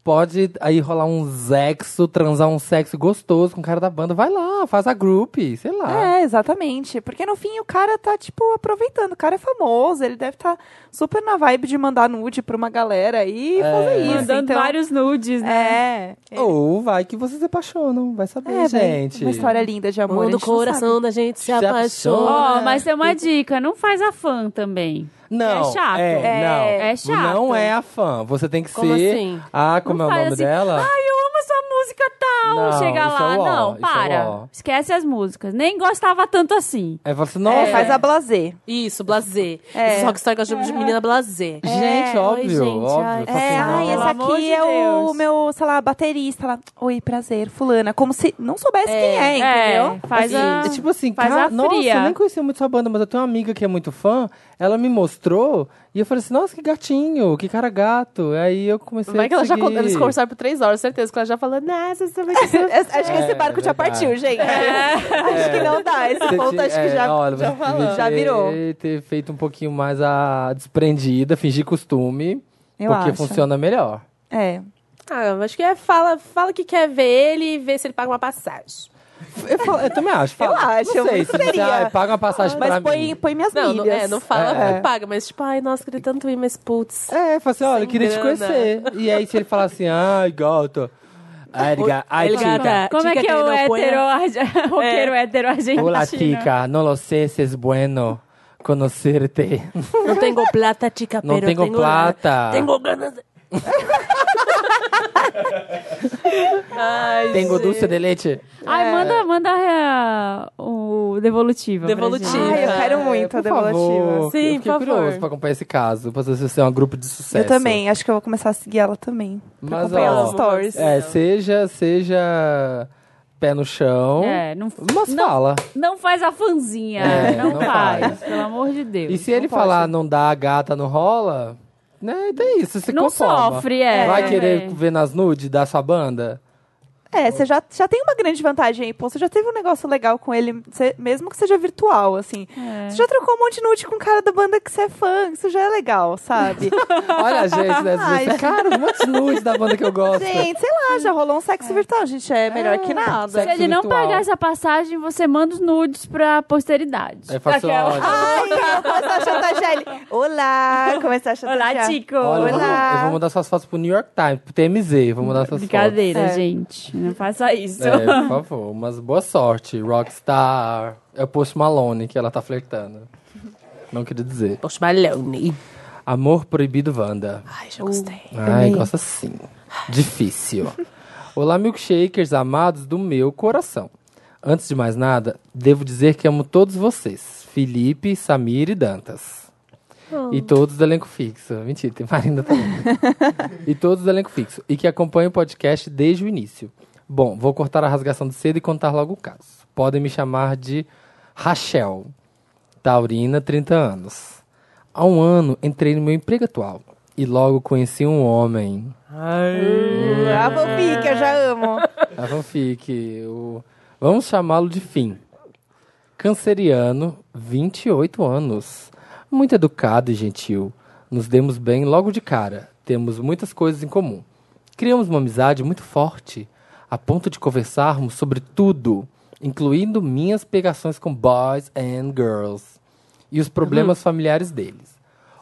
Pode aí rolar um sexo, transar um sexo gostoso com o cara da banda. Vai lá, faz a group, sei lá.
É, exatamente. Porque no fim o cara tá, tipo, aproveitando. O cara é famoso, ele deve estar super na vibe de mandar nude pra uma galera e
É.
fazer isso.
Mandando
então...
vários nudes, né?
É.
Ou vai que vocês se apaixonam, vai saber,
É,
gente.
Uma história linda de amor. a
Quando o
gente não
coração
sabe.
da gente se
Se
apaixona.
apaixona.
É.
Ó, mas tem uma dica, não faz a fã também.
Não,
É chato.
É,
É,
não,
é chato.
Não é a fã. Você tem que
Como
ser.
assim?
Ah, como
Não
é o
faz
nome
assim,
dela?
Ai, eu amo essa música tal.
Não,
Chega
isso
lá,
é o ó,
não,
isso é o
para.
ó.
Esquece as músicas. Nem gostava tanto assim.
Aí fala assim,
É,
nossa,
faz a blazer.
Isso, blazer.
É.
Só que só gosta de menina blazer.
É, Gente, óbvio, óbvio. fala
É,
assim,
pelo
nossa.
ai, esse
amor
aqui
de
é o
Deus.
meu, sei lá, baterista. Lá. Oi, prazer, fulana. Como se não soubesse quem é, entendeu?
É, faz a...
É tipo assim,
Faz
cara,
a
nossa,
fria.
eu nem conhecia muito sua banda, mas eu tenho uma amiga que é muito fã, ela me mostrou e eu falei assim, nossa, que gatinho, que cara gato. Aí eu comecei
Vai
a
que ela já
seguir.
con- eles conversaram por três horas, certeza. Que ela já falou, nossa, você vai que
Acho que esse
É,
barco
verdade.
já
É.
partiu, gente. Acho que não dá. Esse
Você
ponto
tinha-
acho que
é,
já,
olha,
já
você
falou.
devia
Já virou.
Ter, ter feito um pouquinho mais a desprendida, fingir costume,
Eu
porque
acho.
funciona melhor.
É.
Ah, eu acho que é fala, fala que quer ver ele e vê se ele paga uma passagem.
Eu, falo- eu também acho. fala-
acho,
não
eu
sei, se você,
seria.
ah, paga uma passagem pra
Mas põe,
mim.
põe minhas
Não, não,
milhas.
é, não fala
É.
que paga, mas tipo, ai, nossa, queria tanto ir, mas putz.
É, fala assim, olha, eu queria te
grana.
conhecer. E aí se ele falar assim, ai, gato. Ai, ga- ai,
ele
tica.
gata.
Como é
Dica
que é
que
o
não põe-
hétero, arge- roqueiro hétero
é
argentino?
tá
Olá, tica. No lo sé si es bueno conocerte.
Não tenho plata, chica,
Não
pero
tenho plata.
Gana. Tenho ganas. de- ai,
Tengo dulce de leite.
Ai, manda, manda é, o devolutivo.
Devolutiva.
Ai, eu quero muito a
né? Por favor.
devolutiva.
Sim,
eu fiquei
por
curioso
favor.
pra acompanhar esse caso. Pra ver se você é um grupo de sucesso.
Eu também, acho que eu vou começar a seguir ela também. Pra
Mas,
acompanhar
ó,
os stories.
É, seja, seja pé no chão.
É, não,
Mas
não,
fala.
não faz a fanzinha.
É,
não,
não
faz,
faz.
pelo amor de Deus.
E se ele falar não dá, a gata não rola, né? Então é isso, se
Não
conforma.
sofre, é.
Vai querer
É.
ver nas nudes da sua banda?
É, você já, já tem uma grande vantagem aí, pô. Você já teve um negócio legal com ele, você- mesmo que seja virtual, assim. Você já trocou um monte de nude com o cara da banda que você é fã, isso já é legal, sabe?
Olha, gente, né?
Ai,
Você, cara, muitos nudes da banda que eu gosto.
gente, sei lá, já rolou um sexo virtual, gente, é melhor que nada.
Se ele não
virtual.
pagar essa passagem, você manda os nudes pra posteridade.
Aí assim, faço, olha,
Ah,
Ai, eu começo a chantagear ele. Olá, começar a chantagear.
Olá, Tico.
olha, eu vou-
Olá.
eu vou mandar suas fotos pro New York Times, pro TMZ, vou mandar suas
Brincadeira,
É.
gente. Não faça isso.
fotos. É, por favor, mas boa sorte, Rockstar. É o Post Malone que ela tá flertando. Não queria dizer.
Poxa, Malone.
Amor Proibido Wanda.
Ai, já gostei.
Ai, gosta sim. Difícil. Olá, milkshakers amados do meu coração. Antes de mais nada, devo dizer que amo todos vocês. Felipe, Samir e Dantas. E todos do elenco fixo. Mentira, tem Marina também. e todos do elenco fixo. E que acompanham o podcast desde o início. Bom, vou cortar a rasgação de cedo e contar logo o caso. Podem me chamar de Rachel. Taurina, 30 anos. Há um ano entrei no meu emprego atual e logo conheci um homem.
A fanfic, Ah, eu já amo.
A fanfic. Então o- Vamos chamá-lo de Fim. Canceriano, 28 anos. Muito educado e gentil. Nos demos bem logo de cara. Temos muitas coisas em comum. Criamos uma amizade muito forte, a ponto de conversarmos sobre tudo, incluindo minhas pegações com boys and girls e os problemas familiares deles.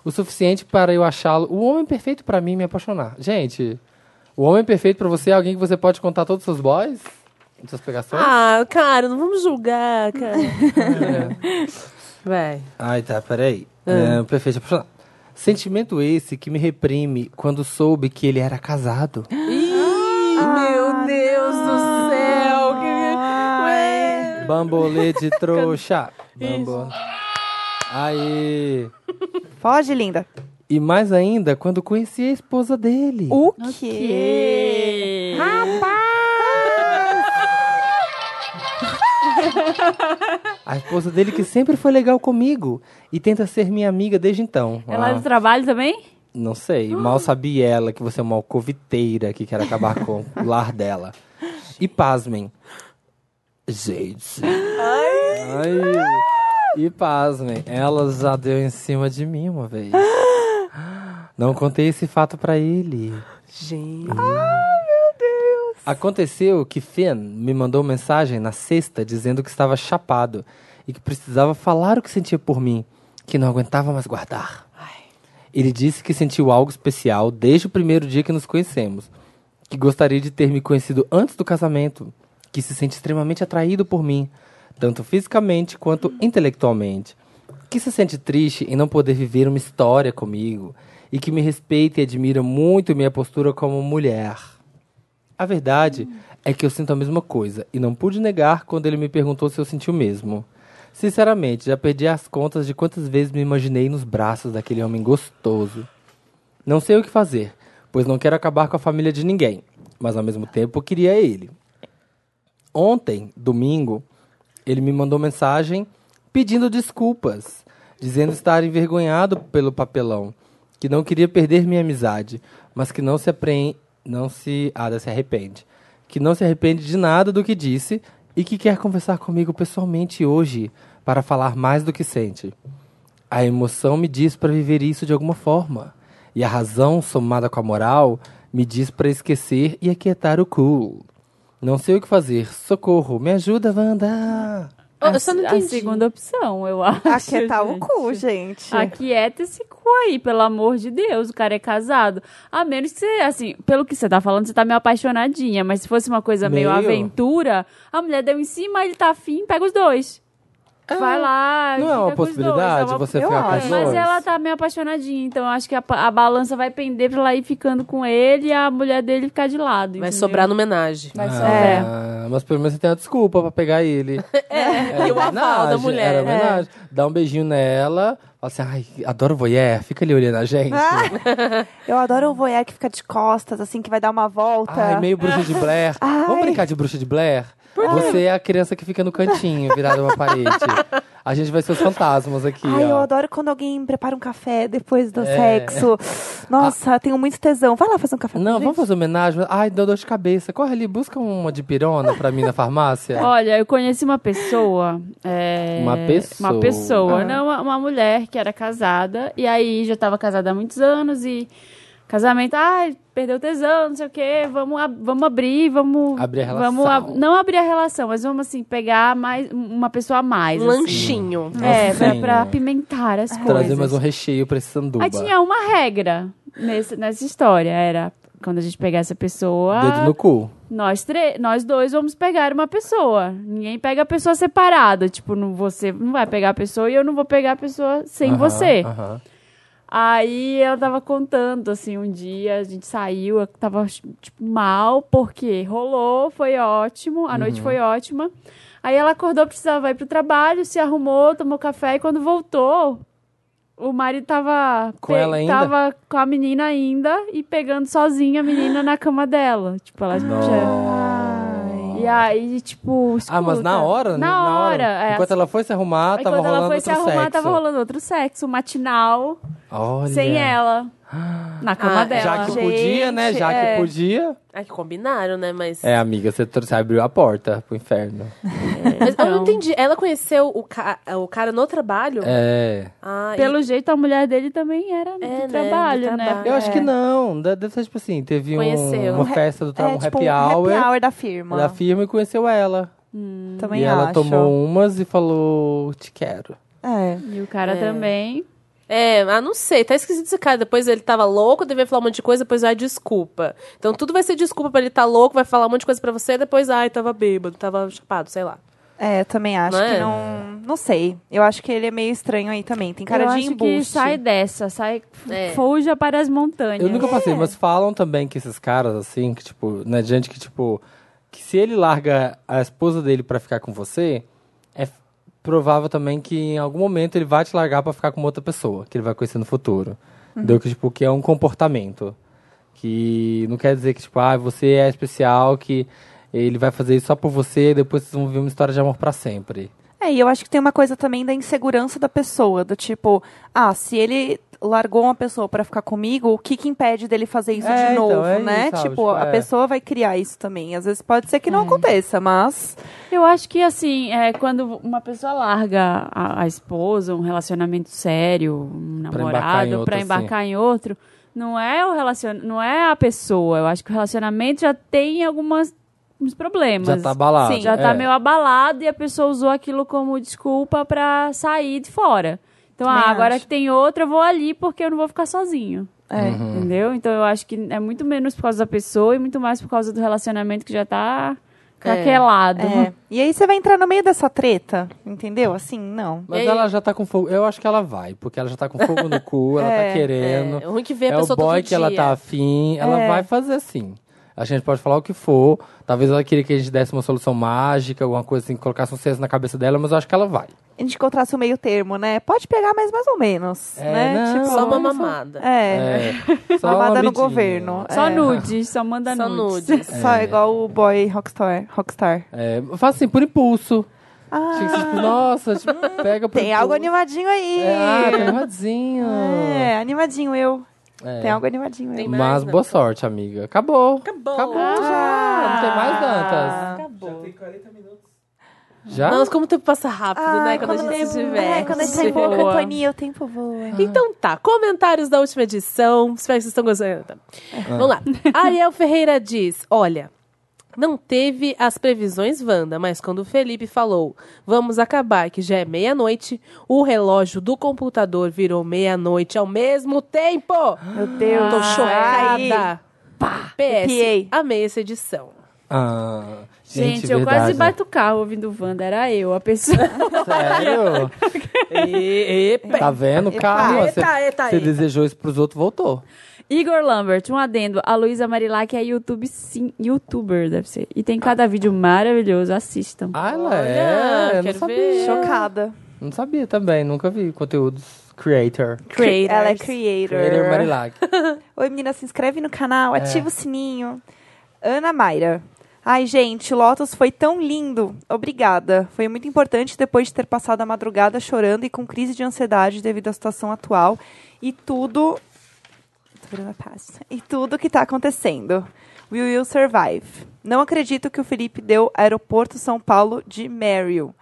O suficiente para eu achá-lo o homem perfeito para mim e me apaixonar. Gente, o homem perfeito para você é alguém que você pode contar todos os seus boys? Suas pegações?
Ah, cara, não vamos julgar, cara. É. Vai.
Ai, tá, peraí. É, perfeito, apaixonado. Sentimento esse que me reprime quando soube que ele era casado.
Meu Deus do céu.
Bambolê de trouxa. Bambolê. Aí.
Foge, linda.
E mais ainda, quando conheci a esposa dele.
O quê?
A esposa dele que sempre foi legal comigo e tenta ser minha amiga desde então.
É lá
Ah,
do trabalho também?
Não sei, mal sabia ela que você é uma alcoviteira que quer acabar com o lar dela. E pasmem. Gente. Ai. E pasmem, ela já deu em cima de mim uma vez. Não contei esse fato pra ele. Ah,
Gente.
Aconteceu que Finn me mandou mensagem na sexta dizendo que estava chapado e que precisava falar o que sentia por mim, que não aguentava mais guardar. Ele disse que sentiu algo especial desde o primeiro dia que nos conhecemos, que gostaria de ter me conhecido antes do casamento, que se sente extremamente atraído por mim, tanto fisicamente quanto intelectualmente, que se sente triste em não poder viver uma história comigo e que me respeita e admira muito minha postura como mulher. A verdade é que eu sinto a mesma coisa e não pude negar quando ele me perguntou se eu senti o mesmo. Sinceramente, já perdi as contas de quantas vezes me imaginei nos braços daquele homem gostoso. Não sei o que fazer, pois não quero acabar com a família de ninguém, mas ao mesmo tempo eu queria ele. Ontem, domingo, ele me mandou mensagem pedindo desculpas, dizendo estar envergonhado pelo papelão, que não queria perder minha amizade, mas que não se apreen... não se, ah, se arrepende, que não se arrepende de nada do que disse e que quer conversar comigo pessoalmente hoje para falar mais do que sente. A emoção me diz para viver isso de alguma forma. E a razão, somada com a moral, me diz para esquecer e aquietar o cu. Não sei o que fazer. Socorro, me ajuda, Wanda.
Eu
A-
só não
A
entendi.
segunda opção, eu acho.
Aquietar Ah, tá o
gente.
é cu, gente.
Aquieta esse cu aí, pelo amor de Deus. O cara é casado. A menos que você, assim, pelo que você tá falando, você tá meio apaixonadinha. Mas se fosse uma coisa meio,
Meio.
aventura, a mulher deu em cima, ele tá afim, pega os dois. Vai lá.
Ah, Não é uma
fica com os dois,
possibilidade
é uma-
você
eu
ficar com
acho.
as
Mas
dois?
ela tá meio apaixonadinha, então eu acho que a, pa- a balança vai pender pra ela ir ficando com ele e a mulher dele ficar de lado.
Vai
entendeu?
sobrar no homenagem.
Ah,
sobrar.
Mas pelo menos você tem a desculpa pra pegar ele. É,
e o aval da mulher. é.
Era homenagem. Dá um beijinho nela. Fala assim, ai, adoro voyeur. Fica ali olhando a gente.
Eu adoro um voyeur que fica de costas, assim, que vai dar uma volta.
Ai, meio bruxa de Blair. Vamos brincar de bruxa de Blair? Você é a criança que fica no cantinho, virada uma parede. A gente vai ser os fantasmas aqui,
Ai, eu
ó.
adoro quando alguém prepara um café depois do
É.
sexo. Nossa, tenho muito tesão. Vai lá fazer um café.
Não,
com a
vamos
gente.
fazer homenagem. Ai, deu dor de cabeça. Corre ali, busca uma de pirona pra mim na farmácia.
Olha, eu conheci uma pessoa. é,
Uma pessoa. Ah.
Uma pessoa, não, uma, uma mulher que era casada. E aí já estava casada há muitos anos. E casamento, ai, perdeu tesão, não sei o quê. Vamos, ab- vamos abrir, vamos.
Abrir a
Vamos ab-
relação.
não abrir a relação, mas vamos assim, pegar mais, uma pessoa a mais.
Um
assim.
Lanchinho.
É,
Nossa
pra,
Senhora.
pra apimentar as
Trazer
coisas.
mais um recheio pra esse sanduba.
Aí tinha uma regra nesse- nessa história. Era quando a gente pegar essa pessoa.
Dedo no cu.
Nós, tre- nós dois vamos pegar uma pessoa. Ninguém pega a pessoa separada. Tipo, não, você não vai pegar a pessoa e eu não vou pegar a pessoa sem
Aham,
você.
aham.
Aí ela tava contando, assim, um dia a gente saiu, eu tava, tipo, mal, porque rolou, foi ótimo, a
Uhum.
noite foi ótima. Aí ela acordou, precisava ir pro trabalho, se arrumou, tomou café e quando voltou, o marido tava...
Com
pe-
ela ainda?
Tava com a menina ainda e pegando sozinha a menina na cama dela. Tipo, ela já...
Nossa.
E aí, tipo, escuta.
Ah, mas na hora?
Na, hora. é,
Enquanto ela foi se arrumar,
Aí
tava
quando
rolando
ela foi se
outro
arrumar,
sexo.
tava rolando outro sexo matinal,
Olha.
sem ela, na cama
Ah,
dela.
Já que
Gente,
podia, né? Já
é.
que podia.
Ai, que combinaram, né? Mas.
É, amiga, você, tro- você abriu a porta pro inferno.
Mas eu não entendi. Ela conheceu o, ca... o cara no trabalho?
É.
Ah, e-
Pelo jeito, a mulher dele também era do
É, né, do
trabalho, né?
trabalho.
Eu acho que não. de- Deve ser tipo assim, teve um-
Conheceu.
uma
Um re-
festa do trabalho, um
tipo
happy
um
hour.
happy hour da firma.
da firma e conheceu ela.
Também
e
acho.
ela tomou um umas e falou: Te quero.
É.
E o cara também.
É, ah, não sei, tá esquisito esse cara. Depois ele tava louco, devia falar um monte de coisa, depois, ai, desculpa. Então tudo vai ser desculpa pra ele tá louco, vai falar um monte de coisa pra você, depois, ai, tava bêbado, tava chapado, sei lá.
É, eu também acho
Não
que
é?
não. Não sei. Eu acho que ele é meio estranho aí também. Tem cara
eu
de
acho
embuste.
que sai dessa, sai,
É.
fuja para as montanhas.
Eu nunca passei, mas falam também que esses caras, assim, que tipo, né, gente que tipo, que se ele larga a esposa dele pra ficar com você, é f- provável também que em algum momento ele vai te largar pra ficar com outra pessoa, que ele vai conhecer no futuro.
Uhum.
Entendeu? Que tipo, que é um comportamento. Que não quer dizer que tipo, ah, você é especial, que ele vai fazer isso só por você, e depois vocês vão ver uma história de amor pra sempre.
É, e eu acho que tem uma coisa também da insegurança da pessoa, do tipo, ah, se ele largou uma pessoa pra ficar comigo, o que que impede dele fazer isso
É,
de
então,
novo,
é
né?
isso, sabe?
Tipo, a
Tipo, é.
pessoa vai criar isso também. Às vezes pode ser que não aconteça, mas
Eu acho que, assim, é, quando uma pessoa larga a, a esposa, um relacionamento sério, um
Pra embarcar em
namorado,
outro,
pra embarcar em outro, não é o relacion... não é a pessoa. Eu acho que o relacionamento já tem algumas uns problemas.
Já tá abalado.
É, Sim, já tá
é.
meio abalado e a pessoa usou aquilo como desculpa pra sair de fora. Então,
Também
ah, agora
acho.
que tem outra, eu vou ali porque eu não vou ficar sozinho.
é.
Uhum.
Entendeu? Então eu acho que é muito menos por causa da pessoa e muito mais por causa do relacionamento que já tá craquelado.
é. E aí você vai entrar no meio dessa treta, entendeu? Assim, não.
Mas
E aí?
ela já tá com fogo. Eu acho que ela vai, porque ela já tá com fogo no cu, ela
É,
tá querendo.
É, o ruim que vê a
é o
pessoa
boy
todo
que ela
dia.
tá afim, ela vai fazer assim. A gente pode falar o que for. Talvez ela queria que a gente desse uma solução mágica, alguma coisa assim, colocasse um senso na cabeça dela, mas eu acho que ela vai.
A gente encontrasse o meio termo, né? Pode pegar, mas mais ou menos,
É,
né?
não,
tipo,
Só uma
vamos-
mamada.
É.
É, só uma
Mamada no
lambidinha.
governo.
Só
é.
nudes, só manda
Só
nudes.
nudes.
Só igual o boy rockstar. rockstar.
É, faz assim, por impulso.
Ah,
Tinha que ser tipo, nossa, tipo, pega por
tem algo um
impulso.
animadinho aí.
É, ah, tá animadinho.
É, animadinho eu.
É.
Tem algo animadinho
Tem
aí.
mais,
Mas
né?
boa sorte, amiga. Acabou.
Acabou.
Acabou já. Não tem mais dantas.
Acabou.
Já?
Nossa, como o tempo passa rápido, né? Quando, a gente se diverte.
é, quando a gente tem boa companhia, o tempo voa.
Então tá, comentários da última edição. Espero que vocês estão gostando.
É.
Vamos lá. Ariel Ferreira diz: Olha, não teve as previsões Wanda, mas quando o Felipe falou vamos acabar, que já é meia-noite, o relógio do computador virou meia-noite ao mesmo tempo.
Meu Deus.
Tô
Ai.
chocada. PS,
arrepiei.
amei essa edição.
Ah,
Gente,
gente,
eu
verdade.
quase bato o carro ouvindo o Wanda, era eu, a pessoa.
Sério?
Epa!
Tá vendo? Calma. Você
eita, eita,
você
eita.
desejou isso pros outros, voltou.
Igor Lambert, um adendo. A Luísa Marilac é YouTube, sim, youtuber, deve ser. E tem cada vídeo maravilhoso, assistam.
Ah, ela
Olha,
é. Eu não
quero
sabia.
ver.
Chocada.
Não sabia também. Nunca vi conteúdos creator.
Creators.
Ela é creator.
Creator Marilac.
Oi, menina, se inscreve no canal, ativa o sininho. Ana Mayra. Ai, gente, Lotus foi tão lindo. Obrigada. Foi muito importante depois de ter passado a madrugada chorando e com crise de ansiedade devido à situação atual e tudo. Tô virando a página. E tudo que tá acontecendo. We will survive. Não acredito que o Felipe deu Aeroporto São Paulo de Merrill.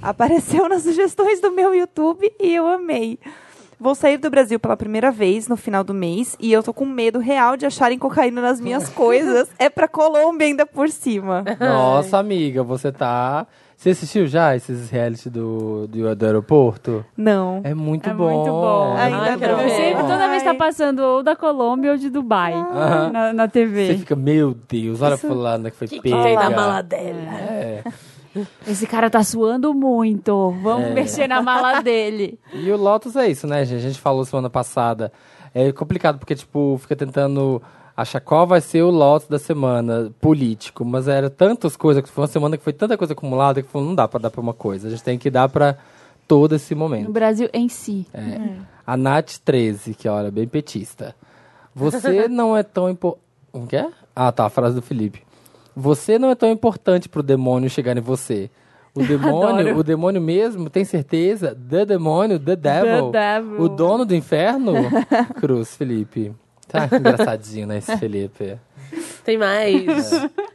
Apareceu nas sugestões do meu YouTube e eu amei. Vou sair do Brasil pela primeira vez no final do mês e eu tô com medo real de acharem cocaína nas minhas coisas. É pra Colômbia ainda por cima.
É.
Nossa, amiga, você tá... Você assistiu já esses reality do, do, do aeroporto?
Não.
É muito
É
bom.
muito Tá bom.
É
Ainda
muito
quero
bom.
Eu sempre, toda vez tá
Ai.
passando ou da Colômbia ou de Dubai né,
Aham.
na, na TV.
Ah. Você fica, meu Deus, olha fulana que foi
Que
pega.
tem na mala dela?
É.
Esse cara tá suando muito. Vamos
É.
mexer na mala dele.
E o Lotus é isso, né, gente? A gente falou semana passada. É complicado porque, tipo, fica tentando achar qual vai ser o Lotus da semana político. Mas era tantas coisas, que foi uma semana que foi tanta coisa acumulada que falou, não dá pra dar pra uma coisa. A gente tem que dar pra todo esse
No
momento.
Brasil em si.
A Nath 13, que olha, bem um petista. Você não é tão importante. Como que é? Ah, tá, a frase do Felipe. Você não é tão importante pro demônio chegar em você. O demônio,
Adoro.
o demônio mesmo, tem certeza? The demônio, the devil.
devil.
O dono do inferno? Cruz, Felipe. Tá que engraçadinho, né, esse Felipe?
Tem mais.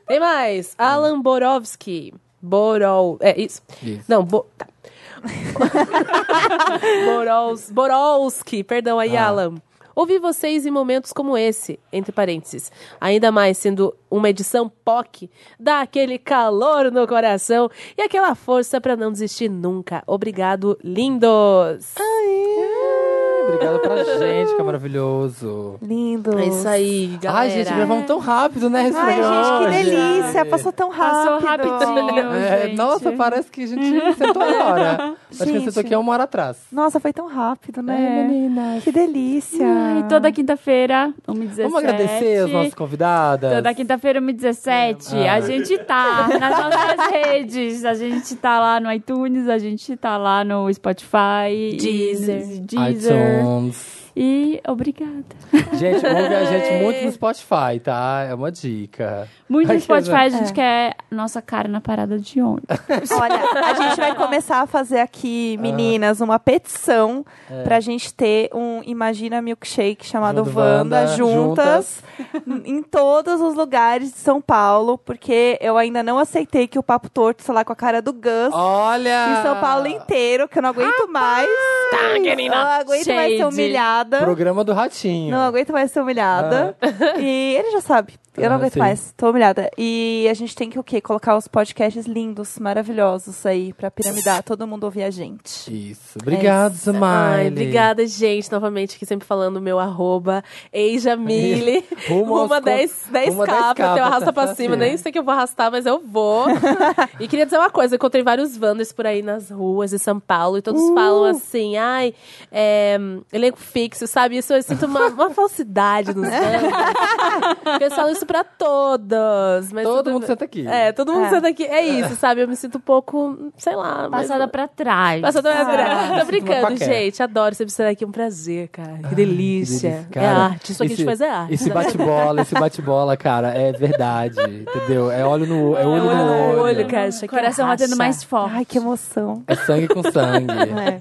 Tem mais. Alan Borowski. Borol. É isso.
Isso.
Não, bo, tá. Borols, Borowski. Perdão aí,
Ah.
Alan. Ouvi vocês em momentos como esse, entre parênteses. Ainda mais sendo uma edição POC, dá aquele calor no coração e aquela força pra não desistir nunca. Obrigado, lindos!
Obrigado pra gente, que é maravilhoso.
Lindo.
É isso aí, galera.
Ai, gente, gravamos tão rápido, né? esse
Ai, gente, que
programa hoje.
delícia. Passou tão
Passou
rápido.
rapidinho,
É,
gente.
nossa, parece que a gente sentou agora. Acho que eu
Gente.
sentou aqui há uma hora atrás.
Nossa, foi tão rápido, né?
É.
meninas? Que delícia.
Ai, toda quinta-feira, 1h17.
Vamos agradecer as nossas convidadas.
Toda quinta-feira, 1h17.
Ah.
A gente tá nas nossas redes. A gente tá lá no iTunes, a gente tá lá no Spotify.
Deezer.
E, Deezer.
iTunes.
E obrigada.
Gente, ouve a gente muito no Spotify, tá? É uma dica.
Muito
Ai,
no
que
Spotify, a
exato.
gente quer nossa cara na parada de ônibus.
Olha, a gente vai começar a fazer aqui, meninas, uma petição pra gente ter um Imagina Milkshake chamado
Chamado
Wanda,
Wanda,
juntas, em todos os lugares de São Paulo, porque eu ainda não aceitei que o Papo Torto, sei lá, com a cara do Gus,
Olha!
em São Paulo inteiro, que eu não aguento mais. Tá, querida. Não aguento mais ser
Shade.
humilhada.
Programa do Ratinho.
Não aguento mais ser humilhada. E ele já sabe. Eu não
Ah,
aguento
sim.
mais. Tô humilhada. E a gente tem que o quê? Colocar os podcasts lindos, maravilhosos aí pra piramidar, todo mundo ouvir a gente.
Isso. Obrigado,
É isso.
Smiley.
Ai, obrigada, gente, novamente, aqui sempre falando meu arroba, eijamile,
Rumo aos
uma
co-
10, 10
rumo a
capa,
10K,
até eu arrasta pra
tá
cima,
certo.
nem sei que eu vou arrastar, mas eu vou. e queria dizer uma coisa, eu encontrei vários Wanders por aí nas ruas de São Paulo, e todos
Uh!
falam assim, ai, é, elenco fixo, sabe? Isso eu sinto uma, uma falsidade nos Wanders. eu falo isso pra todos. Mas
Todo
tudo
mundo
bem.
senta aqui.
É, todo mundo
É.
senta aqui. É isso, sabe? Eu me sinto um pouco, sei lá. mas-
Passada pra trás.
Passada pra
Ah,
trás. Tô
Uma
brincando,
paquera.
gente. Adoro sempre estar aqui. É um prazer, cara. Que
Que
delícia.
delícia,
é
cara.
arte. Isso aqui a gente faz é arte.
Esse bate-bola, esse bate-bola, cara, é verdade. entendeu? É olho no é olho,
olho
no
no
olho.
olho, cara. Isso
O
aqui é
coração
arrasa.
batendo mais forte.
Ai, que emoção.
É sangue com sangue.
É.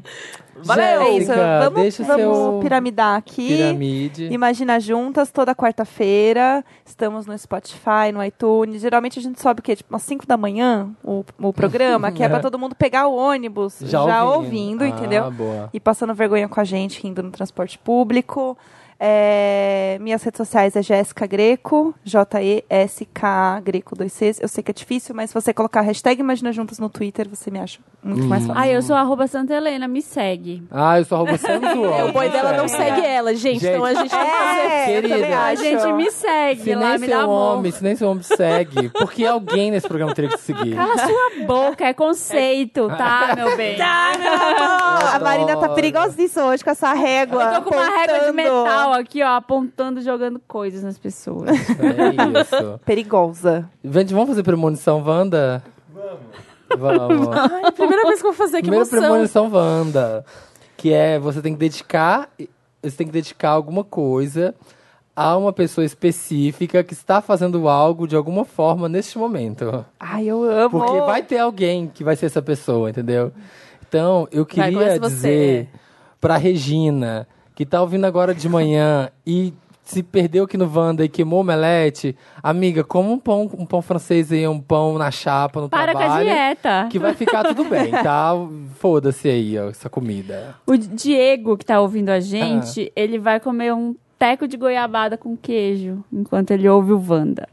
Valeu!
É isso.
Fica,
Vamos,
deixa o
vamos
seu
piramidar aqui.
Piramide.
Imagina juntas, toda quarta-feira. Estamos no Spotify, no iTunes. Geralmente a gente sobe o quê? Tipo, às 5 da manhã o, o programa, que é pra todo mundo pegar o ônibus já, ouvindo,
Ah,
entendeu?
boa.
e passando vergonha com a gente indo no transporte público. É, minhas redes sociais é Jéssica Greco, J-E-S-K Greco 2 Cs. Eu sei que é difícil, mas se você colocar a hashtag Imagina Juntas no Twitter, você me acha muito mais
Tá
fácil.
Hum. Ai, eu sou arroba Santa Helena, me segue.
Ah, eu sou arroba Sandu.
É, o boy dela não segue ela, gente.
Gente.
Então a gente vai fazer.
É, eu
Querida,
também
A
acho.
gente me segue
Se
lá,
nem
me dá
seu
amor.
homem, se nem seu homem segue, porque alguém nesse programa teria que seguir.
Cala sua boca, é conceito, tá, meu bem?
Ah, a
Adoro.
Marina tá perigosíssima hoje com essa régua.
Tô com uma régua de
apontando.
metal aqui, ó, apontando, jogando coisas nas pessoas.
É isso.
Perigosa.
Gente, vamos fazer premonição Wanda? Vamos. Vamos.
É a primeira vez que eu vou fazer, que
Primeiro
emoção.
premonição Wanda, que é você tem que dedicar, você tem que dedicar alguma coisa a uma pessoa específica que está fazendo algo de alguma forma neste momento.
Ai, eu amo.
Porque vai ter alguém que vai ser essa pessoa, entendeu? Então, eu queria
começa você.
dizer pra Regina, que tá ouvindo agora de manhã e se perdeu aqui no Wanda e queimou o omelete, amiga, como um pão, um pão francês aí, um pão na chapa, no
Para com a
trabalho.
dieta.
Que vai ficar tudo bem, tá? Foda-se aí, ó, essa comida.
O Diego, que tá ouvindo a gente,
Ah.
ele vai comer um teco de goiabada com queijo, enquanto ele ouve o Wanda.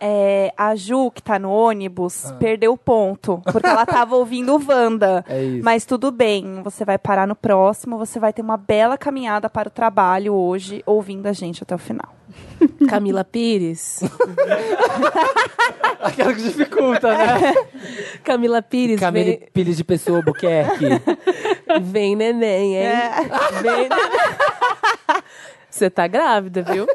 É, a Ju, que tá no ônibus,
Ah.
perdeu o ponto. Porque ela tava ouvindo o Wanda.
É isso.
Mas tudo bem, você vai parar no próximo, você vai ter uma bela caminhada para o trabalho hoje, ouvindo a gente até o final.
Camila Pires.
Aquela que dificulta, né?
Camila Pires.
Camille
Vem,
Pires de Pessoa Buquerque.
vem neném, hein?
É.
Vem neném. Você tá grávida, viu?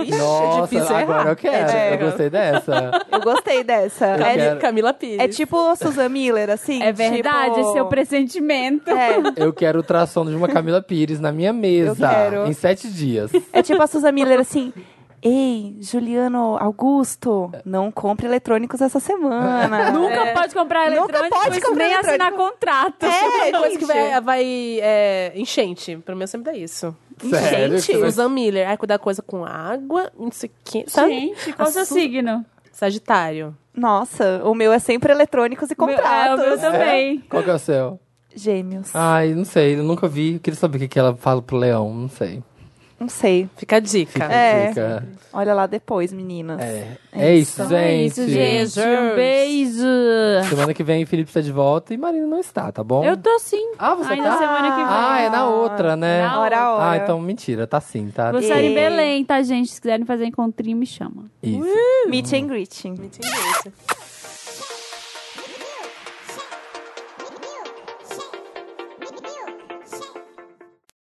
Ixi, é
Nossa,
difícil errar.
agora eu quero.
É,
eu
tipo-
gostei dessa.
Eu gostei dessa.
Eu
é,
quero.
Camila Pires.
é tipo a Susan Miller, assim.
É verdade,
tipo...
esse é o pressentimento.
É,
Eu quero o tração de uma Camila Pires na minha mesa.
Eu quero.
Em sete dias.
é tipo a Susan Miller, assim. Ei, Juliano Augusto, não compre eletrônicos essa semana.
Nunca pode comprar
É. Nunca
eletrônico,
pode comprar
nem
eletrônico.
assinar contrato.
É,
coisa que
gente.
vai, vai, é, enchente. Pra mim, eu sempre dá isso.
Sério?
Enchente?
Que vai-
Usam Miller. Ai, cuidar coisa com água, não sei o quê. Sabe?
Gente, assim. qual o seu
Assu-
signo?
Sagitário.
Nossa, o meu é sempre eletrônicos e
O meu- É, o
contratos.
meu também.
Qual que é o seu?
Gêmeos.
Ai, não sei, eu nunca vi. Eu queria saber o que, que ela fala pro leão, não sei.
Não sei.
Fica a dica.
Fica a
É.
dica.
Olha lá depois, meninas.
É, é isso, gente.
Então É isso, gente. Um beijo.
Semana que vem, Felipe está de volta e Marina não está, tá bom?
Eu tô sim.
Ah, você
Ainda
tá?
semana que vem.
Ah, é na outra, né?
Na
Hora a hora.
Ah, então mentira, tá sim, tá?
Vou estar em
Ei.
Belém, tá, gente? Se quiserem fazer encontrinho, me chama.
Isso.
Meet and greeting.
Entendi isso.